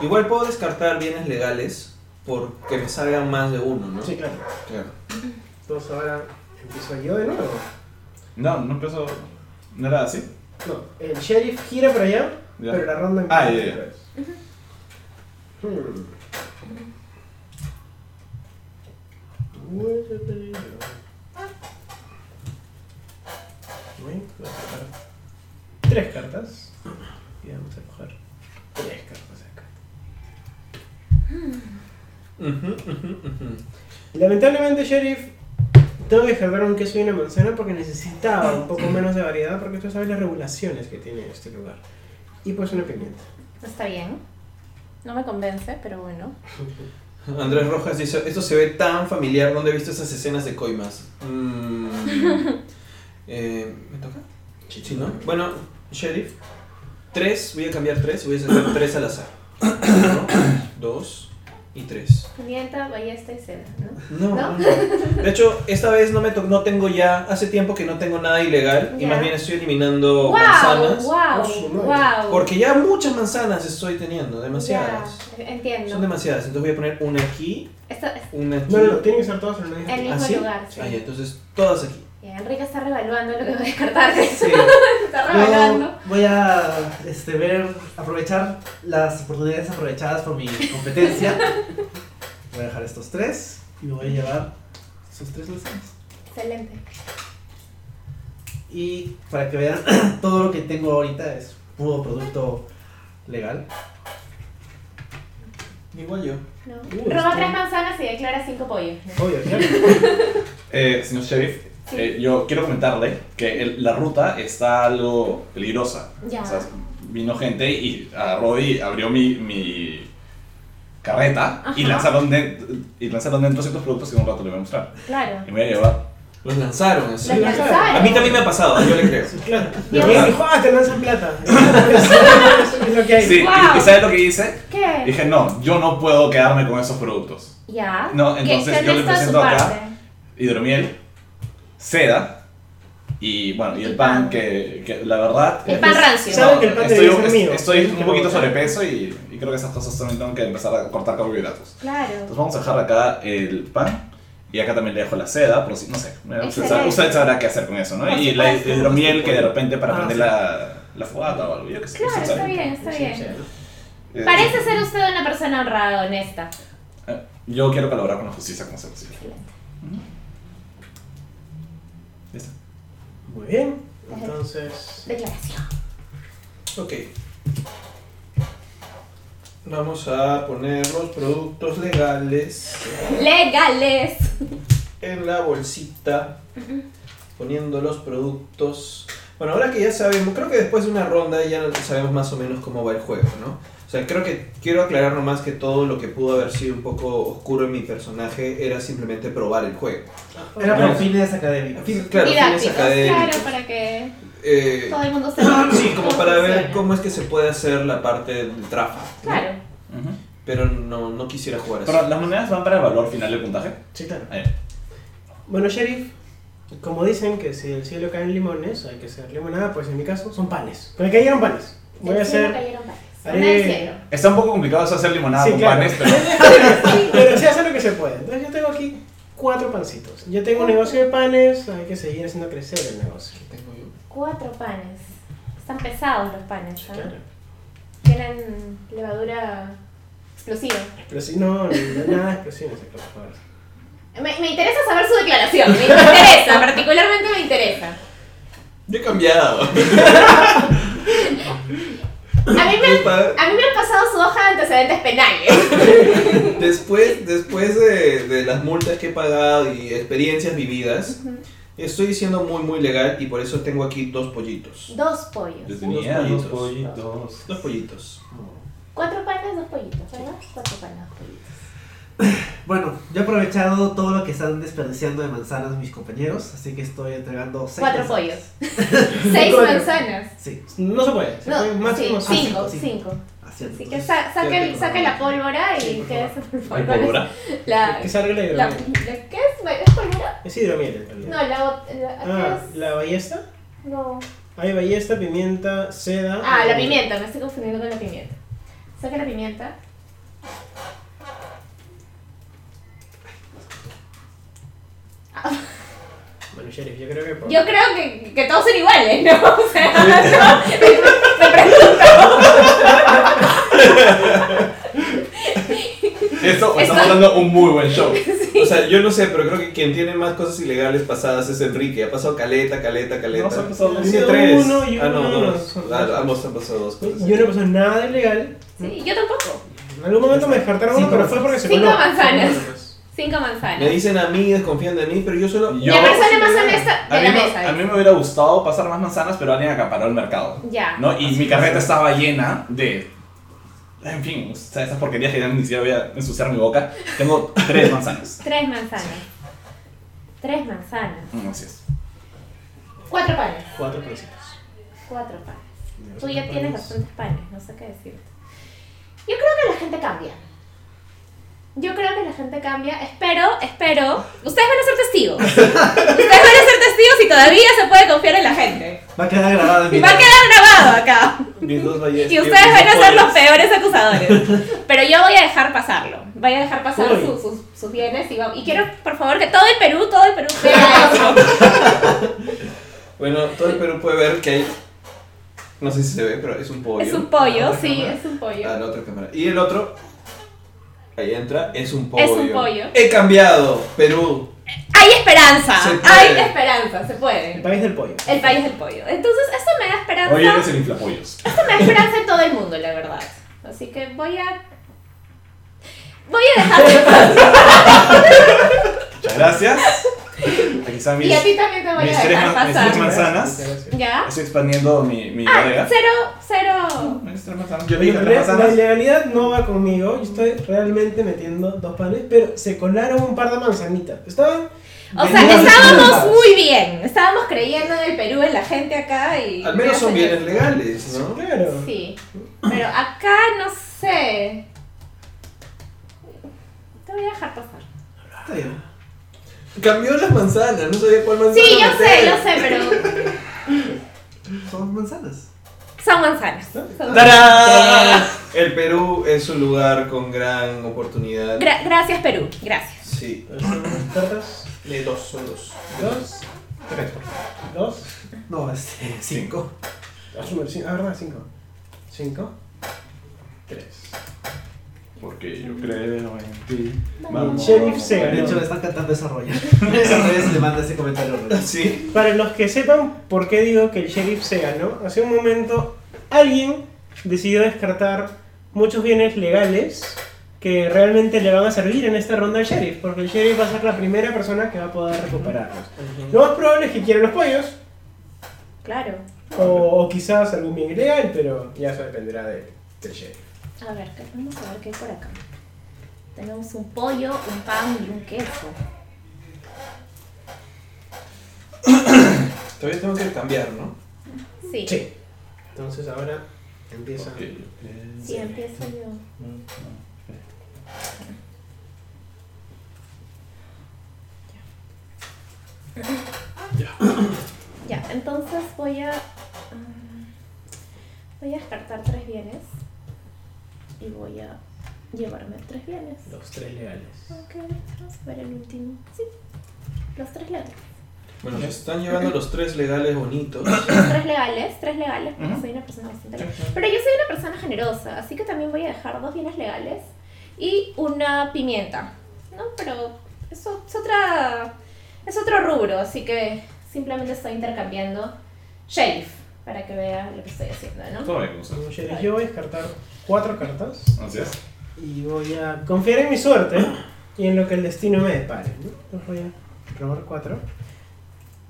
Mm. Igual puedo descartar bienes legales porque me salgan más de uno, ¿no? Sí, Ah, claro. Claro. Entonces ahora empiezo yo de nuevo. No, no empezó. No era así. No, el sheriff gira para allá, Ya. pero la ronda empieza. Ah, ya, ya. otra vez. Hmm. Voy a tratar tres cartas. Y vamos a coger tres cartas acá. Ujú, ujú, ujú. Lamentablemente, Sheriff, tengo que descartar un queso y una manzana porque necesitaba un poco menos de variedad porque tú sabes las regulaciones que tiene este lugar. Y pues una pimienta. Está bien. No me convence, pero bueno. Andrés Rojas dice, esto se ve tan familiar, ¿dónde he visto esas escenas de coimas? Mm. Eh, ¿Me toca? Sí, ¿no? Bueno, sheriff, tres, voy a cambiar tres, voy a sacar tres al azar. Uno, dos y tres. Pimienta, ballesta y cena, ¿no? No, no, ¿No? no. De hecho, esta vez no me to- no tengo ya, hace tiempo que no tengo nada ilegal y Ya. más bien estoy eliminando ¡Wow! manzanas. ¡Wow! Por su madre. ¡Wow! Porque ya muchas manzanas estoy teniendo, demasiadas. Ya, entiendo. Son demasiadas, entonces voy a poner una aquí, Esto es una aquí. No, no, no, tienen que ser todas en la misma. el mismo ¿Ah, sí? lugar, sí. Ah, ya, entonces todas aquí. Ya, Enrique está revaluando lo que va a descartar. está Sí. Yo revaluando. voy a este, ver, aprovechar las oportunidades aprovechadas por mi competencia. Voy a dejar estos tres y me voy a llevar esos tres lanzadas. Excelente. Y para que vean, todo lo que tengo ahorita es puro producto legal. Igual yo. No. Uh, Roba está- tres manzanas y declara cinco pollos. Obvio, claro. Eh, señor Sheriff, Sí. eh, yo quiero comentarle que el- la ruta está algo peligrosa. Ya. O sea, vino gente y agarró y abrió mi, mi carreta y Ajá. lanzaron, de- y lanzaron dentro ciertos productos que en un rato le voy a mostrar. Claro. Y me voy a llevar. Los lanzaron así. Los Sí, claro. lanzaron. A mí también me ha pasado, yo le creo. Sí, claro. Y Ya. me dijo, ah, te lanzan plata. Eso es lo que hay. Sí, y- Wow. y, ¿sabes lo que hice? ¿Qué? Dije, no, yo no puedo quedarme con esos productos. Ya. No, ¿Qué- entonces qué yo le resto de su presento acá. parte? hidromiel, seda y bueno, y el Y pan, pan. que, que la verdad... El pan rancio. Saben que el pan estoy, debería ser es- mío. estoy Tienes que un poquito votar. sobrepeso y, y creo que esas cosas también tengo que empezar a cortar carbohidratos. Entonces Claro. vamos a dejar acá el pan y acá también le dejo la seda, por si, no sé, usted sabrá, Excelente. usted sabrá qué hacer con eso, ¿no? Por Y la supuesto. hidromiel que de repente para Ah, prender sí. la, la fogata o algo, yo qué sé. Claro, usted sabe. está bien, está Sí, sí, bien. sí. Eh, Parece ser usted una persona honrada, honesta. eh, Yo quiero colaborar con la justicia como sea posible. Ya está. Muy bien. Entonces, Declaración. Ok. Vamos a poner los productos legales Legales. en la bolsita. Poniendo los productos. Bueno, ahora que ya sabemos, creo que después de una ronda ya sabemos más o menos cómo va el juego, ¿no? O sea, creo que quiero aclarar nomás que todo lo que pudo haber sido un poco oscuro en mi personaje era simplemente probar el juego. Era para Yes. fines En académicos. fin, claro, fines Didácticos, académicos. claro, para que eh, todo el mundo sepa. Sí, como para ver funciona. cómo es que se puede hacer la parte de trafa. ¿no? Claro. Ujú. Pero no, no quisiera jugar así. Pero las monedas van para el valor final del puntaje. sí, claro. Ahí. Bueno, Sheriff, como dicen que si del cielo caen limones, hay que hacer limonada, pues en mi caso son panes. Pero cayeron panes. Voy a Del cielo hacer. cayeron panes. haré- Una del cielo. Está un poco complicado eso hacer limonada Sí, con este, claro. panes, pero Pero se hace lo que se puede. Entonces, yo tengo aquí cuatro pancitos. Yo tengo un negocio de panes, hay que seguir haciendo crecer el negocio. Cuatro panes. Están pesados los panes, ¿ah? Claro. Tienen levadura explosiva. Pero si no, no hay nada de explosiones acá, por favor. Me, me interesa saber su declaración. Me interesa, particularmente me interesa. Yo he cambiado. A mí me, Después, a mí me han pasado su hoja de antecedentes penales. después, después de, de las multas que he pagado y experiencias vividas, estoy siendo muy, muy legal y por eso tengo aquí dos pollitos. Dos pollos. Yo tenía Unos dos pollitos. pollitos. Dos pollitos. Cuatro panes, dos pollitos, ¿verdad? Cuatro panes, dos pollitos. Bueno, yo he aprovechado todo lo que están desperdiciando de manzanas mis compañeros, así que estoy entregando seis. Cuatro manzanas. pollos. Seis Cuatro. manzanas. Sí, No se puede. Se puede No, sí, máximo cinco. cinco, cinco, cinco. así Así que sa- saque, el- saque la pólvora y quédese por favor. ¿Hay con pólvora? eso. La, Que salga la la- hidromiel. la- ¿Qué es? ¿Es pólvora? Es hidromiel en realidad. No, la, la Ah, ¿qué es? la ballesta. No. Hay ballesta, pimienta, seda. Ah, la pimienta, me estoy confundiendo con la pimienta. Saca la pimienta. Bueno, Sheriff, yo creo que. por- Yo creo que, que todos son iguales, ¿no? O sea, no, me, me pregunto. Esto- Esto, estamos dando un muy buen show. Sí. O sea, yo no sé, pero creo que quien tiene más cosas ilegales pasadas es Enrique. Ha pasado caleta, caleta, caleta. No, se ha pasado dos. Tiene sido tres. uno y ah, no, uno. dos. Ah, ambos han pasado dos cosas. Yo no pasó nada ilegal. Sí, yo tampoco. En algún momento me descartaron uno, Cinco pero fue porque se Cinco coló. manzanas. pues. Cinco manzanas. Me dicen a mí, desconfían de mí, pero yo solo. Yo- La persona más honesta A de mí, la me, mesa. a mí me hubiera gustado pasar más manzanas, pero alguien acaparó el mercado. Ya. ¿no? Y mi carreta estaba llena de. En fin, o sea, esas porquerías que ya ni siquiera voy a ensuciar mi boca. Tengo tres manzanas. Tres manzanas. Tres manzanas. Mm, Así es. Cuatro panes. Cuatro cositas. Cuatro panes. Tú ya tienes bastantes panes, no sé qué decirte. Yo creo que la gente cambia. Yo creo que la gente cambia. Espero, espero. Ustedes van a ser testigos. Ustedes van a ser testigos y todavía se puede confiar en la gente. Va a quedar grabado en Y video. va a quedar grabado acá. Mis dos valles- Y ustedes mis van a dos ser los valles. peores acusadores. Pero yo voy a dejar pasarlo. Voy a dejar pasar Uy. su- sus, sus bienes y, va- y quiero, por favor, que todo el Perú, todo el Perú vea eso. Bueno, todo el Perú puede ver que hay. No sé si se ve, pero es un pollo. Es un pollo, Otra sí, cámara. es un A pollo. la otra cámara. Y el otro. Ahí entra, es un pollo. Es un pollo. He cambiado, Perú. Hay esperanza, Se puede. hay esperanza, se El puede. país del pollo. El país del pollo. Entonces, esto me da esperanza. Oye, eres el inflapollos. Esto me da esperanza en todo el mundo, la verdad. Así que voy a. Voy a dejar. Muchas gracias. Aquí están mis, y a ti también te voy mis a tres, dejar ma- mis pasar. tres manzanas. ¿Ya? Estoy expandiendo mi, mi Ah, bodega. cero, cero. Mis tres manzanas. Yo dije Oye, tres re- La manzanas. ilegalidad no va conmigo, yo estoy realmente metiendo dos panes, pero se colaron un par de manzanitas. Estaban. O sea, venían estábamos descoloradas. muy bien. Estábamos creyendo en el Perú, en la gente acá y. Al menos son gracias. bienes legales, ¿no? Claro. Sí. Pero acá no sé. Te voy a dejar pasar. Está bien. Cambió las manzanas, no sabía cuál manzana. Sí, yo sé, meter. yo sé, pero. Son manzanas. Son manzanas. Son- ¡Tarán! El Perú es un lugar con gran oportunidad. Gra- gracias, Perú. Gracias. Sí. Tortas, De dos, son dos. dos, Tres. dos. No, este, cinco. Ah, su madre, sí, Ah, verdad, cinco. Cinco. Tres. Porque yo creo en ti. Sheriff se De ganó. hecho, le están cantando esa roya. Esa roya se le manda ese comentario. horrible. Sí. Para los que sepan por qué digo que el sheriff se ganó, hace un momento alguien decidió descartar muchos bienes legales que realmente le van a servir en esta ronda al sheriff, porque el sheriff va a ser la primera persona que va a poder recuperarlos. Lo más probable es que quiera los pollos, Claro. o, o quizás algún bien ilegal, pero ya eso dependerá de- del sheriff. A ver, ¿qué- vamos a ver qué hay por acá. Tenemos un pollo, un pan y un queso. Todavía tengo que cambiar, ¿no? Sí. Sí. Entonces ahora empieza. Sí, empiezo yo. Ya, entonces voy a. mm, Voy a descartar tres bienes. Y voy a llevarme tres bienes. Los tres legales. Ok, vamos a ver el último. Sí, los tres legales. Bueno, se están llevando los tres legales bonitos. Los tres legales, tres legales, porque Ujú. soy una persona bastante. Pero yo soy una persona generosa, así que también voy a dejar dos bienes legales y una pimienta. No, pero eso es otra. Es otro rubro, así que simplemente estoy intercambiando sheriff para que vea lo que estoy haciendo, ¿no? Todo me gusta. Como sheriff, yo voy a descartar cuatro cartas. Así es. Y voy a confiar en mi suerte y en lo que el destino me depare. ¿no? Entonces voy a robar cuatro.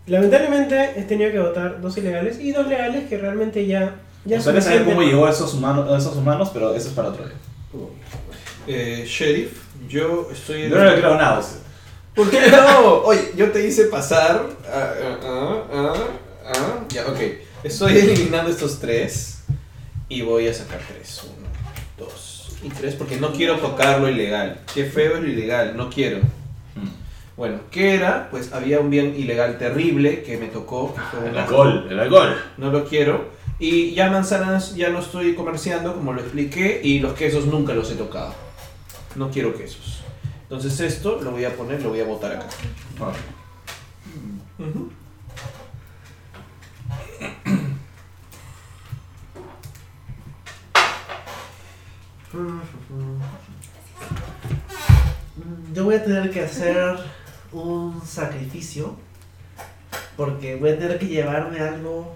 Lamentablemente he tenido que votar dos ilegales y dos legales que realmente ya... ya Ustedes saber suficiente- cómo llegó a esos humanos, a esos humanos, pero eso es para otro día. Eh, sheriff, yo estoy en. Yo no le creo nada. o sea. ¿Por qué no? Oye, yo te hice pasar. Ah, ah, ah, ah, ah. Ya, ok. Estoy eliminando estos tres. Y voy a sacar tres. Uno, dos y tres. Porque no quiero tocar lo ilegal. Qué feo es lo ilegal. No quiero. Mm. Bueno, ¿qué era? Pues había un bien ilegal terrible que me tocó. que fue El una- alcohol, el alcohol. no lo quiero. Y ya manzanas ya no estoy comerciando, como lo expliqué, y los quesos nunca los he tocado. No quiero quesos. Entonces esto lo voy a poner, lo voy a botar acá. Bueno, Mm, Yo voy a tener que hacer un sacrificio porque voy a tener que llevarme algo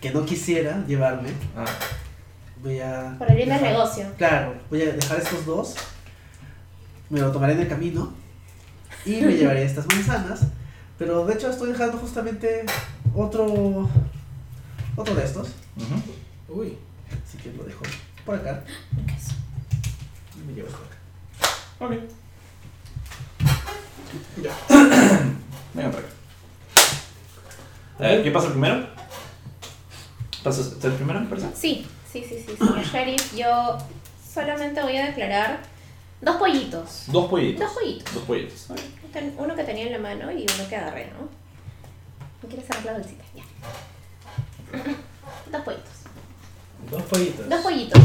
que no quisiera llevarme. Ah. Voy a. Por el bien del dejar- negocio. Claro, voy a dejar estos dos. Me lo tomaré en el camino y me llevaré estas manzanas. Pero de hecho estoy dejando justamente otro otro de estos, Ujú. Uy. así que lo dejo por acá. Queso. Y me llevo esto acá. Ok. Ya. Venga para acá. A ver, ¿quién pasa primero? ¿Pasas usted primero, me parece? Sí, sí, sí, sí, señor sheriff. Yo solamente voy a declarar dos pollitos. Dos pollitos. Dos pollitos. Dos pollitos. Ok. Ten- Uno que tenía en la mano y uno que agarré, ¿no? ¿No quieres sacar la bolsita? Ya. Dos pollitos. Dos pollitos. Dos pollitos.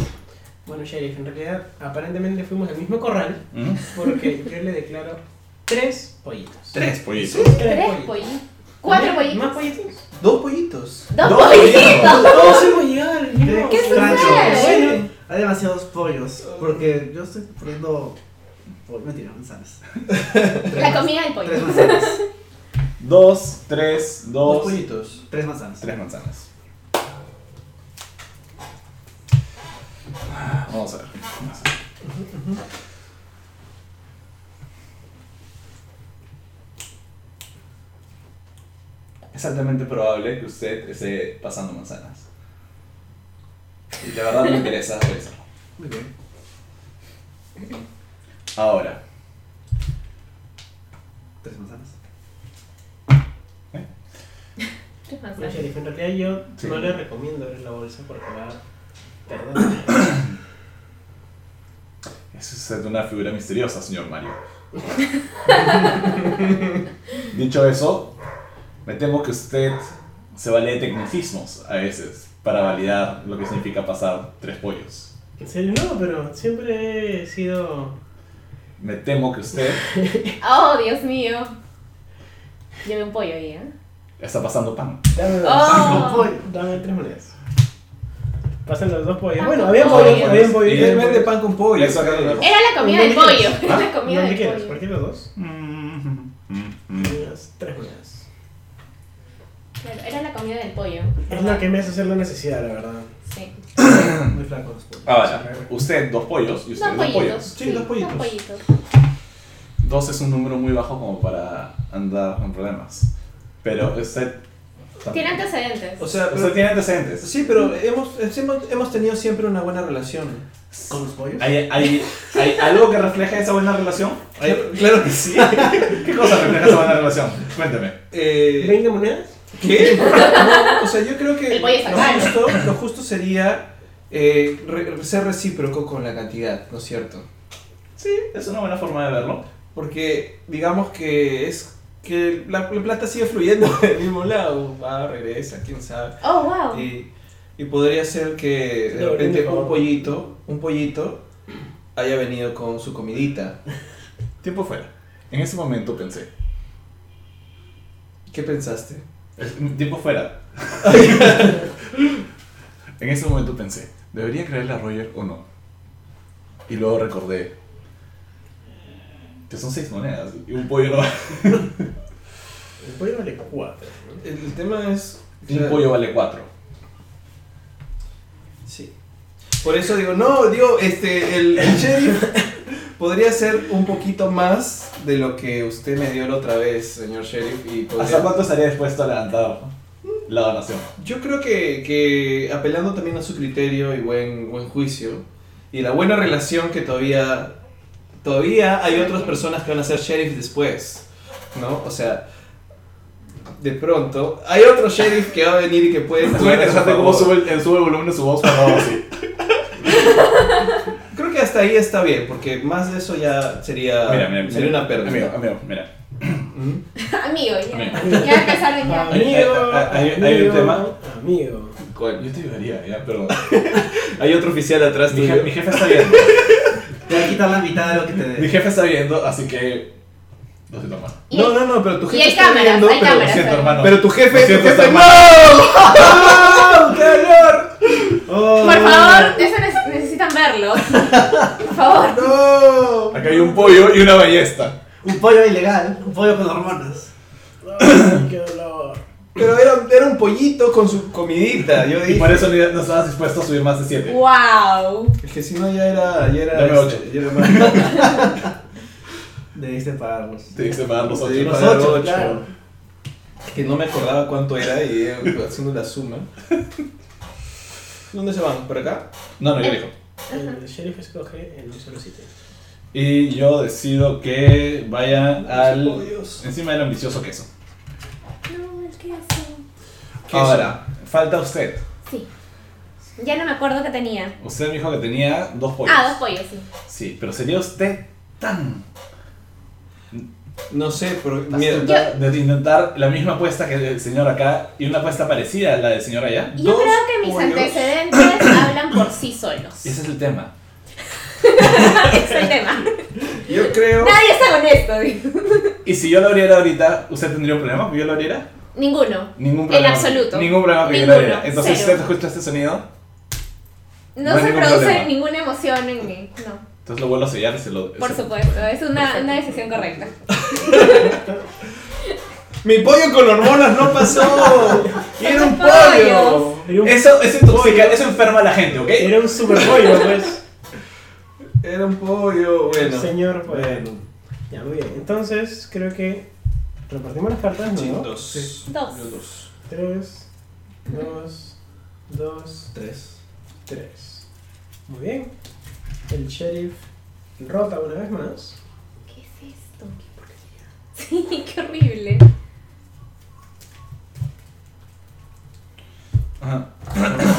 Bueno, Sheriff, en realidad aparentemente fuimos al mismo corral Ujú. porque yo le declaro tres pollitos. Tres pollitos. Tres pollitos. Cuatro ¿Más pollitos. pollitos? Dos pollitos. Dos Dos pollitos. Todos hemos llegado al mismo ¿Qué corral. sucede? Bueno, Hay demasiados pollos porque yo estoy poniendo oh, mentira, manzanas. La comida Tres del pollo. manzanas. Dos, tres, Dos dos, pollitos. Tres manzanas. tres manzanas. Vamos a ver. Vamos a ver. Es altamente probable que usted esté pasando manzanas. Y la verdad me interesa revisarlo. Muy bien. Ahora, Tres manzanas. Tres Bueno, manzanas. Sheriff, en realidad yo Sí. no le recomiendo abrir la bolsa porque va a perder. es usted una figura misteriosa, señor Mario. Dicho eso, me temo que usted se vale de tecnicismos a veces para validar lo que significa pasar tres pollos. En serio, no, pero siempre he sido... Me temo que usted Oh, Dios mío. Llevé un pollo ahí, ¿eh? está pasando pan. Dame dos. Oh. Dame tres monedas. Pasan los dos pollos. Ah, Bueno, había dos pollo, pollos. había pollo. Y Él él vende pan con pollo. Eso acá lo dejo. Era la comida del ¿Dónde pollo. quieres? Era la comida ¿Dónde del quieres? ¿Por pollo. qué los dos? Mm, mm. Las tres monedas. Claro, era la comida del pollo. Es lo que me hace hacer la necesidad, la verdad. Sí. Muy flaco los pollos. Ahora, Ah, usted dos pollos y usted Dos dos, pollitos. pollos. Sí, dos pollitos. Dos pollitos. Dos es un número muy bajo como para andar con problemas. Pero usted... Tiene antecedentes. O sea, Usted pero, tiene antecedentes. sí, pero hemos, hemos, hemos tenido siempre una buena relación. ¿Con los pollos? ¿Hay, hay, hay algo que refleja esa buena relación? Ay, claro que sí. ¿Qué cosa refleja esa buena relación? Cuénteme. Eh, ¿20 monedas? ¿Qué? No, o sea, yo creo que El pollo lo sacado. justo, lo justo sería eh, re- ser recíproco con la cantidad, ¿no es cierto? Sí, es una buena forma de verlo. Porque digamos que es que la, la plata sigue fluyendo del mismo lado, va, regresa, quién sabe. Oh, wow. Y, y podría ser que de Lo repente único. un pollito, un pollito haya venido con su comidita. Tiempo fuera. En ese momento pensé. ¿Qué pensaste? es- mm, Tiempo fuera. en ese momento pensé, ¿debería creerle a Roger o no? Y luego recordé que son seis monedas y un pollo, no- El pollo vale 4. El, el tema es... un pollo vale cuatro. Sí. Por eso digo, no, digo, este, el, el sheriff podría ser un poquito más de lo que usted me dio la otra vez, señor sheriff. Y podría- ¿Hasta cuánto estaría dispuesto a levantar la donación? Yo creo que, que apelando también a su criterio y buen, buen juicio y la buena relación que todavía, todavía hay otras personas que van a ser sheriff después, ¿no? O sea... De pronto, hay otro sheriff que va a venir y que puede... Es muy jugar a su interesante cómo favor. sube el, sube el volumen de su voz cuando habla así. Creo que hasta ahí está bien, porque más de eso ya sería, Mira, mira, sería mira. una pérdida. Amigo, amigo, mira. Mm. Amigo, ya. Amigo. Ya empezaron ya. Amigo, Ah, Hay- hay- hay un tema. Amigo. Coño, yo te ayudaría, ¿eh? ya, perdón. Hay otro oficial atrás Mi, tuyo. je- mi jefe está viendo. Te voy a quitar la mitad de lo que te Mi dé. jefe está viendo, así que. Lo siento, hermano. Y- No, no, no, pero tu y jefe hay está cámaras, viendo, hay pero, Lo cámaras. siento, hermano. pero tu Lo jefe, tu siento, jefe, hermano. ¡No! ¡Qué horror! "Oh". Oh. Por favor, eso ne- necesitan verlo. Por favor. ¡No! Acá hay un pollo y una ballesta. Un pollo ilegal, un pollo con hormonas. Ay, qué dolor. Pero era, era un pollito con su comidita, yo Y dije. por eso ni- no estabas dispuesto a subir más de 7. ¡Wow! Es que si no ya era. Ya era Dame este, ocho. ya era más- Debiste pagarlos. Te dije pagar los Sí, 8. Los pagar ocho, ocho. claro. que no me acordaba cuánto era y eh, haciendo la suma. ¿Dónde se van? ¿Por acá? No, no, yo dijo. El sheriff escoge el solo sitio. Y yo decido que vayan Los al. pollos. Encima del ambicioso queso. No, el queso. Queso. Ahora, falta usted. Sí. Ya no me acuerdo qué tenía. Usted me dijo que tenía dos pollos. Ah, dos pollos, sí. Sí, pero sería usted tan. No sé, pero. de Mira, intentar- de intentar la misma apuesta que el señor acá y una apuesta parecida a la del señor allá. Yo Dos creo que mis pollos. antecedentes hablan por sí solos. Ese es el tema. es el tema. yo creo. Nadie está honesto, digo. Y si yo lo abriera ahorita, ¿usted tendría un problema que yo lo abriera? Ninguno. Ningún En problema. absoluto. Ningún problema que yo lo Ninguno. abriera. Entonces, Cero. usted escucha este sonido, No, No hay se ningún produce problema. ninguna emoción en mí. No. entonces lo vuelvo a sellar y se lo. Por se- supuesto, es una, una decisión correcta. Mi pollo con hormonas no pasó. Y era un Son pollos. pollo. Era un, Eso, eso intoxica, eso enferma a la gente, ¿ok? era un super pollo, pues. Era un pollo. Bueno. Señor pollo. Bueno. Ya, muy bien. Entonces, creo que repartimos las cartas, Sí, ¿no? dos. Dos. Yo dos. Tres, dos, dos, Tres. tres. Muy bien. El sheriff rota una vez más. ¿Qué es esto? Sí, qué horrible. Ajá.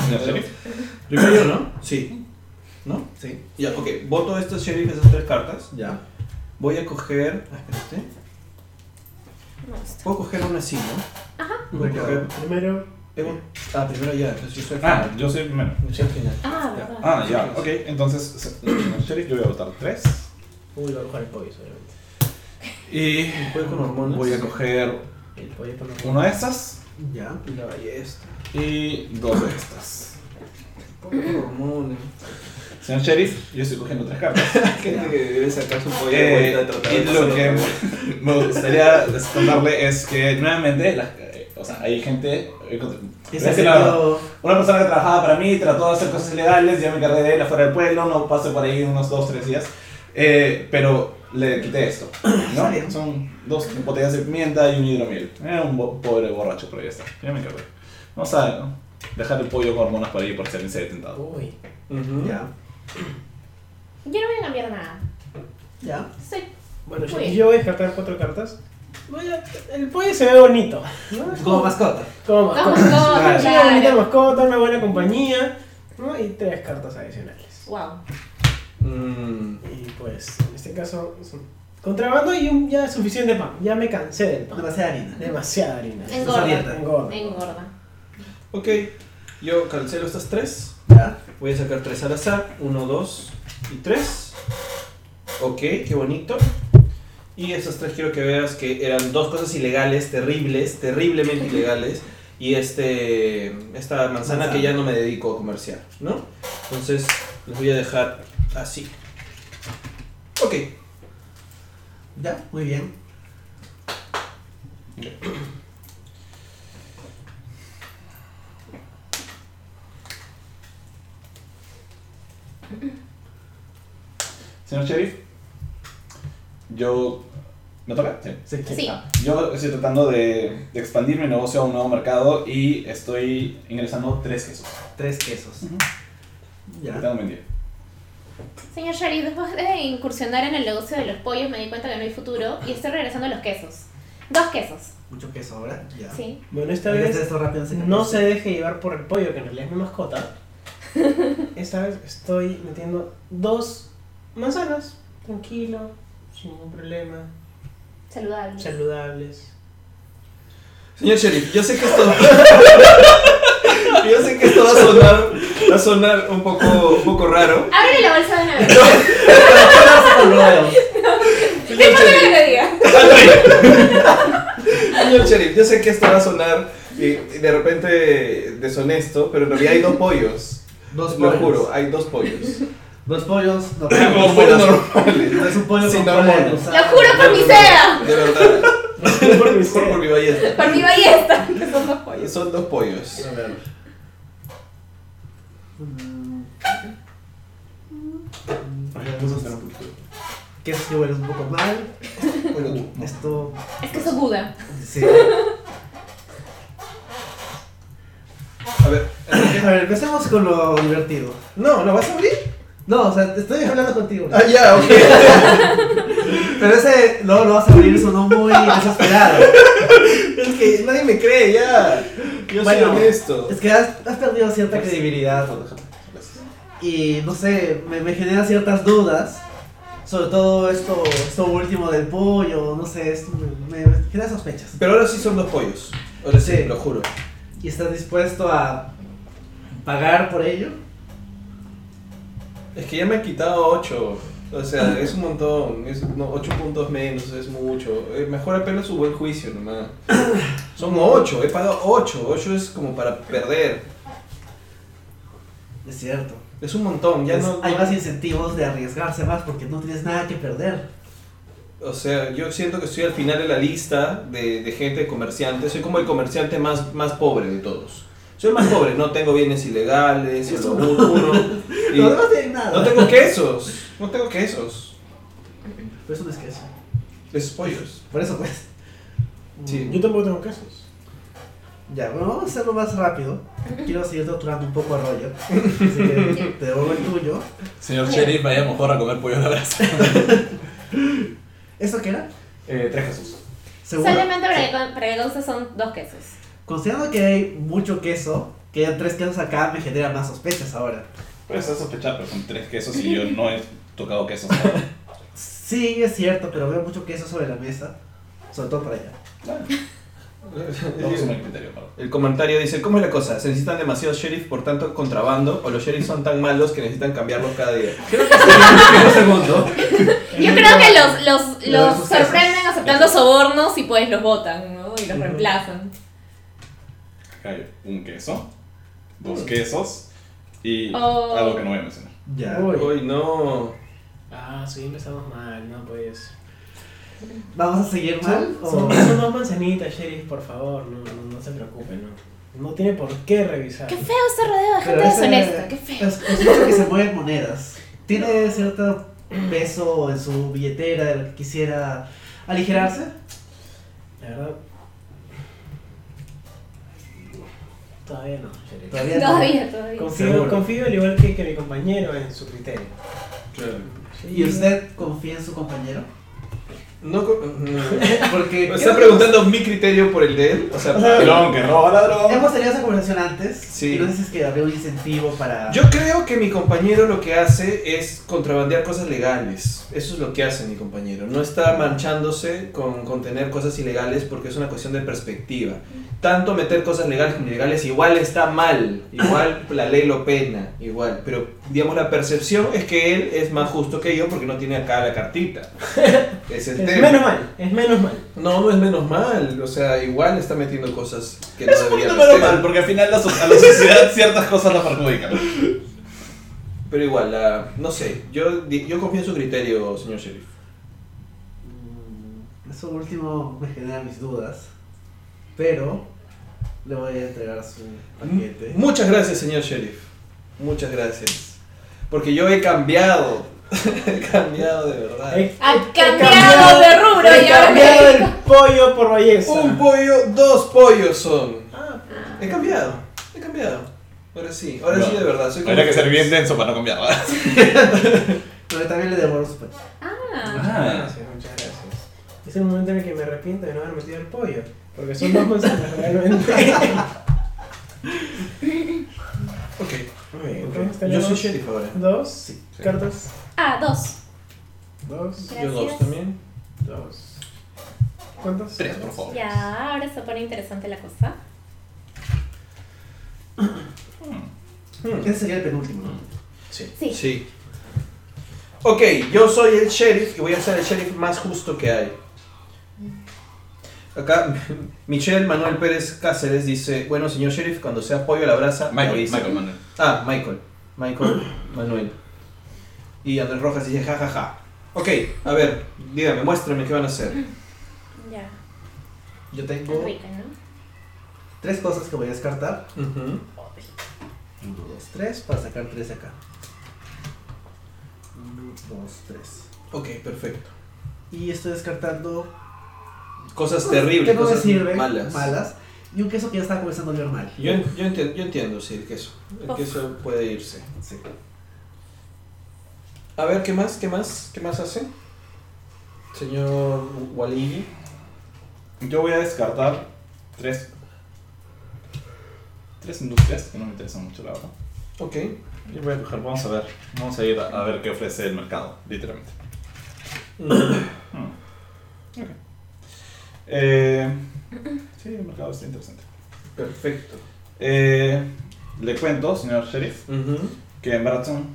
Señor sheriff. Primero yo, ¿no? Sí. ¿No? Sí, Ya, ok. Voto estos sheriff, esas tres cartas. ya. Voy a coger. ah, espérate. Monstruo. Puedo coger una así, ¿no? Me Voy a coger. quedo. Primero, Tengo- Ah, primero ya, entonces yo soy Ah, final. yo soy primero. Yo soy final. Ah, verdad. Ah, ya, ok. Entonces, se- señor sheriff, yo voy a votar tres. uy, va a coger el pollo, seguramente. Y pollo con hormonas. voy a coger El pollo con los una de estas Ya. Y la ballesta. y dos de estas. Pobre hormones. Señor sheriff, yo estoy cogiendo tres cartas. Gente que debe sacar su pollo de vuelta de Eh, tratar y de lo hacerlo que otra vez. me gustaría contarle es que nuevamente, las- eh, o sea, hay gente... eh, contra- Ese es que la- una persona que trabajaba para mí trató de hacer cosas ilegales, ya me encargué de él afuera del pueblo, no pasé por ahí unos 2, 3 días, eh, pero le quité esto, Está ¿no? bien. Son dos botellas de pimienta y un hidromiel. Era un bo- pobre borracho, pero ya está, ya me encargué. Vamos a ¿no? dejar el pollo con hormonas por ahí por si alguien se ha tentado. Uy, Ujú. Ya. Yo no voy a cambiar nada. Ya. Soy bueno, yo, Muy bien. yo voy a descartar cuatro cartas. Voy a- el pollo se ve bonito, ¿no? Es Como mascota. Como Como mascota. mascota, Es Una bonita claro. mascota, una buena compañía, ¿no? Y tres cartas adicionales. Wow. Mm, Y pues, en este caso, es un contrabando y un, ya suficiente pan. Ya me cansé del pan. Demasiada harina. Demasiada harina. Engorda. Engorda. Engorda. Engorda. Ok, yo cancelo estas tres. Ya. Voy a sacar tres al azar. Uno, dos y tres. Ok, qué bonito. Y estas tres quiero que veas que eran dos cosas ilegales, terribles, terriblemente ilegales. Y este, esta manzana que ya no me dedico a comerciar, ¿no? Entonces les voy a dejar así. Ok, Ya. Muy bien. Señor sheriff, yo... ¿Me toca? Sí. Sí. Ah, Yo estoy tratando de, de expandir mi negocio a un nuevo mercado y estoy ingresando tres quesos. Tres quesos. Ujú. Ya. Tengo mentira. Señor Shari, después de incursionar en el negocio de los pollos me di cuenta que no hay futuro y estoy regresando a los quesos. Dos quesos. Mucho queso ahora. Ya. Sí. Bueno, esta Voy a vez hacer esto rápido. así que- no se deje llevar por el pollo, que en realidad es mi mascota. Esta vez estoy metiendo dos manzanas, tranquilo, sin ningún problema, Saludable. saludables. Señor Sheriff, yo sé que esto. yo sé que esto va a sonar. Va a sonar un poco, un poco raro. Ábrele la bolsa de una vez. Hasta luego. ¿Qué pasa lo que diga? Señor Sheriff, yo sé que esto va a sonar eh, de repente deshonesto, pero en realidad hay dos pollos. Dos Lo pollos. juro, hay dos pollos. Los pollos Como normales. pollos No es un pollo Sin con cola de hormonas. gusano. Lo juro por mi seda, De verdad. Por mi Por, por mi ballesta. por mi ballesta. Que son dos pollos. Son dos pollos. A ver. Mm, Vamos a hacer un poquito. Que eso sí huele un poco mal. Bueno, tú. Esto. Es que soy Buda. Sí. A ver. A ver, empecemos con lo divertido. No, ¿no vas a abrir? No, o sea, estoy hablando contigo. Ah, ya, ok. Pero ese no lo vas a abrir, sonó muy desesperado. Es que nadie me cree, ya. Yo soy Bueno. honesto. Es que has, has perdido cierta Gracias. credibilidad Pues Gracias. y no sé, me, me genera ciertas dudas. Sobre todo esto, esto último del pollo, no sé, esto me, me genera sospechas. Pero ahora sí son dos pollos. Ahora sí, Sí. lo juro. ¿Y estás dispuesto a pagar por ello? Es que ya me han quitado 8. O sea, es un montón. Es 8 puntos menos, es mucho. Eh, mejor apenas su buen juicio nomás. Son 8, he pagado 8. 8 es como para perder. Es cierto. Es un montón, ya Es- no. hay no- más incentivos de arriesgarse más porque no tienes nada que perder. O sea, yo siento que estoy al final de la lista de, de gente, de comerciantes. Soy como el comerciante más, más pobre de todos. Soy el más pobre, no tengo bienes ilegales, Eso solo uno. Y No, no tienes nada. no tengo quesos, no tengo quesos. Pero eso no es queso. Esos pollos. Por eso pues. Sí. Yo tampoco tengo quesos. Ya, bueno, vamos a hacerlo más rápido. Quiero seguir torturando un poco a Roger. Así que te devuelvo el tuyo. Señor Sheriff, vaya mejor a comer pollo a la brasa. ¿Eso qué era? Eh, tres Jesús. Seguro. Solamente para que, con- para que conste son dos quesos. Considerando que hay mucho queso, que hayan tres quesos acá me genera más sospechas ahora. Puedes hacer Pues, sospechar, pero con tres quesos y yo no he tocado quesos. ¿no? Sí, es cierto, pero veo mucho queso sobre la mesa. Sobre todo para allá. Vamos a sumar el criterio, Pablo. El comentario dice, ¿cómo es la cosa? Se necesitan demasiados sheriff por tanto contrabando o los sheriffs son tan malos que necesitan cambiarlos cada día. Creo que sí. Un segundo. Yo creo que los, los, Lo de los sus sorprenden aceptando sobornos y pues los votan, ¿no? Y los Ujú. reemplazan. Hay un queso, dos quesos y Oh. algo que no voy a mencionar. Ya. Uy. Uy, no. Ah, sí, empezamos mal, no pues. ¿Vamos a seguir mal? Oh. Son, O... son- son dos manzanitas, Sheriff, por favor, no, no, no se preocupe, no. No tiene por qué revisar. Qué feo este rodeo de gente Pero ese- deshonesta, qué feo. Es, es mucho que se mueven monedas. Tiene cierto peso en su billetera de lo que quisiera aligerarse. La verdad. Todavía no, Sheriff. Todavía no. Todavía, todavía. Confío, Seguro. confío al igual que, que mi compañero en su criterio. ¿Y usted confía en su compañero? No, co- no. Porque Me creo Está que- preguntando mi criterio por el de él. O sea, Ladrón, que roba ladrón. Hemos tenido esa conversación antes. Sí. Y no sé si es que habría un incentivo para. yo creo que mi compañero lo que hace es contrabandear cosas legales. Eso es lo que hace mi compañero. No está manchándose con, con tener cosas ilegales porque es una cuestión de perspectiva. Tanto meter cosas legales como ilegales igual está mal. Igual la ley lo pena. Igual. Pero digamos la percepción es que él es más justo que yo porque no tiene acá la cartita. Ese es el Es tema. menos mal, es menos mal. No, no es menos mal. O sea, igual está metiendo cosas que no Es un debería poquito menos meter. mal, porque al final la so- a la sociedad ciertas cosas la perjudican. Pero igual, la- no sé, yo, di- yo confío en su criterio, señor sheriff. Mm, Eso último me genera mis dudas. Pero. Le voy a entregar su paquete. Muchas gracias, señor sheriff. Muchas gracias. Porque yo he cambiado. he cambiado de Ah. verdad. He- Ha he- he cambiado de rubro he y ahora cambiado me el pollo por belleza. Un pollo, dos pollos son. Ah, He cambiado, he cambiado. Ahora sí, ahora No. sí de verdad. Soy como- Habría que ser bien denso para no cambiarla. Pero también le devuelvo su paquete. Ah, Ah, Gracias, muchas gracias. Es el momento en el que me arrepiento de no haber metido el pollo. Porque son dos manzanas realmente. Ok, ok. Muy bien, entonces Yo tenemos soy sheriff ahora. dos sí. cartas. ah, dos. Dos, Yo dos Gracias. también. dos. ¿Cuántos? Tres, por favor. Ya, ahora se pone interesante la cosa. Hmm. Ese Este sería el penúltimo. ¿no? Sí. Sí. Sí. Ok, yo soy el sheriff y voy a ser el sheriff más justo que hay. Acá Michelle Manuel Pérez Cáceres dice, bueno señor sheriff, cuando sea pollo a la brasa, me Michael, avisa". Michael Manuel. Ah, Michael. Michael Ah, Manuel. Y Andrés Rojas dice, jajaja. Ja, ja. Ok, a ver, dígame, muéstrame qué van a hacer. Ya. Yo Está tengo rica, ¿no? tres cosas que voy a descartar. Ujú. Un, dos, tres, para sacar tres de acá. Un, dos, tres. Ok, perfecto. Y estoy descartando Cosas terribles, que no me cosas sirven, malas. malas. Y un queso que ya estaba comenzando a oler mal. Yo, en- yo, entiendo, yo entiendo, sí, el queso. El Uf. queso puede irse. Sí. A ver, ¿qué más? ¿Qué más? ¿Qué más hace? Señor Waligi. Yo voy a descartar tres. Tres industrias que no me interesan mucho, la verdad. Ok. Yo voy a coger, vamos a ver. Vamos a ir a, a ver qué ofrece el mercado, literalmente. Mm. Eh, sí, el mercado está interesante. Perfecto. Eh, le cuento, señor sheriff, Ujú. que en Bratton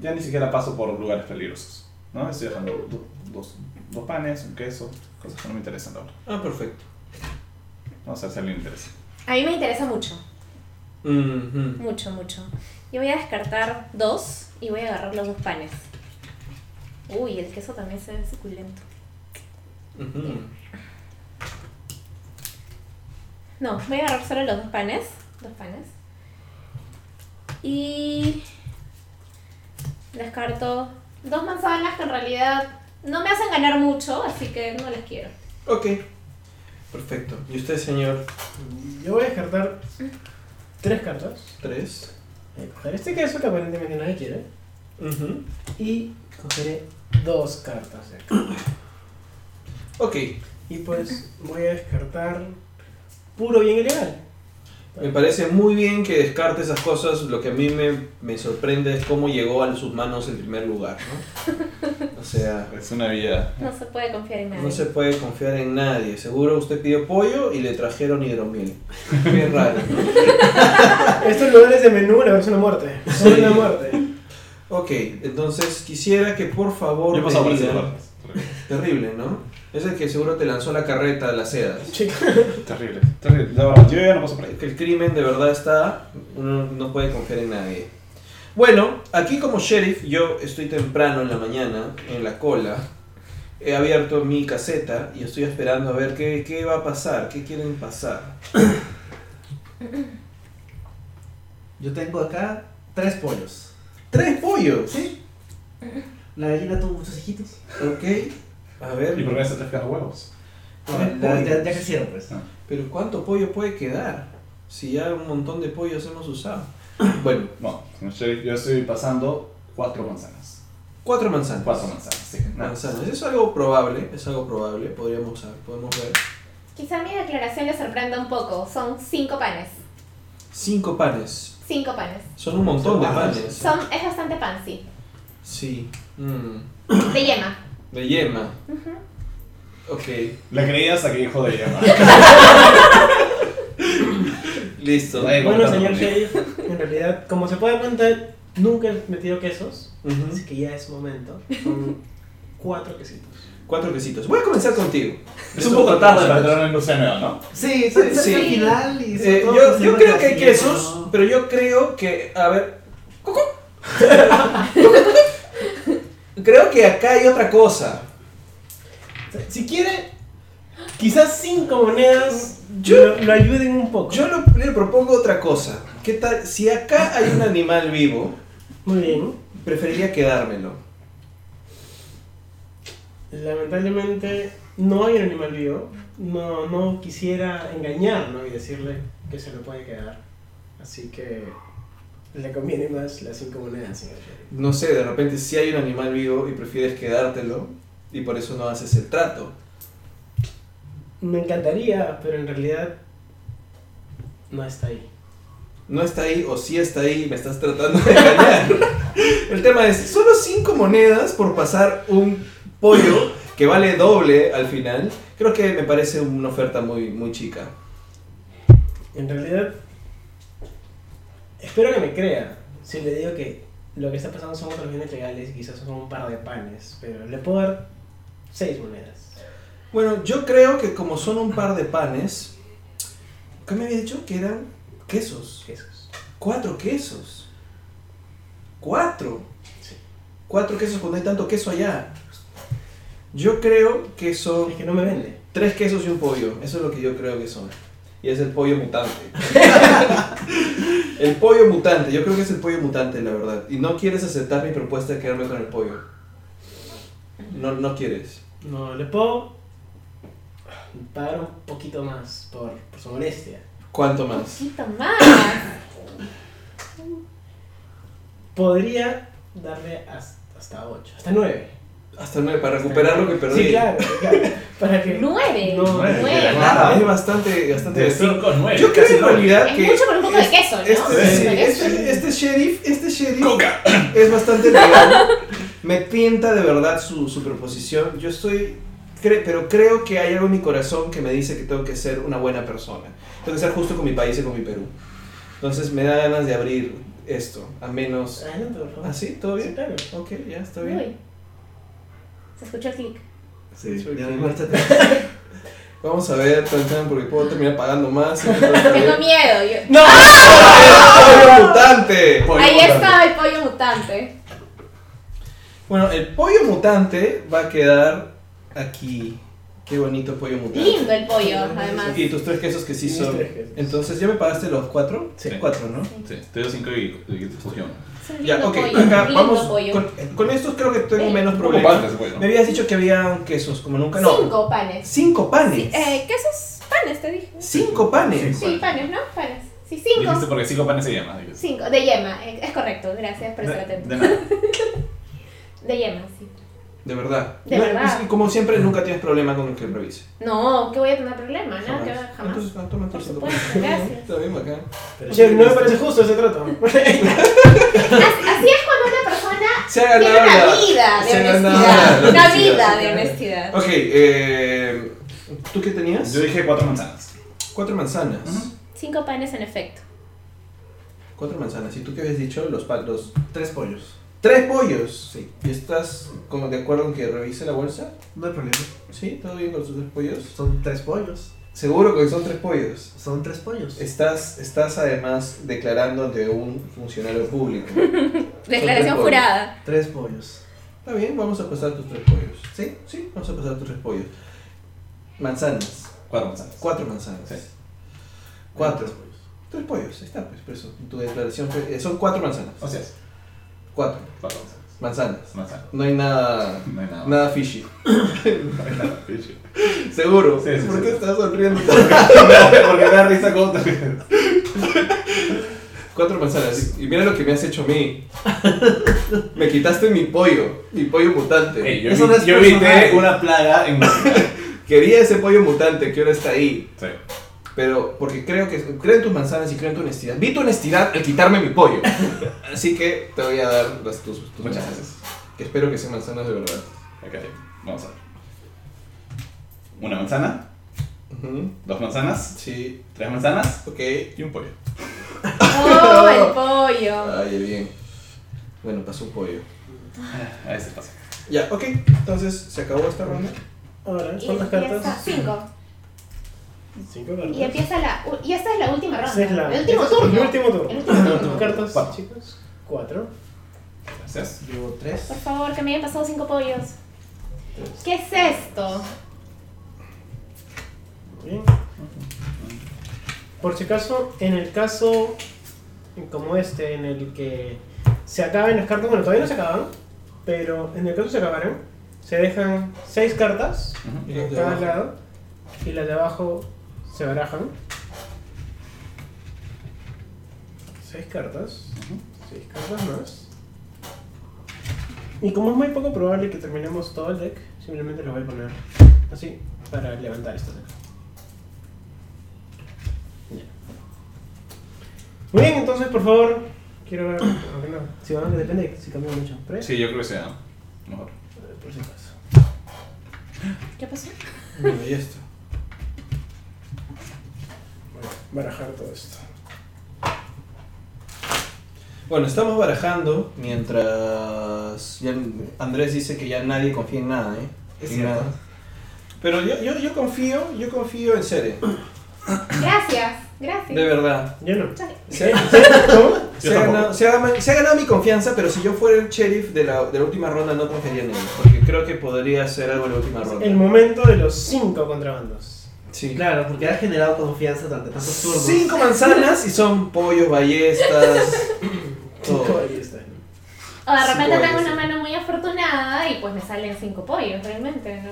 ya ni siquiera paso por lugares peligrosos. ¿no? Estoy dejando do- dos, dos panes, un queso, cosas que no me interesan ahora. Ah, perfecto. Vamos a ver si a alguien le interesa. A mí me interesa mucho, Ujú. mucho, mucho. Yo voy a descartar dos y voy a agarrar los dos panes. Uy, el queso también se ve suculento. Ujú. No, voy a agarrar solo los dos panes. Dos panes. Y. Descarto dos manzanas que en realidad no me hacen ganar mucho, así que no las quiero. Ok. Perfecto. ¿Y usted, señor? Yo voy a descartar tres cartas. Tres. Voy a coger este queso que aparentemente nadie quiere. Ujú. Y cogeré dos cartas de acá. Ok. Y pues voy a descartar puro bien ilegal. Me parece muy bien que descarte esas cosas. Lo que a mí me, me sorprende es cómo llegó a sus manos el primer lugar, ¿no? O sea, Es una vida. No se puede confiar en nadie. no se puede confiar en nadie. Seguro usted pidió pollo y le trajeron hidromiel. Qué raro, ¿no? Estos lugares de menú, la versión a muerte. Son una muerte. Ok, entonces quisiera que por favor. Yo he pasado por me ese digan- lugar. Terrible, ¿no? Es el que seguro te lanzó la carreta de las sedas. Chica. Terrible, terrible. La verdad, yo ya no paso por ahí. Pues, que el crimen de verdad está, uno no puede confiar en nadie. Bueno, aquí como sheriff, yo estoy temprano en la mañana, en la cola. He abierto mi caseta y estoy esperando a ver qué, qué va a pasar, qué quieren pasar. Yo tengo acá tres pollos. ¡Tres pollos! La gallina tuvo muchos hijitos. Ok, a ¿Y por ver. qué hace tres cajas de huevos? Tres La- pollos. ya, ya crecieron, pues. Pero ¿cuánto pollo puede quedar? Si ya un montón de pollos hemos usado. Bueno, No, señor sheriff, yo estoy pasando cuatro manzanas. cuatro manzanas. Cuatro manzanas, sí. nada. Manzanas. Es algo probable, es algo probable, podríamos, podemos ver. Quizá mi declaración le sorprenda un poco. Son cinco panes. Cinco panes. Cinco panes. Son un montón de Son panes. Son, es bastante pan, sí. Sí. Mm. De yema. De yema. Ok. Le creí hasta que dijo de llama. Listo. Ahí va. Bueno, Contando señor conmigo. Sheriff, en realidad, como se puede dar cuenta, nunca he metido quesos. Así Ujú. que ya es momento. Son cuatro quesitos. Cuatro quesitos. Voy a comenzar contigo. Es un poco tarde para entrar en Lucia Nueva, ¿no? Sí, sí, Sí. sí. Al final y sobre Eh, todo yo se yo ve creo que hay así, quesos, ¿no? pero yo creo que. A ver. ¡Cucú! creo que acá hay otra cosa. O sea, Si quiere, quizás cinco monedas Yo- lo, lo ayuden un poco. Yo lo- le propongo otra cosa. ¿Qué tal? Si acá hay un animal vivo, Muy bien. preferiría quedármelo. Lamentablemente, no hay un animal vivo. No, no quisiera engañarlo y decirle que se lo puede quedar. Así que le conviene más las cinco monedas, señor Sheriff. No sé, de repente si hay un animal vivo y prefieres quedártelo y por eso no haces el trato. Me encantaría, pero en realidad no está ahí. no está ahí o sí está ahí y me estás tratando de engañar. El tema es, solo 5 monedas por pasar un pollo que vale doble al final. Creo que me parece una oferta muy, muy chica. En realidad, espero que me crea si le digo que lo que está pasando son otros bienes legales y quizás son un par de panes, pero le puedo dar seis monedas. Bueno, yo creo que como son un par de panes, ¿qué me había dicho? Que eran quesos. Quesos. Cuatro quesos. Cuatro. Sí. Cuatro quesos cuando hay tanto queso allá. Yo creo que son Es que no me vende. tres quesos y un pollo. Eso es lo que yo creo que son. Y es el pollo mutante. el pollo mutante. Yo creo que es el pollo mutante, la verdad. Y no quieres aceptar mi propuesta de quedarme con el pollo. No, no quieres. No, le puedo pagar un poquito más por, por su molestia. ¿Cuánto Un más? poquito más. Podría darle hasta, hasta 8, hasta 9. Hasta nueve, para recuperar lo que perdí. Sí, claro, claro. Para Eh, que. Nueve. No, nueve, Nueve. claro. Nada. Ah, Es bastante, bastante De bestia. 5 a 9. Yo creo en realidad Es que mucho por un poco de queso, ¿no? este, Sí, sí, Por eso. este- este sheriff, este sheriff es bastante legal. Me tienta de verdad su, su proposición. Yo estoy, cre- pero creo que hay algo en mi corazón que me dice que tengo que ser una buena persona. Tengo que ser justo con mi país y con mi Perú. Entonces me da ganas de abrir esto, a menos. Adelante, por favor. ¿Ah, sí? ¿Todo Sí, bien? claro. Ok, ya, está bien. Uy. Se escuchó el clic. Sí, Soy ya feliz. márchate. Vamos a ver, tan, tan, porque puedo terminar pagando más. Tengo miedo. yo- ¡No! ¡Pollo mutante! Ahí está el pollo mutante. Bueno, el pollo mutante va a quedar aquí. Qué bonito pollo mutante. Lindo el pollo, además. Y tus tres quesos que sí Mis son. tres quesos. Entonces, ¿ya me pagaste los cuatro? Sí. Cuatro, ¿no? Sí, te doy 5 y, y te fusión. Es un Ya, lindo ok. pollo. Acá lindo vamos. pollo. Con, con estos creo que tengo Sí. menos Como problemas. partes, pues, ¿no? Me habías dicho que habían quesos, como nunca. No. Cinco panes. Cinco panes. Eh, ¿Qué esos panes te dije? Cinco panes. Sí, panes, ¿no? Panes. Sí, Dijiste cinco. porque 5 panes se llama. digo. Cinco, de yema, eh, es correcto, gracias por estar atento. de nada. De yema, sí. De verdad. De No, verdad. y como siempre, nunca tienes problema con el que revise. No, que voy a tener problema, ¿no? Que jamás. Entonces, ah, toma tus Por cinco supuesto, panes. gracias. Está bien bacán. Pero che, no me parece justo ese trato. Así, así es cuando una persona Se ha tiene ganado una la- vida de se ha ganado honestidad. la- la Una honestidad. vida de honestidad. Ok, eh, ¿tú qué tenías? Yo dije 4 manzanas. Cuatro manzanas. Ujú. Cinco panes en efecto. Cuatro manzanas. ¿Y tú qué habías dicho? Los, pa- los Tres pollos. tres pollos. Sí. ¿Y estás como de acuerdo en que revise la bolsa? No hay problema. ¿Sí? ¿Todo bien con sus tres pollos? Son tres pollos. Seguro que son tres pollos. Son tres pollos. Estás, estás además declarando ante un funcionario público. Declaración pollos. jurada. Tres pollos. Está bien, vamos a pasar tus tres pollos. ¿Sí? Sí, vamos a pasar tus tres pollos. Manzanas. 4 manzanas. Cuatro manzanas. Sí. Cuatro. Tres pollos, ahí está, pues, por eso. Tu declaración fue- eh, son cuatro manzanas. O sea, Cuatro 4 manzanas. manzanas. Manzanas. No hay nada. No hay nada. más. Nada fishy. No hay nada. bicho. Seguro. Sí, sí, ¿Por sí. qué estás sonriendo? Porque me da risa cómo te Cuatro manzanas. Y mira lo que me has hecho a mí. Me quitaste mi pollo, mi pollo mutante. Ey, yo Eso no vi- es yo evité personal. una plaga en Quería ese pollo mutante que ahora está ahí. Sí. Pero porque creo que creo en tus manzanas y creo en tu honestidad. Vi tu honestidad al quitarme mi pollo. Así que te voy a dar las tus, tus Muchas manzanas. gracias. Que espero que sean manzanas de verdad. Ok, vamos a ver. Una manzana, Ujú. dos manzanas, Sí, tres manzanas ok. y un pollo. Oh, el pollo. Ay, bien. Bueno, pasó un pollo. A veces pasa. Ya, ok. Entonces, ¿se acabó esta ronda? Ahora, Y ¿cuántas empieza cartas? cinco. Cinco Y cartas. empieza la. u- Y esta es la última ronda. Esa es la- el último ese es turno. El último turno. El último turno. ¿Cuántas cartas, Cuatro. chicos? Cuatro. Gracias. Llevo tres. Por favor, que me hayan pasado cinco pollos. ¿Qué es esto? Bien. Por si acaso, en el caso como este, en el que se acaben las cartas, bueno, todavía no se acaban, pero en el caso se acabaron, se dejan seis cartas Ujú. de cada lado y las de abajo se barajan. Seis cartas, Ujú. seis cartas más. Y como es muy poco probable que terminemos todo el deck, simplemente los voy a poner así para levantar estas de acá. Ya. Muy bien, entonces por favor, quiero ver. aunque no, si van, depende si cambia mucho. Pero Sí, yo creo que sea mejor. por si acaso. ¿Qué pasó? Bueno, y esto. Bueno, barajar todo esto. Bueno, estamos barajando mientras ya Andrés dice que ya nadie confía en nada, ¿eh? Es En cierto. nada. Pero yo, yo, yo confío, yo confío en Sere, Gracias, gracias. de verdad. Yo no. Muchas- Sere, ¿Cómo? Yo Yo se, ha tampoco. ganado, se ha gama- se ha ganado mi confianza, pero si yo fuera el sheriff de la, de la última ronda no confiaría en él, porque creo que podría hacer algo en la última El ronda. momento de los cinco contrabandos. Sí. Claro, porque has generado confianza durante tantos turnos. Cinco manzanas y son pollos, ballestas. todo. Cinco ahí está. O de repente Cinco tengo pollos. una mano muy afortunada y pues me salen cinco pollos realmente, ¿no?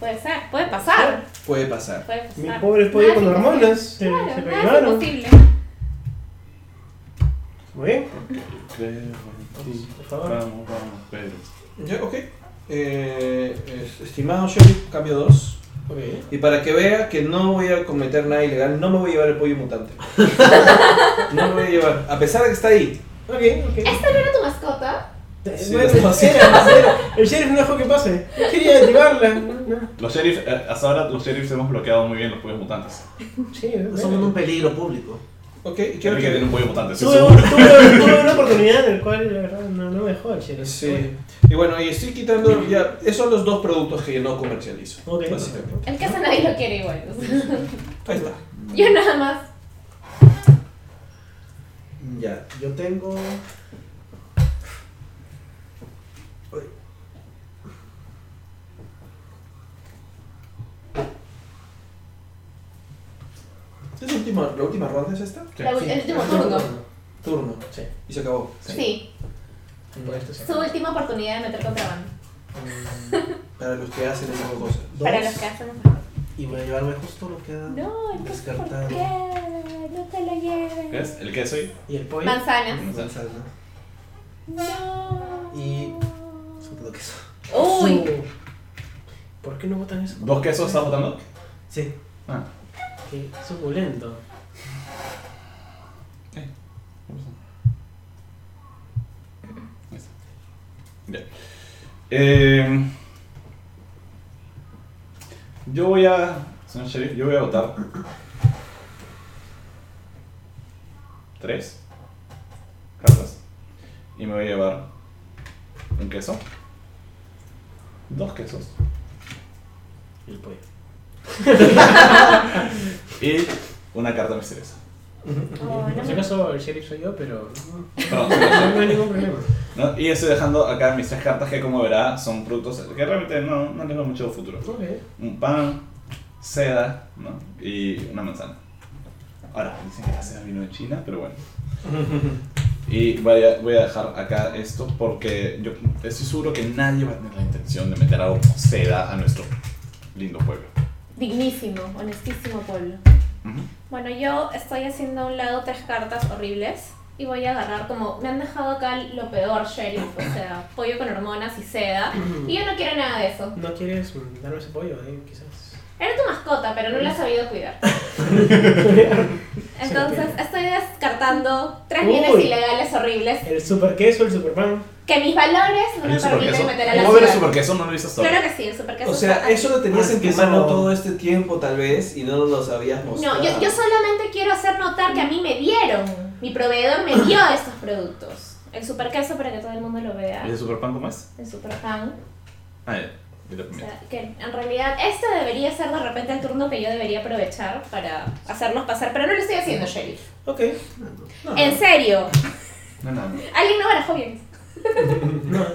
Puede ser, puede pasar. Puede pasar. Puede pasar. Mi pobre pollo con Nada es hormonas. Se, imposible. se Claro, nada es pegaron. imposible. Muy bien. Creo en ti. Por favor. Vamos, vamos, Pedro. Ya, ok. Eh, es- estimado sheriff, cambio 2. Y para que vea que no voy a cometer nada ilegal, no me voy a llevar el pollo mutante. No me voy a llevar, a pesar de que está ahí. Ok, ok. ¿Esta no era tu mascota? Sí, Bueno, lo pasé. era- el sheriff no dejó que pase. Quería llevarla. No, Los sheriffs, eh, hasta ahora los sheriffs hemos bloqueado muy bien los pollos mutantes. sí, No bueno. Somos Pues un peligro público. Ok, y quiero Quiero que tiene que... un pollo mutante, sí, Tuve, seguro. tuve- tuve una oportunidad en la cual la verdad no, no me dejó el sheriff. Sí. Y bueno, y estoy quitando ya... Esos son los dos productos que yo no comercializo. Ok. básicamente. El caso nadie lo quiere igual. o sea. Ahí está. Yo nada más. Mm, Ya, yo tengo. Uy. ¿Esta es la última, la última ronda es esta? La ul- el último turno. Turno. Sí. Y se acabó. Sí. Por esto sí. Su última oportunidad de meter contrabando. Para los que hacen esas cosas. Dos, Para los que hacen. Y voy a llevarme justo lo que da. No, entonces, ¿por Descartado. qué? No te lo lleves. ¿Qué es? ¿El qué soy? Y el pollo. Manzanas. Manzana. No. Y- Sobre todo queso. Uy. ¿Por qué no botan eso? ¿Dos quesos estás votando? Sí. Ah. Qué suculento. Ya. Eh, yo voy a. Señor Sheriff, yo voy a votar. Tres cartas. Y me voy a llevar un queso. Dos quesos. Y el pollo. Y una carta misteriosa. Oh, no Por si me- acaso el sheriff soy yo, pero no, Perdón, señor Sheriff. no hay ningún problema. ¿no? Y estoy dejando acá mis tres cartas que como verá son productos que realmente no, no les veo mucho futuro. Ok. un pan, seda ¿no? y una manzana. Ahora, dicen que la seda vino de China, pero bueno. Y voy a, voy a dejar acá esto porque yo estoy seguro que nadie va a tener la intención de meter algo como seda a nuestro lindo pueblo. Dignísimo, honestísimo pueblo. Ujú. Bueno, yo estoy haciendo a un lado tres cartas horribles y voy a agarrar como me han dejado acá lo peor, sheriff, o sea, pollo con hormonas y seda. Y yo no quiero nada de eso. ¿No quieres mm, darme ese pollo, eh? Quizás. Era tu mascota, pero no la has sabido cuidar. Entonces, estoy descartando tres bienes Uy. ilegales horribles ¿El super queso, el super pan? que mis valores no Hay me un permiten superqueso. meter a la ¿Cómo ver el ciudad. superqueso? No lo he visto hasta Claro ahora. que sí, el superqueso. O está- sea, eso lo tenías Ah, en es tu que mano eso- todo este tiempo tal vez y no nos habías mostrado. No, yo, yo solamente quiero hacer notar que a mí me dieron. Mi proveedor me dio estos productos. El superqueso para que todo el mundo lo vea. ¿Y el super pan cómo es? El superfan. Ah, ya. Y la O pimienta. sea, que en realidad este debería ser de repente el turno que yo debería aprovechar para hacernos pasar, pero no lo estoy haciendo, Sheriff. Ok. Ah, No, En serio, No, no, no. alguien no barajó bien. No,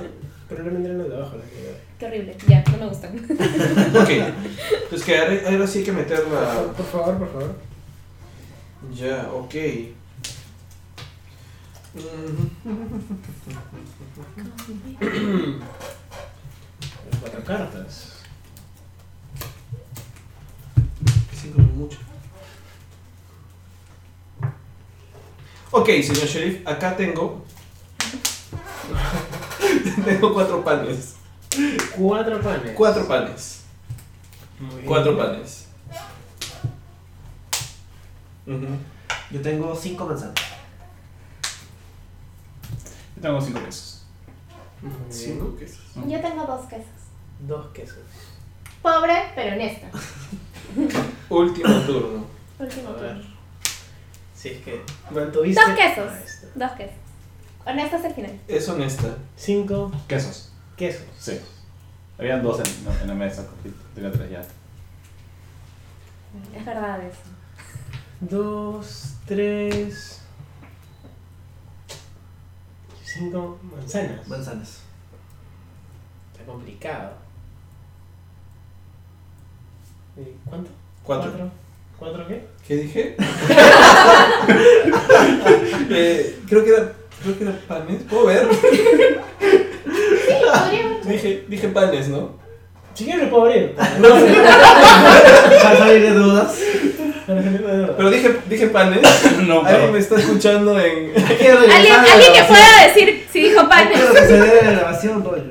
probablemente era lo de abajo la que Qué horrible, ya, no me gustan. Ok. Entonces que ahora, ahora sí hay que meter la... Por favor, por favor. Ya, ok. Mm, Cuatro cartas. Cinco es mucho. Ok, señor sheriff, acá tengo... tengo cuatro panes. Cuatro panes. Cuatro panes. Muy bien. Cuatro panes. Yo tengo cinco manzanas. Yo tengo cinco quesos. Muy bien. Cinco quesos. Yo tengo dos quesos. Dos quesos. Pobre, pero honesta. Último turno. Último A ver. turno. Si es que mantuviste. Dos quesos. Ah, esto. Dos quesos. Honesta es el final. Es honesta. Cinco Quesos. quesos. Sí. Habían dos en, no, en la mesa. Tenía tres ya. Es verdad eso. Dos, tres. Cinco manzanas. Manzanas. Está complicado. ¿Y ¿Cuánto? Cuatro. ¿Cuatro, ¿Cuatro qué? ¿Qué dije? Eh, creo que era. Creo que era panes. ¿Puedo ver? podríamos- Dije, dije panes, ¿no? Si quieres lo puedo abrir. para- Para salir de dudas. para salir de duda. Pero dije, dije panes. No, Alguien pero. me está escuchando en. Alguien, alguien que pueda decir si dijo panes. Creo que se debe la grabación, rollo.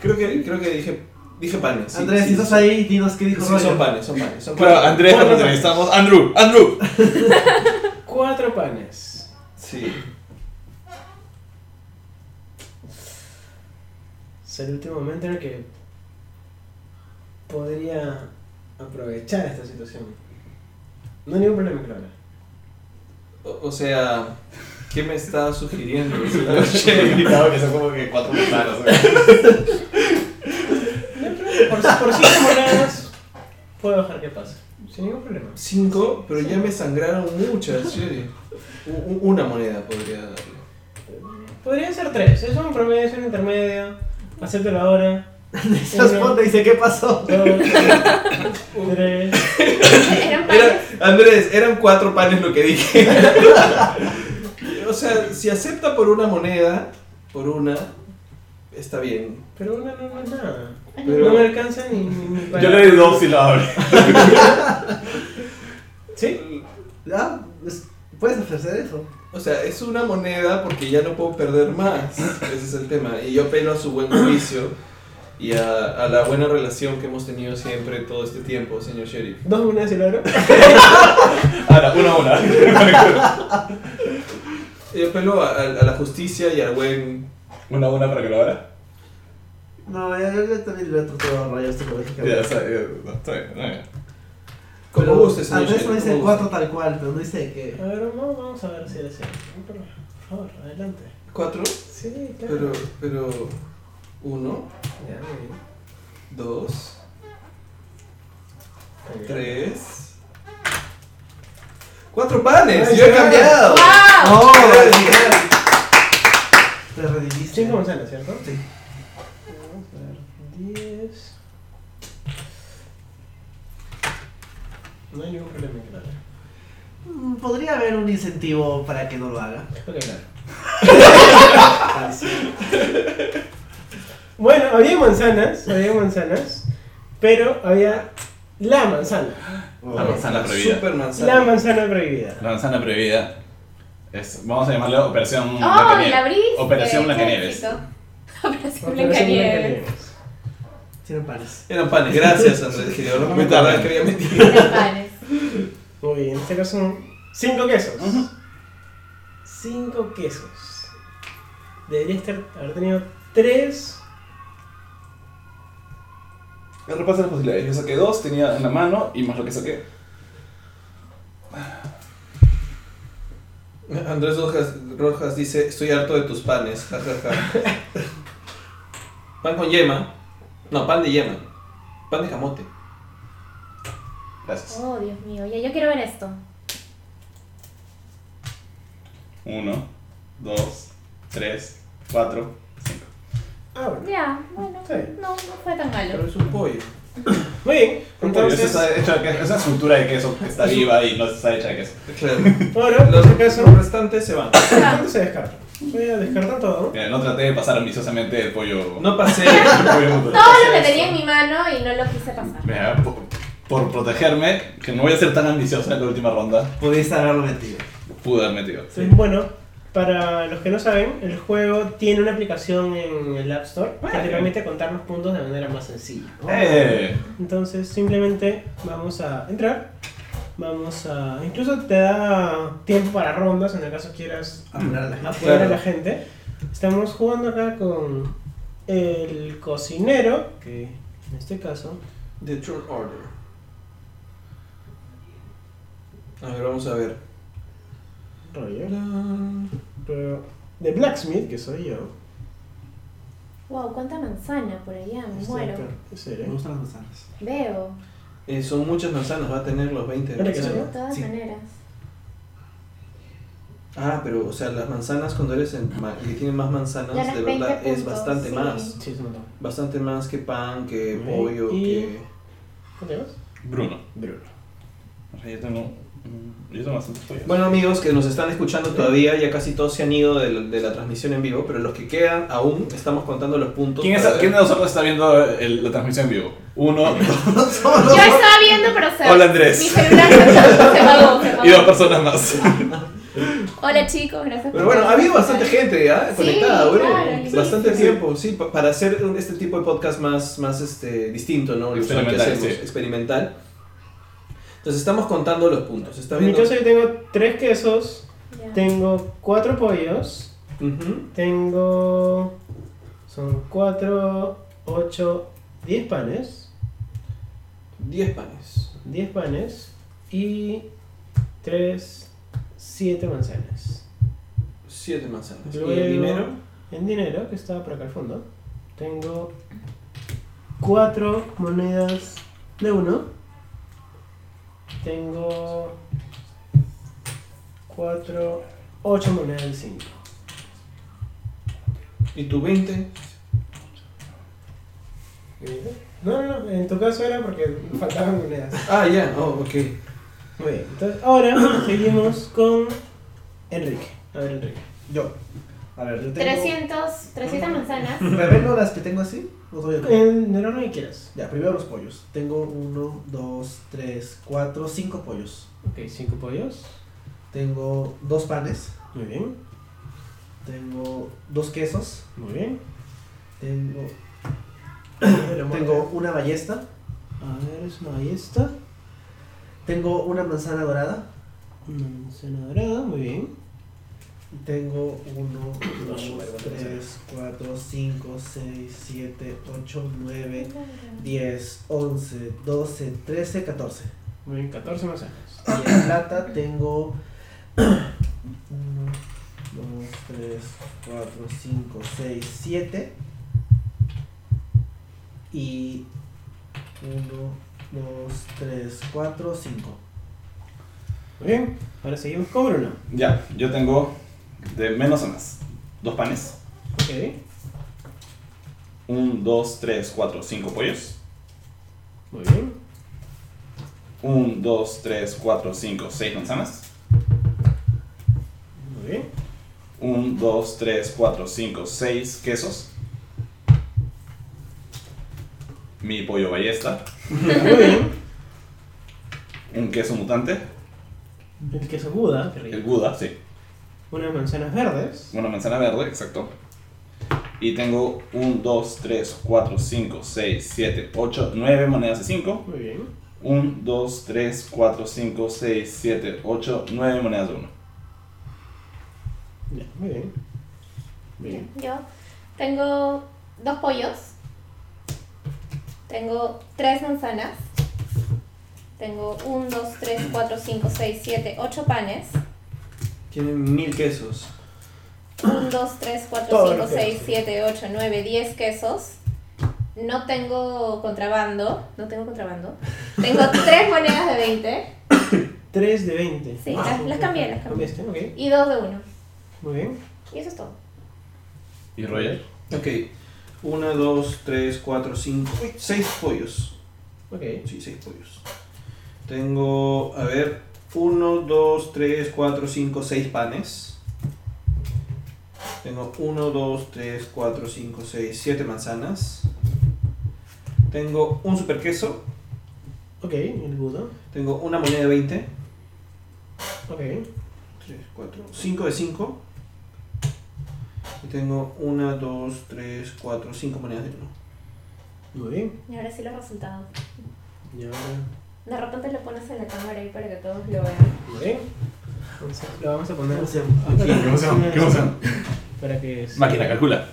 Creo que, creo que dije. Dije panes. sí, Andrés, sí, si estás sí. ahí, dinos qué dijo Sí, rollo. son panes, son panes. Son Claro, panes. Andrés, lo entrevistamos. Andrew, Andrew. Cuatro panes. Sí. Es el último momento en el que podría aprovechar esta situación. No hay ningún problema, Clara. O, o sea, ¿qué me está sugiriendo? Claro que son como que cuatro manzanas. Por, por cinco monedas puedo dejar que pase. Sin ningún problema. Cinco, pero ya me sangraron muchas, sí. U- u- Una moneda podría darle. Podrían ser tres. Es un promedio, es una intermedia. Acéptalo ahora. Se responde y dice, ¿qué pasó? Dos, tres. Eran Era- panes. Andrés, eran cuatro panes lo que dije. o sea, si acepta por una moneda, por una, está bien. Pero una no, no es nada. Pero- No me alcanza ni, ni, ni para. Yo le doy dos si lo abro. ¿Sí? Ah, es- puedes ofrecer eso. O sea, es una moneda porque ya no puedo perder más. Ese es el tema. Y yo apelo a su buen juicio y a, a la buena relación que hemos tenido siempre todo este tiempo, señor sheriff. Dos monedas y lo abro. Ahora, una a una. Yo apelo a, a- a la justicia y al buen... Una a una para que lo abra. No, yo, yo- yo también lo he tratado rollo Ya, psicológicamente. está bien. Está bien, está bien. Como Pero guste, señor Andrés sheriff. no dice como guste. cuatro tal cual, pero no dice A que. ver, vamos, vamos a ver si era cierto. Por favor, adelante. ¿Cuatro? Sí, claro. Pero, pero... Uno, Ya, muy bien. dos, Muy bien. tres... ¡Cuatro panes! Ay, ¡Yo he ya. cambiado! ¡Wow! ¡Oh! Era- Te redimiste. Cinco manzanas, ¿cierto? Sí. Vamos a ver. Diez. No hay ningún problema, claro. Mm, Podría haber un incentivo para que no lo haga. Ok, claro. Bueno, había manzanas, había manzanas, pero había la manzana, La manzana prohibida. super manzana. la manzana prohibida. La manzana prohibida. Es- vamos a llamarle Operación ¡Oh! Blancanieves. La brisa. Operación Blancanieves. Operación Operación Blancanieves. Blancanieves. Tienen panes. Eran panes, gracias Andrés, que no me Muy tarde. acordaba, quería mentir. Eran panes. Muy bien, en este caso son cinco quesos. Cinco quesos. Debería estar, haber tenido tres. Yo repaso las posibilidades. Yo saqué dos, tenía en la mano y más lo que saqué. Andrés Rojas, Rojas dice, estoy harto de tus panes, jajaja. pan con yema. No, pan de yema. Pan de camote. Gracias. Oh, Dios mío. Ya, yo quiero ver esto. Uno, dos, tres, cuatro, cinco. Ah, bueno. Ya, bueno. Está bien. No, no fue tan Pero malo. es un pollo. Muy bien, Entonces, entonces, está hecho de queso, es una estructura de queso que está viva y no está hecha de queso. Claro. ahora, en Los este caso, los restantes se van. ¿cuánto se descarta? Voy a descartar todo. Mira, no traté de pasar ambiciosamente el pollo. No pasé. el pollo mundo. Todo lo que tenía en mi mano y no lo quise pasar. Mira, por, por protegerme, que no voy a ser tan ambicioso en la última ronda, Pudiste haberlo metido. pude haber metido. Entonces, Bueno, para los que no saben, el juego tiene una aplicación en el App Store que te Ah, permite contar los puntos de manera más sencilla. ¡Eh! Entonces, simplemente vamos a entrar. Vamos a. Incluso te da tiempo para rondas en el caso quieras Apurar a la gente. apoyar Ah. a Claro. la gente. Estamos jugando acá con el cocinero, que en este caso The turn order. A ver, vamos a ver. Roger, pero de Blacksmith, que soy yo. Wow, cuánta manzana por allá. Me Este Ah, muero. actor, ¿qué será? Me gustan las manzanas. Veo. Eh, son muchas manzanas, va a tener los 20. Mira que De son- todas Sí. maneras. Ah, pero, o sea, las manzanas cuando eres en ma- que tienen más manzanas, Ganas de verdad 20 es puntos, bastante sí. más. Sí, es un montón. Bastante más que pan, que Ok, pollo, y- que. ¿Cómo te llamas? Bruno. Bruno. O sea, yo tengo. mm, Yo tengo bastante historias. Bueno amigos que nos están escuchando todavía, ya casi todos se han ido de, la- de la transmisión en vivo, pero los que quedan aún estamos contando los puntos. ¿Quién, es- para ver. quién de nosotros está viendo el- la transmisión en vivo? Uno Yo estaba viendo, pero se. Hola, Andrés. Mi celular se, se apagó. se apagó. y dos personas más. Hola chicos, gracias por Pero bueno, ha habido bastante gente ¿ah? Sí, conectada, bueno, claro, sí, bastante sí, sí. tiempo, sí, pa- para hacer un- este tipo de podcast más, más este, distinto, ¿no? El usual que Experimental, hacemos, sí. experimental. Entonces estamos contando los puntos, ¿está En mi viendo? caso yo tengo tres quesos, Ya. tengo cuatro pollos, Ujú. tengo... Son cuatro, ocho, diez panes. 10 panes. Diez panes y tres, siete manzanas. 7 manzanas. Luego- ¿Y el dinero? En dinero, que estaba por acá al fondo, tengo cuatro monedas de uno. Tengo cuatro, ocho monedas de cinco. ¿Y tu 20? No, no, no, en tu caso era porque faltaban monedas. Ah, ya, oh, ok. Muy bien, entonces ahora seguimos con Enrique. A ver, Enrique. Yo. A ver, yo tengo. 300, 300 manzanas. ¿Revelo las que tengo así? ¿O todavía no? En el orden que quieras. Ya, primero los pollos. Tengo uno, dos, tres, cuatro, cinco pollos. Ok, cinco pollos. Tengo dos panes. Muy bien, Tengo dos quesos. muy bien. Tengo. Tengo una ballesta. A ver, es una ballesta. Tengo una manzana dorada. Una manzana dorada, muy bien. Tengo uno, No, dos, vale, vale, tres, cuatro, cinco, seis, siete, ocho, nueve, diez, once, doce, trece, catorce. Muy bien, 14 manzanas. Y en plata tengo mm, 1, 2, 3, 4, 5, 6, 7. Y 1, 2, 3, 4, 5. Muy bien, ahora seguimos con Bruno. Ya, yo tengo de menos a más. Dos panes. Ok, Un, dos, tres, cuatro, cinco pollos. muy bien. Un, dos, tres, cuatro, cinco, seis manzanas. Muy bien, Un, dos, tres, cuatro, cinco, seis quesos. Mi pollo ballesta. muy bien. Un queso mutante. El queso Buda, qué El rico. Buda, sí. Unas manzanas verdes. Una manzana verde, exacto. Y tengo 1, 2, 3, 4, 5, 6, 7, 8, 9 monedas de 5. Muy bien, 1, 2, 3, 4, 5, 6, 7, 8, 9 monedas de 1. ya, muy bien. Muy bien. Yo tengo dos pollos. Tengo tres manzanas. Tengo 1, 2, 3, 4, 5, 6, 7, 8 panes. Tienen mil quesos. 1, 2, 3, 4, Todo 5, lo que 6, es. 7, 8, 9, 10 quesos. No tengo contrabando. No tengo contrabando. Tengo tres monedas de 20 3 de 20. Sí, las- las cambié, las cambié. Cambiaste, ok. y dos de uno. Muy bien. Y eso es todo. ¿Y Roger? Ok. 1, 2, 3, 4, 5, 6 pollos. Ok. Sí, 6 pollos. Tengo, a ver, 1, 2, 3, 4, 5, 6 panes. Tengo 1, 2, 3, 4, 5, 6, 7 manzanas. Tengo un super queso. Ok, el Buda. Tengo una moneda de 20. Ok. 3, 4, 5 de 5. Y tengo 1, 2, 3, 4, 5 monedas de 1. Muy bien. Y ahora sí los resultados. Y ahora. De repente lo pones en la cámara ahí para que todos lo vean. Muy bien. Entonces, lo vamos a poner. ¿Cómo se llama? aquí. ¿Qué emoción? ¿Qué emoción? Para que. se- Máquina, calcula.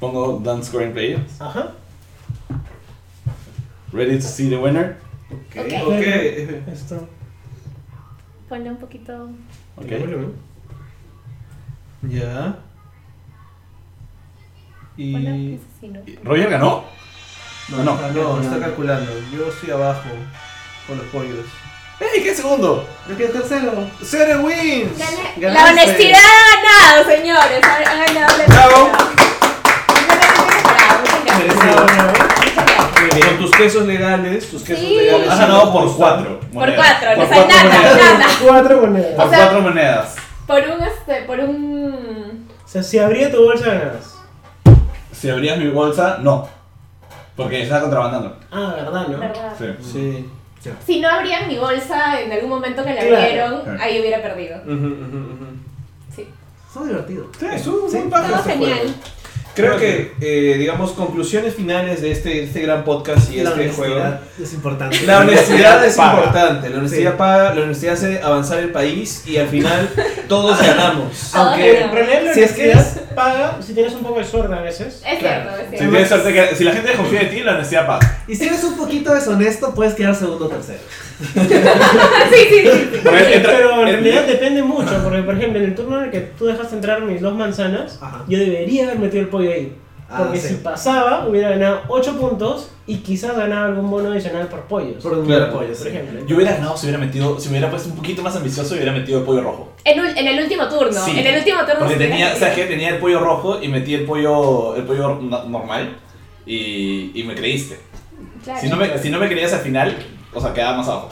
Pongo Dance Scoring Player. Ajá. Ready to see the winner. Ok. Ok, eh, Esto. Ponle un poquito. Tengo Ok. volumen. ya. Y. Ponle un poquito así, ¿no? ¿Y ¿Roger ganó? No, No, no, está calculando. Yo estoy abajo con los pollos. ¡Ey, qué segundo! Yo quedé tercero. ¡Cere Wins! Gané. La Ganaste. honestidad ha ganado, señores. Ha ha ganado la Bravo. honestidad. Muchas gracias. Merecido. Muchas gracias. Con tus quesos legales, tus quesos Sí. legales. Has ganado Ah, por cuatro. Por monedas. cuatro, Por no hay cuatro nada, monedas. nada. Cuatro monedas. Por O sea- cuatro monedas. Por un este, por un. O sea, si abría tu bolsa ganabas. Si abrías mi bolsa, no. Porque estaba contrabandando. Ah, verdad, ¿no? ¿verdad? Sí. Sí. Si no abrían mi bolsa en algún momento que la Claro. abrieron, Claro. ahí hubiera perdido. Ujú, ujú, ujú. Sí. Estuvo divertido. Sí, estuvo Sí. muy paja Todo este genial. juego. Creo que, eh, digamos, conclusiones finales de este, este gran podcast y la este juego. honestidad es importante. La honestidad es Paga. importante, la honestidad paga, la honestidad hace avanzar el país y al final todos ganamos. Todos Aunque ganamos. En realidad la Si es que honestidad paga si tienes un poco de suerte a veces. Es cierto, es Claro. Si, cierto. tienes suerte que- si la gente confía en ti, la honestidad paga. Y si eres un poquito deshonesto, puedes quedar segundo o tercero. sí, sí, sí. Porque entra- pero en en- realidad depende mucho, porque por ejemplo en el turno en el que tú dejaste entrar mis dos manzanas, Ajá. yo debería haber metido el pollo ahí. Ah, Porque sí. si pasaba, hubiera ganado 8 puntos y quizás ganaba algún bono adicional por pollos. Por un Claro. apoyo, por sí. ejemplo. Yo hubiera ganado si hubiera metido, si me hubiera puesto un poquito más ambicioso y hubiera metido el pollo rojo. En, ul- en el último turno. Sí. En el último turno. Porque sí hubiera tenía, perdido. ¿sabes qué? Tenía el pollo rojo y metí el pollo, el pollo no- normal y, y me creíste. Claro. Si no me, si no me creías al final, o sea, quedaba más abajo.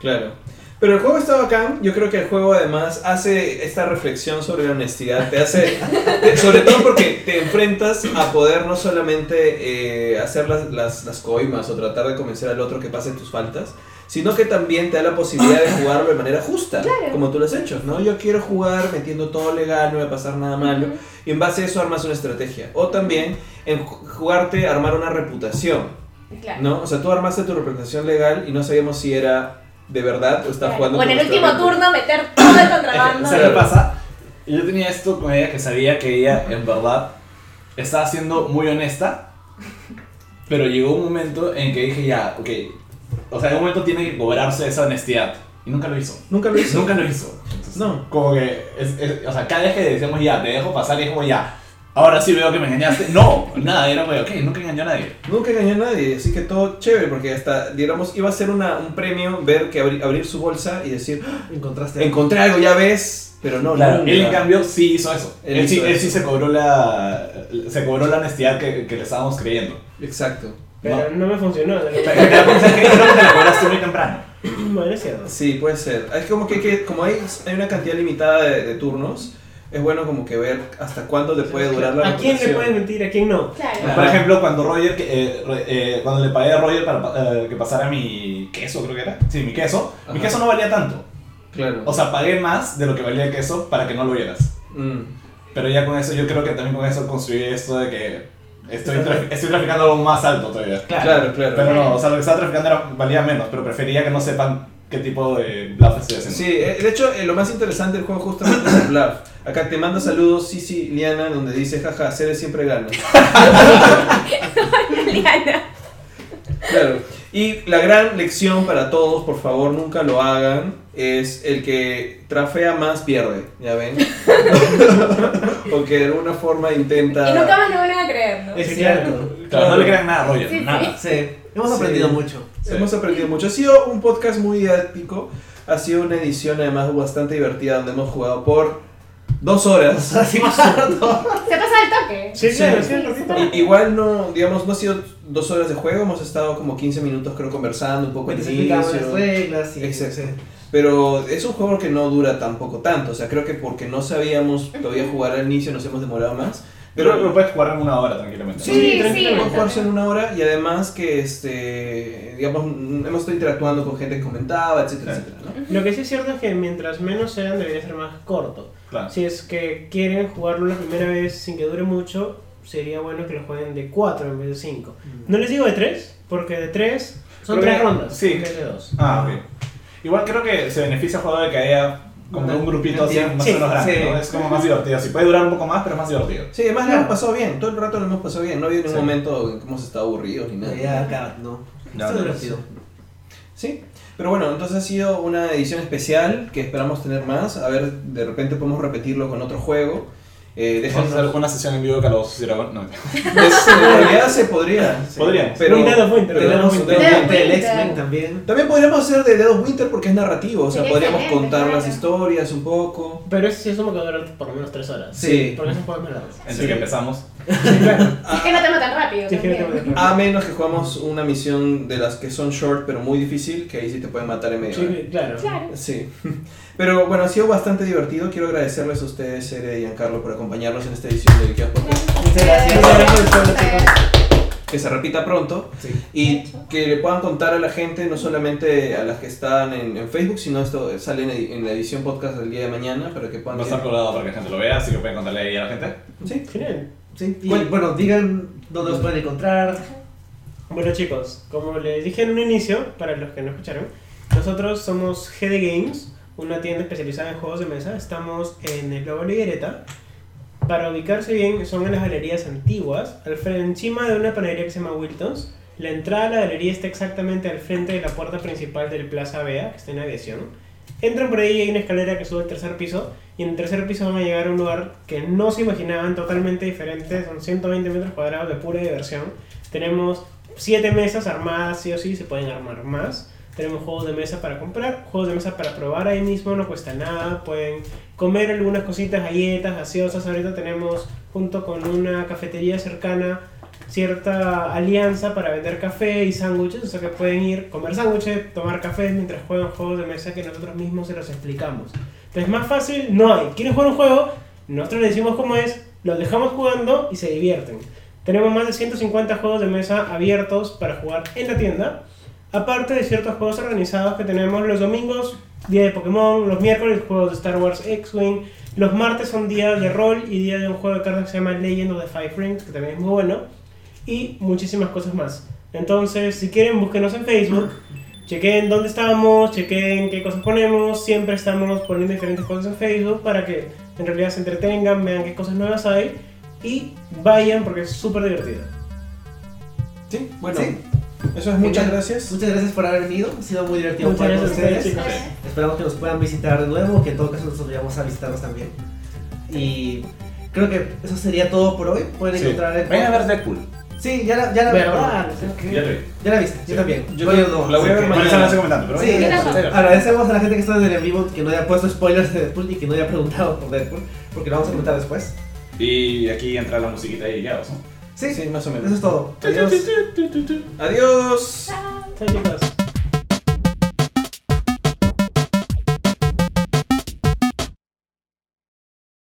Claro. Pero el juego está bacán, yo creo que el juego además hace esta reflexión sobre la honestidad, te hace, te- sobre todo porque te enfrentas a poder no solamente eh, hacer las, las, las coimas o tratar de convencer al otro que pasen tus faltas, sino que también te da la posibilidad de jugarlo de manera justa, Claro. como tú lo has hecho, ¿no? Yo quiero jugar metiendo todo legal, no voy a pasar nada malo, y en base a eso armas una estrategia, o también en ju- jugarte armar una reputación, Claro. ¿No? O sea, tú armaste tu representación legal y no sabíamos si era de verdad o estás Claro. jugando O en con el nuestra último mente. turno meter todo el O contrabando. sea, ¿qué Claro. pasa? Yo tenía esto con ella que sabía que ella en verdad estaba siendo muy honesta, pero llegó un momento en que dije ya, ok, o sea, en un momento tiene que cobrarse esa honestidad. Y nunca lo hizo. Nunca lo hizo. Nunca lo hizo. No. Como que, es- es- o sea, cada vez que decíamos ya, te dejo pasar, es como ya, ahora sí veo que me engañaste. No, nada, era como, ok, nunca engañó a nadie. Nunca engañó a nadie, así que todo chévere, porque hasta, digamos, iba a ser una, un premio ver que abri- abrir su bolsa y decir, "Ah, Encontraste. encontré algo, ya ves, pero no, Claro, nunca. él en cambio sí hizo eso. Él Él, sí, hizo él eso. sí se cobró la, se cobró la honestidad que, que le estábamos creyendo. Exacto. Pero no, me funcionó. o sea, Pero la cosa es que creo que te la cobraste muy temprano. bueno, es cierto. Sí, puede ser. Es como que, que- como hay, hay una cantidad limitada de, de turnos, es bueno como que ver hasta cuándo te puede durar la ¿A quién le reputación. pueden mentir? ¿A quién no? Claro. Claro. Por ejemplo, cuando Roger, que, eh, re- eh, cuando le pagué a Roger para pa- eh, que pasara mi queso, creo que era. Sí, mi queso. Mi Ajá. queso no valía tanto. Claro. O sea, pagué más de lo que valía el queso para que no lo vieras. Mm. Pero ya con eso, yo creo que también con eso construí esto de que estoy, tra- estoy traficando algo más alto todavía. Claro, claro. Pero no, o sea, lo que estaba traficando era, valía menos, pero prefería que no sepan qué tipo de bluff estoy haciendo. Sí, eh, de hecho, eh, lo más interesante del juego justamente es el bluff. Acá te mando saludos, Sisi Liana, donde dice, jaja, Cere siempre gana. Liana. Claro. Y la gran lección para todos, por favor, nunca lo hagan, es el que trafea más pierde, ¿ya ven? o que de alguna forma intenta... Y nunca más lo van a creer, ¿no? Es cierto. Claro, no le crean nada a Roger, Sí, sí. nada. Sí, hemos Sí. aprendido mucho. Sí. Hemos aprendido mucho. Ha sido un podcast muy didáctico. Ha sido una edición además bastante divertida donde hemos jugado por dos horas. Así más harto. Se pasa el toque. Sí, Sí. claro, sí, Sí, un ratito. sí, I- Igual no, digamos, no ha sido dos horas de juego, hemos estado como 15 minutos creo conversando un poco al Te explicamos las inicio. reglas y. Exacto. Pero es un juego que no dura tampoco tanto, o sea, creo que porque no sabíamos todavía jugar al inicio nos hemos demorado más. Pero Pero lo puedes jugar en una hora tranquilamente. Sí, ¿no? Sí, sí. podemos jugarse en una hora y además que, este, digamos, mm, hemos estado interactuando con gente que comentaba, etcétera, Sí. etcétera, ¿no? Lo que sí es cierto es que mientras menos sean, debería ser más corto. Claro. Si es que quieren jugarlo la primera vez sin que dure mucho, sería bueno que lo jueguen de 4 en vez de 5. No les digo de 3, porque de 3 son Mm. Creo 3 que- rondas. sí. en vez de 2. Ah, ok. Igual creo que se beneficia al jugador de que haya como Una un grupito así cantidad- más sí, o menos grande, sí. ¿no? Es como más divertido. Si puede durar un poco más, pero es más divertido. Sí, además lo hemos pasado bien, todo el rato lo hemos pasado bien, no ha habido ningún Sí. momento en que hemos estado aburridos ni nada. Ya, acá, no. Esto No, es no, divertido. Sí, pero bueno, entonces ha sido una edición especial que esperamos tener más. A ver, de repente podemos repetirlo con otro juego. Eh, Vamos a hacer déjanos- una sesión en vivo de Calabozos y Dragones. No, mentira. Es- en realidad se podría. sí. Podrían. Pero Muy nada fuente, tenemos- nada fuente. tenemos- Claro. Del X-Men también. También podríamos hacer de Dedos Winter porque es narrativo, o sea, Sería podríamos excelente, contar claro. las historias un poco. Pero eso sí, eso me va a durar por lo menos 3 horas. Sí. Porque esos juegos me largos. Entre que empezamos. Sí, claro. Es que no te matan rápido. Sí, que no también. te voy a dejar. A Ah, menos que jugamos una misión de las que son short pero muy difícil, que ahí sí te pueden matar en medio. Sí, claro. Claro. Sí. Pero bueno, ha sido bastante divertido. Quiero agradecerles a ustedes, Sere y Giancarlo, por acompañarnos en esta edición de Ikea Podcast. Muchas gracias. Muchas gracias por Gracias. todo, chicos. Que se repita pronto Sí. y De hecho. que le puedan contar a la gente, no solamente a las que están en, en Facebook, sino esto sale en, edi- en la edición podcast del día de mañana para que puedan. Va a estar colgado para que la gente lo vea, así que pueden contarle ahí a la gente. Sí. Genial. Sí, y, Bueno. bueno, digan dónde los pueden encontrar. Bueno, chicos, como les dije en un inicio, para los que no escucharon, nosotros somos GD Games, una tienda especializada en juegos de mesa. Estamos en el Globo Liguereta. Para ubicarse bien, son en las galerías antiguas, al frente, encima de una panadería que se llama Wilton's. La entrada a la galería está exactamente al frente de la puerta principal del Plaza Bea, que está en aviación. Entran por ahí y hay una escalera que sube al tercer piso. Y en el tercer piso van a llegar a un lugar que no se imaginaban, totalmente diferente. Son 120 metros cuadrados de pura diversión. Tenemos 7 mesas armadas, sí o sí, se pueden armar más. Tenemos juegos de mesa para comprar, juegos de mesa para probar ahí mismo, no cuesta nada. Pueden comer algunas cositas, galletas, gaseosas. Ahorita tenemos, junto con una cafetería cercana, cierta alianza para vender café y sándwiches, o sea que pueden ir, comer sándwiches, tomar café mientras juegan juegos de mesa que nosotros mismos se los explicamos. Entonces más fácil no hay. ¿Quieren jugar un juego? Nosotros les decimos cómo es, los dejamos jugando y se divierten. Tenemos más de 150 juegos de mesa abiertos para jugar en la tienda, aparte de ciertos juegos organizados que tenemos los domingos, día de Pokémon, los miércoles juegos de Star Wars X-Wing, los martes son días de rol y día de un juego de cartas que se llama Legend of the Five Rings, que también es muy bueno y muchísimas cosas más. Entonces, si quieren, búsquenos en Facebook, chequen dónde estamos, chequen qué cosas ponemos, siempre estamos poniendo diferentes cosas en Facebook para que en realidad se entretengan, vean qué cosas nuevas hay y vayan porque es súper divertido. Sí, bueno. Sí. Eso es muchas Genial. gracias. Muchas gracias por haber venido. Ha sido muy divertido Muchas jugar con gracias a ustedes, ustedes. chicos. Esperamos que nos puedan visitar de nuevo, que en todo caso nosotros vayamos a visitarlos también. Y creo que eso sería todo por hoy. Pueden Sí. encontrar el Vengan a ver Deadpool. Sí, ya la, ya la ¿Verdad? Ya lo vi. Ya la viste, Sí. yo también. Yo Bueno, también. no, La voy a así ver que- mañana. Bueno, la estoy comentando, pero Sí, vayan a ver. sí. Sí, claro. Agradecemos a la gente que está en el en vivo que no haya puesto spoilers de Deadpool y que no haya preguntado por Deadpool, porque lo vamos a comentar después. Y aquí entra la musiquita y ya, ¿no? Sí, Sí, más o menos. eso es todo. Adiós. Adiós. Chao. Chao, chicos.